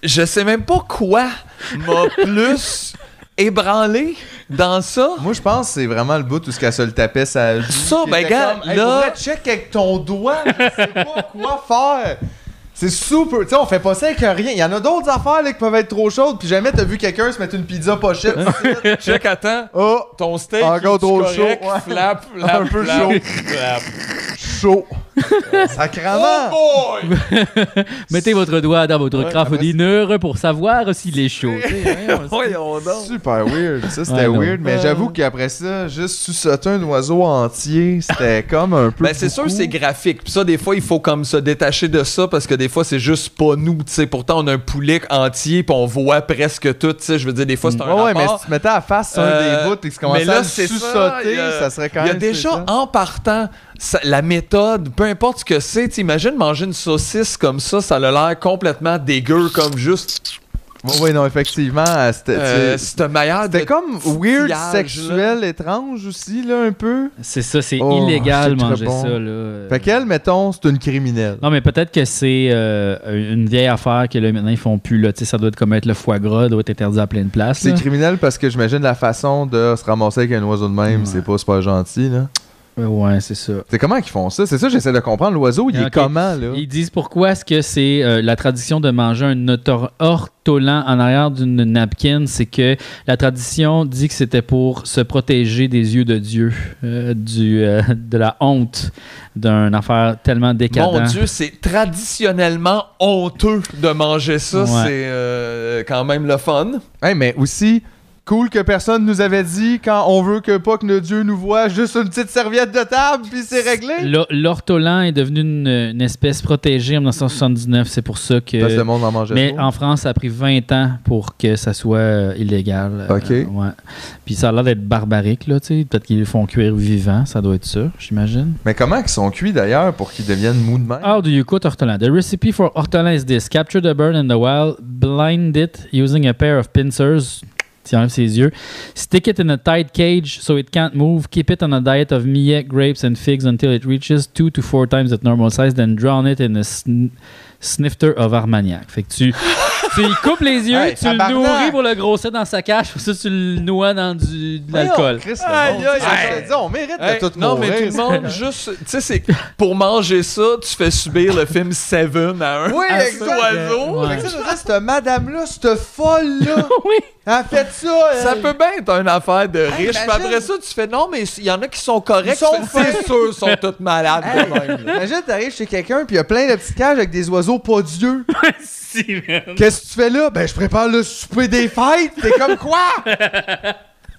Speaker 2: Je sais même pas quoi m'a plus ébranlé dans ça.
Speaker 3: Moi, je pense que c'est vraiment le bout tout ce qu'elle se le tapait, ça.
Speaker 2: Ça, ben, gars,
Speaker 3: Hey,
Speaker 2: là-
Speaker 3: faudrait check avec ton doigt, je sais pas quoi faire. C'est super. Tu sais, on fait pas ça avec rien. Il y en a d'autres affaires là, qui peuvent être trop chaudes, puis jamais t'as vu quelqu'un se mettre une pizza pochette.
Speaker 2: Check, attends.
Speaker 3: oh,
Speaker 2: Ton steak.
Speaker 3: Encore
Speaker 2: est-tu
Speaker 3: trop
Speaker 2: correct?
Speaker 3: chaud, ouais.
Speaker 2: Flap, flap,
Speaker 3: Un peu
Speaker 2: flap,
Speaker 3: chaud.
Speaker 2: flap.
Speaker 3: chaud. Sacrement.
Speaker 2: Oh boy!
Speaker 1: Mettez votre doigt dans votre craft pour savoir s'il est chaud.
Speaker 2: Voyons donc.
Speaker 3: Super weird. Ça, c'était
Speaker 1: Ouais, non.
Speaker 3: weird, mais
Speaker 1: Ouais.
Speaker 3: j'avoue qu'après ça, juste sucer un oiseau entier, c'était comme un peu.
Speaker 2: Ben, c'est sûr,
Speaker 3: beaucoup.
Speaker 2: c'est graphique. Puis ça, des fois, il faut comme se détacher de ça parce que des fois, c'est juste pas nous. tu sais. Pourtant, on a un poulet entier puis on voit presque tout. tu sais. Je veux dire, des fois, c'est un
Speaker 3: Ouais, ouais, mais
Speaker 2: rapport.
Speaker 3: si tu mettais à la face sur un
Speaker 2: Euh,
Speaker 3: des bouts et que tu
Speaker 2: mais
Speaker 3: commençais
Speaker 2: là,
Speaker 3: à le
Speaker 2: c'est
Speaker 3: sous-sauter,
Speaker 2: ça,
Speaker 3: ça,
Speaker 2: il y a-
Speaker 3: serait quand
Speaker 2: Il y
Speaker 3: même.
Speaker 2: a déjà,
Speaker 3: spécial.
Speaker 2: en partant, ça- la méthode, peu importe ce que c'est, tu imagines manger une saucisse comme ça, ça a l'air complètement dégueu, comme juste.
Speaker 3: Ouais, ouais, non, effectivement, euh, c'était.
Speaker 2: Euh,
Speaker 3: tu sais,
Speaker 2: C'était meilleur de.
Speaker 3: C'était comme weird,
Speaker 2: tillage,
Speaker 3: sexuel, étrange aussi, là, un peu.
Speaker 1: C'est ça, c'est
Speaker 3: Oh,
Speaker 1: illégal
Speaker 3: c'est très
Speaker 1: manger
Speaker 3: bon.
Speaker 1: ça. Là.
Speaker 3: Fait qu'elle, mettons, c'est une criminelle.
Speaker 1: Non, mais peut-être que c'est euh, une vieille affaire que là, maintenant ils font plus. Là. Tu sais, Ça doit être comme être le foie gras, doit être interdit à plein de places.
Speaker 3: C'est
Speaker 1: là.
Speaker 3: criminel parce que j'imagine la façon de se ramasser avec un oiseau de même, c'est pas super gentil, là.
Speaker 1: Euh, Ouais, c'est ça.
Speaker 3: C'est comment qu'ils font ça? C'est ça, j'essaie de comprendre. L'oiseau, il
Speaker 1: Ah,
Speaker 3: est
Speaker 1: ok.
Speaker 3: comment, là?
Speaker 1: Ils disent pourquoi est-ce que c'est euh, la tradition de manger un otor- ortolan en arrière d'une napkin, c'est que la tradition dit que c'était pour se protéger des yeux de Dieu, euh, du, euh, de la honte d'une affaire tellement décadente.
Speaker 2: Mon Dieu, c'est traditionnellement honteux de manger ça.
Speaker 1: Ouais.
Speaker 2: C'est euh, quand même le fun.
Speaker 3: Hey, mais aussi, cool que personne nous avait dit quand on veut que pas que notre Dieu nous voit, juste une petite serviette de table, puis c'est réglé.
Speaker 1: L'o- L'ortolan est devenu une, une espèce protégée en 1979, c'est pour ça que...
Speaker 3: Parce que le monde en mangeait
Speaker 1: Mais
Speaker 3: trop.
Speaker 1: en France, ça a pris 20 ans pour que ça soit euh, illégal.
Speaker 3: Ok.
Speaker 1: Euh, ouais. Puis ça a l'air d'être barbarique, là, tu sais. Peut-être qu'ils le font cuire vivant, ça doit être ça, j'imagine.
Speaker 3: Mais comment qu'ils sont cuits, d'ailleurs, pour qu'ils deviennent mous de même?
Speaker 2: Ah.
Speaker 1: How do you cook ortolan? The recipe for ortolan is this. Capture the bird in the wild, blind it using a pair of pincers. Tu enlèves ses yeux. Stick it in a tight cage so it can't move. Keep it on a diet of millet, grapes, and figs until it reaches two to four times its normal size. Then drown it in a sn- snifter of Armagnac. Fait que tu... tu y coupes les yeux,
Speaker 3: Hey,
Speaker 1: tu le
Speaker 3: tabarnak!
Speaker 1: nourris pour le grossir dans sa cage, pour ça tu le noies dans du, de l'alcool.
Speaker 3: Chris,
Speaker 2: Aïe, aïe, aïe.
Speaker 3: on mérite
Speaker 2: Hey,
Speaker 3: de tout
Speaker 2: non,
Speaker 3: mourir.
Speaker 2: mais tout le monde, juste. Tu sais, c'est. Pour manger ça, tu fais subir le film Seven à un
Speaker 3: Oui,
Speaker 2: à cet
Speaker 3: exact.
Speaker 2: oiseau.
Speaker 1: Ouais.
Speaker 3: Fait que ça, je veux dire, cette madame-là, cette folle-là,
Speaker 1: oui.
Speaker 3: elle fait ça. elle.
Speaker 2: Ça peut bien être une affaire de riche,
Speaker 3: imagine.
Speaker 2: mais après ça, tu fais non, mais il y en a qui sont corrects.
Speaker 3: Ils sont
Speaker 2: Tu fais, c'est
Speaker 3: fins.
Speaker 2: sûr, ils sont toutes malades.
Speaker 3: Hey,
Speaker 2: quand même.
Speaker 3: imagine, t'arrives chez quelqu'un, puis il y a plein de petits cages avec des oiseaux pas d'yeux. Qu'est-ce que tu fais là? Ben, je prépare le souper des fêtes. T'es comme quoi?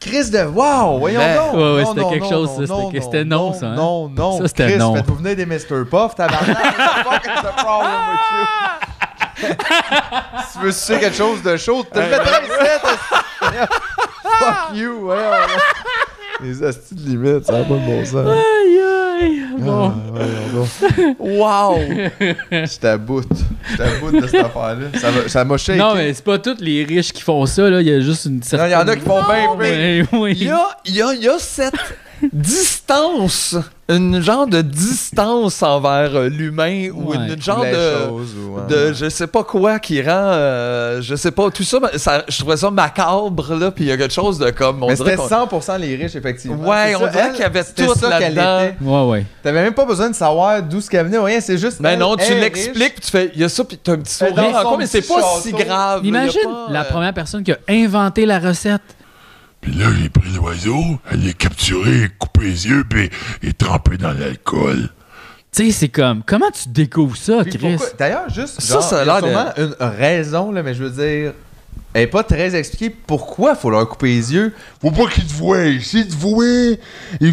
Speaker 3: Chris de wow, voyons
Speaker 1: Ben,
Speaker 3: donc.
Speaker 1: ouais, ouais,
Speaker 3: Non,
Speaker 1: c'était
Speaker 3: non,
Speaker 1: quelque
Speaker 3: non,
Speaker 1: chose,
Speaker 3: non,
Speaker 1: ça, c'était-
Speaker 3: non,
Speaker 1: c'était non, ça, hein.
Speaker 3: Non, Oh non.
Speaker 1: Ça, c'était
Speaker 3: Chris,
Speaker 1: non.
Speaker 3: Faites-vous venir des Mr. Puff, tabarnak. Fucking the problem with you. si tu veux sucer quelque chose de chaud, tu te le mettrais ici. Fuck you, ouais. ouais. Les astuces de limite, ça n'a pas de bon sens.
Speaker 1: Aïe, aïe. Bon.
Speaker 3: Ah, voyons donc.
Speaker 2: Wow!
Speaker 3: Je t'aboute. Je t'aboute de cette affaire-là. Ça m'a- Ça m'a shaké.
Speaker 1: Non, mais c'est pas tous les riches qui font ça, là. Il y a juste une
Speaker 3: Non,
Speaker 1: certaine...
Speaker 3: il y en a qui font bien pire.
Speaker 1: Ouais, oui.
Speaker 2: Il y a, il y a- il y a cette distance, une genre de distance envers euh, l'humain ou
Speaker 1: Ouais.
Speaker 2: une, genre
Speaker 3: Les
Speaker 2: de.
Speaker 3: choses, ou, hein.
Speaker 2: de je sais pas quoi qui rend euh, je sais pas tout ça, ben, ça je trouvais ça macabre là puis il y a quelque chose de comme on
Speaker 3: Mais
Speaker 2: dirait
Speaker 3: c'était
Speaker 2: qu'on-
Speaker 3: 100% les riches, effectivement.
Speaker 2: Ouais,
Speaker 3: C'est
Speaker 2: on
Speaker 3: ça,
Speaker 2: dirait
Speaker 3: elle,
Speaker 2: qu'il y avait
Speaker 3: c'était
Speaker 2: tout
Speaker 3: ça qu'elle
Speaker 2: là-dedans.
Speaker 3: était.
Speaker 1: Ouais, ouais.
Speaker 3: T'avais même pas besoin de savoir d'où ce qu'elle venait, rien, c'est juste.
Speaker 2: mais
Speaker 3: elle,
Speaker 2: Ben non tu
Speaker 3: elle est
Speaker 2: l'expliques puis tu fais il y a ça puis t'as un petit
Speaker 3: Elle est
Speaker 2: sourire
Speaker 3: dans son
Speaker 2: encore mais c'est
Speaker 3: petit
Speaker 2: pas
Speaker 3: château.
Speaker 2: si grave là,
Speaker 1: Imagine
Speaker 2: y a pas,
Speaker 1: la
Speaker 2: euh,
Speaker 1: première personne qui a inventé la recette.
Speaker 4: Puis là, j'ai pris l'oiseau, elle l'a capturé, coupé les yeux, puis il est trempé dans l'alcool.
Speaker 1: Tu sais, c'est comme, comment tu découvres ça,
Speaker 3: riche. Puis
Speaker 1: Chris?
Speaker 3: pourquoi- D'ailleurs, juste.
Speaker 2: Ça,
Speaker 3: genre,
Speaker 2: ça a
Speaker 3: il y a
Speaker 2: l'air de-
Speaker 3: sûrement une raison, là, mais je veux dire. elle est pas très expliquée pourquoi faut leur couper les yeux.
Speaker 4: Faut pas qu'ils te voient. S'ils te voient, ils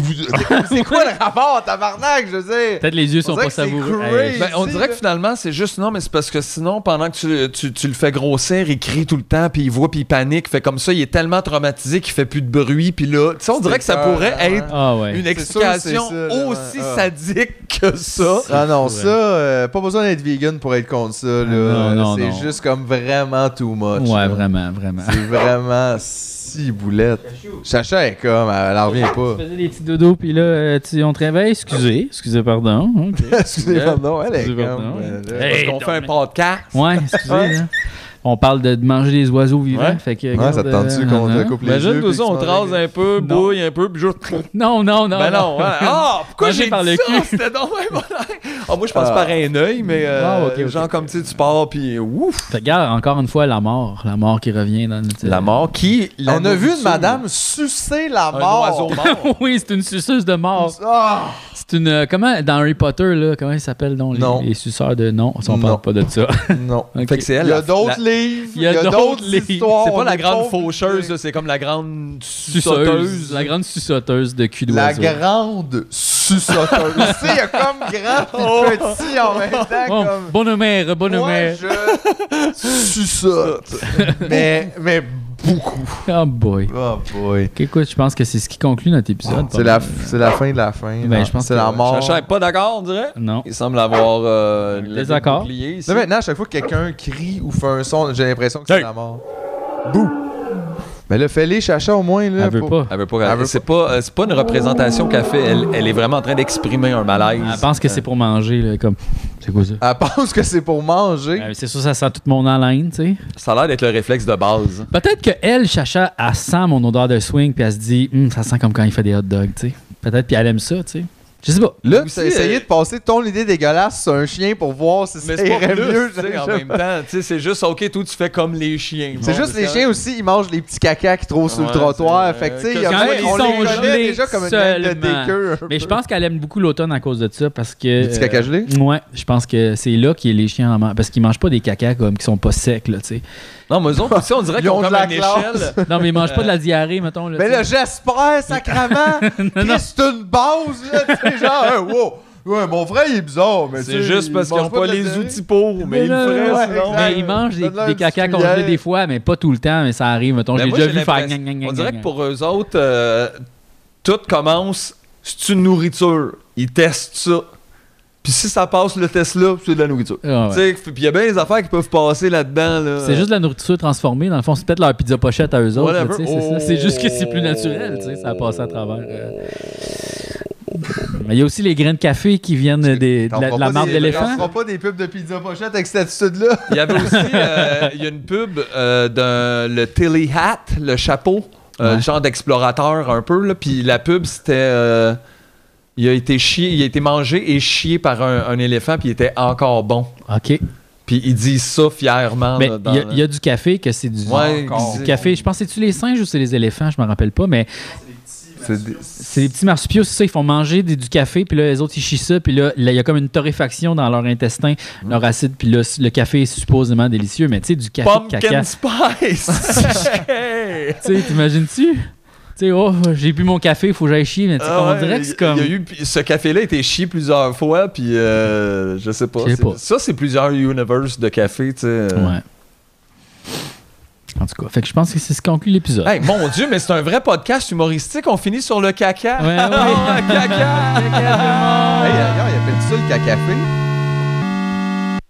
Speaker 4: vous.
Speaker 3: c'est quoi le rapport, tabarnak, je veux dire?
Speaker 1: Peut-être les yeux
Speaker 3: On
Speaker 1: sont
Speaker 3: dirait
Speaker 1: pas
Speaker 3: que c'est
Speaker 1: savoureux.
Speaker 3: crazy,
Speaker 1: Hey.
Speaker 2: Ben, on dirait
Speaker 3: là.
Speaker 2: que finalement, c'est juste non, mais c'est parce que sinon, pendant que tu, tu- tu le fais grossir, il crie tout le temps, puis il voit, puis il panique. Fait comme ça, il est tellement traumatisé qu'il fait plus de bruit, puis là, tu sais, on dirait que ça
Speaker 3: peur,
Speaker 2: pourrait
Speaker 3: ouais.
Speaker 2: être
Speaker 1: Ah ouais.
Speaker 2: une
Speaker 3: C'est sûr, c'est
Speaker 2: explication
Speaker 3: ça, là, ouais.
Speaker 2: aussi
Speaker 3: Ah.
Speaker 2: sadique que ça.
Speaker 3: Ah non,
Speaker 1: fou,
Speaker 3: ça, euh, pas besoin d'être vegan pour être contre ça.
Speaker 1: Ah
Speaker 3: Là.
Speaker 1: non, non,
Speaker 3: c'est
Speaker 1: non.
Speaker 3: juste comme vraiment too much.
Speaker 1: Ouais,
Speaker 3: là.
Speaker 1: vraiment, vraiment.
Speaker 3: C'est vraiment si boulette. Chacha est comme, elle en revient
Speaker 1: Tu
Speaker 3: pas.
Speaker 1: faisais des petits dodos, puis là, euh, tu, on te réveille. Excusez, excusez, pardon. Ok.
Speaker 3: Excusez-moi, non, elle est
Speaker 1: Excusez,
Speaker 3: comme.
Speaker 1: pardon.
Speaker 3: euh, là.
Speaker 2: Parce qu'on fait un podcast.
Speaker 1: Ouais, excusez. hein. On parle de, de manger des oiseaux vivants.
Speaker 2: Ouais.
Speaker 1: Fait que,
Speaker 3: Ouais, ça te
Speaker 1: garde,
Speaker 3: tente-tu
Speaker 1: euh,
Speaker 3: qu'on
Speaker 1: non,
Speaker 3: te coupe les yeux?
Speaker 2: Imagine tout
Speaker 3: puis
Speaker 2: ça, on
Speaker 3: que tu manges
Speaker 2: trase un
Speaker 3: avec-
Speaker 2: peu,
Speaker 1: Non.
Speaker 2: bouille un peu, puis juste.
Speaker 1: Non, non, non.
Speaker 2: Ben non, hein. ah, pourquoi
Speaker 1: Manger
Speaker 2: j'ai
Speaker 1: par
Speaker 2: dit
Speaker 1: le
Speaker 2: ça?
Speaker 1: cul.
Speaker 2: C'était donc bien mon air. Ah, moi, je pense
Speaker 3: Ah.
Speaker 2: par un œil, mais euh,
Speaker 1: Ah, ok, ok.
Speaker 2: genre comme tu sais, tu pars, puis ouf.
Speaker 1: Fait que, regarde, encore une fois, la mort. La mort qui revient dans notre...
Speaker 2: mort qui. Ah,
Speaker 3: On a vu une madame sucer la
Speaker 2: Un
Speaker 3: mort.
Speaker 2: oiseau mort.
Speaker 1: oui, c'est une suceuse de mort.
Speaker 3: Ah!
Speaker 1: C'est une. euh, Comment dans Harry Potter, là, comment ils s'appellent donc, les,
Speaker 3: Non.
Speaker 1: les suceurs de. Non, on
Speaker 3: Non.
Speaker 1: parle pas de ça.
Speaker 3: Non.
Speaker 1: Ok.
Speaker 2: Fait que c'est
Speaker 3: Il
Speaker 2: elle.
Speaker 3: y a
Speaker 2: la-
Speaker 3: d'autres
Speaker 2: la-
Speaker 3: livres,
Speaker 1: il y a d'autres
Speaker 3: d'autres
Speaker 1: livres.
Speaker 3: histoires.
Speaker 2: C'est pas
Speaker 3: on
Speaker 2: la
Speaker 3: est
Speaker 2: grande
Speaker 3: pas
Speaker 2: faucheuse,
Speaker 3: obligé.
Speaker 2: là, c'est comme la grande
Speaker 1: Suceuse.
Speaker 2: suceuse.
Speaker 1: La grande suceuse de cul
Speaker 3: La
Speaker 1: d'oiseau.
Speaker 3: grande suceuse. tu sais, il y a comme grand
Speaker 1: Oh.
Speaker 3: et petit en même temps.
Speaker 1: Bon,
Speaker 3: comme...
Speaker 1: bonne mère, bonne
Speaker 3: Moi,
Speaker 1: mère.
Speaker 3: je suçote. mais, mais beaucoup.
Speaker 1: Oh boy.
Speaker 3: Oh boy.
Speaker 1: Ok, écoute, je pense que c'est ce qui conclut notre épisode. euh,
Speaker 3: C'est la, c'est la fin de la fin.
Speaker 1: Ben,
Speaker 3: là.
Speaker 1: je pense
Speaker 3: c'est
Speaker 1: que-
Speaker 3: la mort.
Speaker 2: Chacha est pas d'accord, on dirait.
Speaker 1: Non.
Speaker 2: Il semble avoir euh,
Speaker 1: Un
Speaker 2: le
Speaker 1: désaccord.
Speaker 2: bouclier ici.
Speaker 3: Là, maintenant, à chaque fois que quelqu'un crie ou fait un son, j'ai l'impression que c'est
Speaker 2: Hey.
Speaker 3: la mort. Mais là, fais-les, Chacha, au moins. Là,
Speaker 1: Elle veut
Speaker 3: pour-
Speaker 1: pas.
Speaker 2: Elle veut pas.
Speaker 3: Elle veut
Speaker 2: c'est pas, euh, c'est pas une représentation qu'elle fait. Elle, elle est vraiment en train d'exprimer un malaise.
Speaker 1: Elle pense que c'est pour manger, là, comme. C'est quoi ça?
Speaker 3: Elle pense que c'est pour manger.
Speaker 1: Euh, c'est sûr, ça sent toute mon haleine, tu sais.
Speaker 2: Ça a l'air d'être le réflexe de base.
Speaker 1: Peut-être que elle, Chacha, elle sent mon odeur de swing, puis elle se dit, Hum, ça sent comme quand il fait des hot dogs, tu sais. Peut-être, puis elle aime ça, tu sais. Je sais pas.
Speaker 3: Là,
Speaker 2: Aussi,
Speaker 3: t'as essayé
Speaker 2: euh,
Speaker 3: de passer ton idée dégueulasse sur un chien pour voir si
Speaker 2: Mais
Speaker 3: ça
Speaker 2: c'est pas
Speaker 3: irait
Speaker 2: plus,
Speaker 3: mieux.
Speaker 2: tu sais, en même temps. Tu sais, c'est juste, OK, toi, tu fais comme les chiens.
Speaker 3: C'est
Speaker 2: Bon,
Speaker 3: juste les
Speaker 2: ça.
Speaker 3: chiens aussi, ils mangent les petits cacas qu'ils trouvent sur le
Speaker 2: Ouais,
Speaker 3: trottoir.
Speaker 2: c'est-
Speaker 3: Fait que, tu sais,
Speaker 2: que
Speaker 3: il y a
Speaker 2: quand
Speaker 3: même-
Speaker 2: ils
Speaker 3: on
Speaker 1: sont
Speaker 3: les connaît
Speaker 1: gelés
Speaker 3: déjà comme une gang de
Speaker 1: seulement.
Speaker 3: dégueux. un
Speaker 1: Mais je
Speaker 3: peu.
Speaker 1: pense qu'elle aime beaucoup l'automne à cause de ça parce que. euh,
Speaker 3: Les petits cacas gelés?
Speaker 1: Ouais, je pense que c'est là qu'il y a les chiens en man- Parce qu'ils mangent pas des cacas comme qui sont pas secs, là, tu sais.
Speaker 2: Non, mais eux autres aussi, on dirait
Speaker 3: Ils
Speaker 2: qu'ils
Speaker 3: ont
Speaker 2: ont
Speaker 3: de
Speaker 2: comme
Speaker 3: la
Speaker 2: une
Speaker 3: classe.
Speaker 2: échelle.
Speaker 1: Non, mais ils mangent pas de la diarrhée, mettons. Là,
Speaker 3: Mais
Speaker 1: tu
Speaker 3: là,
Speaker 1: sais.
Speaker 3: j'espère, sacrement! Chris, c'est une base, là! tu sais, genre, hey, wow! Ouais, mon frère, il est bizarre, mais Ben, tu sais,
Speaker 2: C'est juste parce
Speaker 3: il
Speaker 2: qu'ils
Speaker 3: mange
Speaker 2: ont pas
Speaker 3: de
Speaker 2: les
Speaker 3: laiterie.
Speaker 2: outils pour, mais ils
Speaker 1: là,
Speaker 2: le feraient
Speaker 3: ouais,
Speaker 2: sinon.
Speaker 3: exact.
Speaker 1: Mais ils mangent des,
Speaker 3: Donne-leur
Speaker 1: des
Speaker 3: une
Speaker 1: cacas
Speaker 3: petite cuillère.
Speaker 1: congelés des fois, mais pas tout le temps, mais ça arrive. Mettons,
Speaker 2: Ben,
Speaker 1: j'ai
Speaker 2: moi,
Speaker 1: déjà
Speaker 2: j'ai
Speaker 1: vu faire.
Speaker 2: l'impression-
Speaker 1: gnang, gnang,
Speaker 2: On
Speaker 1: gnang,
Speaker 2: dirait que
Speaker 1: gnang.
Speaker 2: pour eux autres, euh, tout commence, c'est une nourriture. Ils testent ça. Puis si ça passe le test là, c'est de la nourriture.
Speaker 1: Ah, ouais.
Speaker 2: Tu sais, Puis il y a bien des affaires qui peuvent passer là-dedans. Là.
Speaker 3: euh,
Speaker 1: C'est juste de la nourriture transformée. Dans le fond, c'est peut-être leur pizza pochette à eux autres. là,
Speaker 2: Whatever.
Speaker 1: tu sais, c'est ça. C'est juste que c'est plus
Speaker 2: Oh.
Speaker 1: naturel. tu sais, Ça a passé à travers. euh. Mais il y a aussi les graines de café qui viennent des- de
Speaker 3: T'en
Speaker 1: la, de
Speaker 3: feras
Speaker 1: la
Speaker 3: pas
Speaker 1: marde
Speaker 3: des-
Speaker 1: d'éléphant.
Speaker 3: T'en feras pas des pubs de pizza pochette avec cette attitude-là.
Speaker 2: Il y avait aussi euh, il y a une pub euh, d'un le Tilly Hat, le chapeau, euh,
Speaker 1: Ouais.
Speaker 2: le genre d'explorateur un peu. Là. Puis la pub, c'était. euh, il a été chié, il a été mangé et chié par un, un éléphant, puis il était encore bon.
Speaker 1: OK.
Speaker 2: Puis ils disent ça fièrement.
Speaker 1: Mais
Speaker 2: là, dans
Speaker 1: il y a-
Speaker 2: le-
Speaker 1: il y, a du café que c'est du,
Speaker 2: Ouais,
Speaker 1: du
Speaker 2: c'est-
Speaker 1: café. Je pense c'est-tu les singes ou c'est les éléphants, je me rappelle pas, mais
Speaker 3: C'est des-
Speaker 1: c'est les petits marsupiaux, c'est ça, ils font manger des- du café, puis là, les autres, ils chient ça, puis là, là, il y a comme une torréfaction dans leur intestin,
Speaker 2: Mm.
Speaker 1: leur acide, puis là, le café est supposément délicieux, mais tu sais, du café de caca.
Speaker 2: Pumpkin Spice! Hey!
Speaker 1: Tu sais, t'imagines-tu? Tu sais, oh, j'ai bu mon café, faut que j'aille chier, mais tu sais,
Speaker 2: Ah
Speaker 1: on
Speaker 2: ouais,
Speaker 1: dirait que c'est
Speaker 2: il y a-
Speaker 1: comme.
Speaker 2: il y a eu- puis ce café-là a été chié plusieurs fois, puis euh, je sais pas.
Speaker 1: Je sais
Speaker 2: c'est-
Speaker 1: pas.
Speaker 2: Ça, c'est plusieurs universes de café, tu sais. euh.
Speaker 1: Ouais. En tout cas, fait que je pense que c'est ce qui conclut l'épisode.
Speaker 2: Hey, mon Dieu, mais c'est un vrai podcast humoristique. On finit sur le caca.
Speaker 1: Ouais, ouais.
Speaker 2: Ah, caca.
Speaker 3: Hey, d'ailleurs, il appelle ça le cacafé.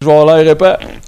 Speaker 2: Je vais en l'air épais.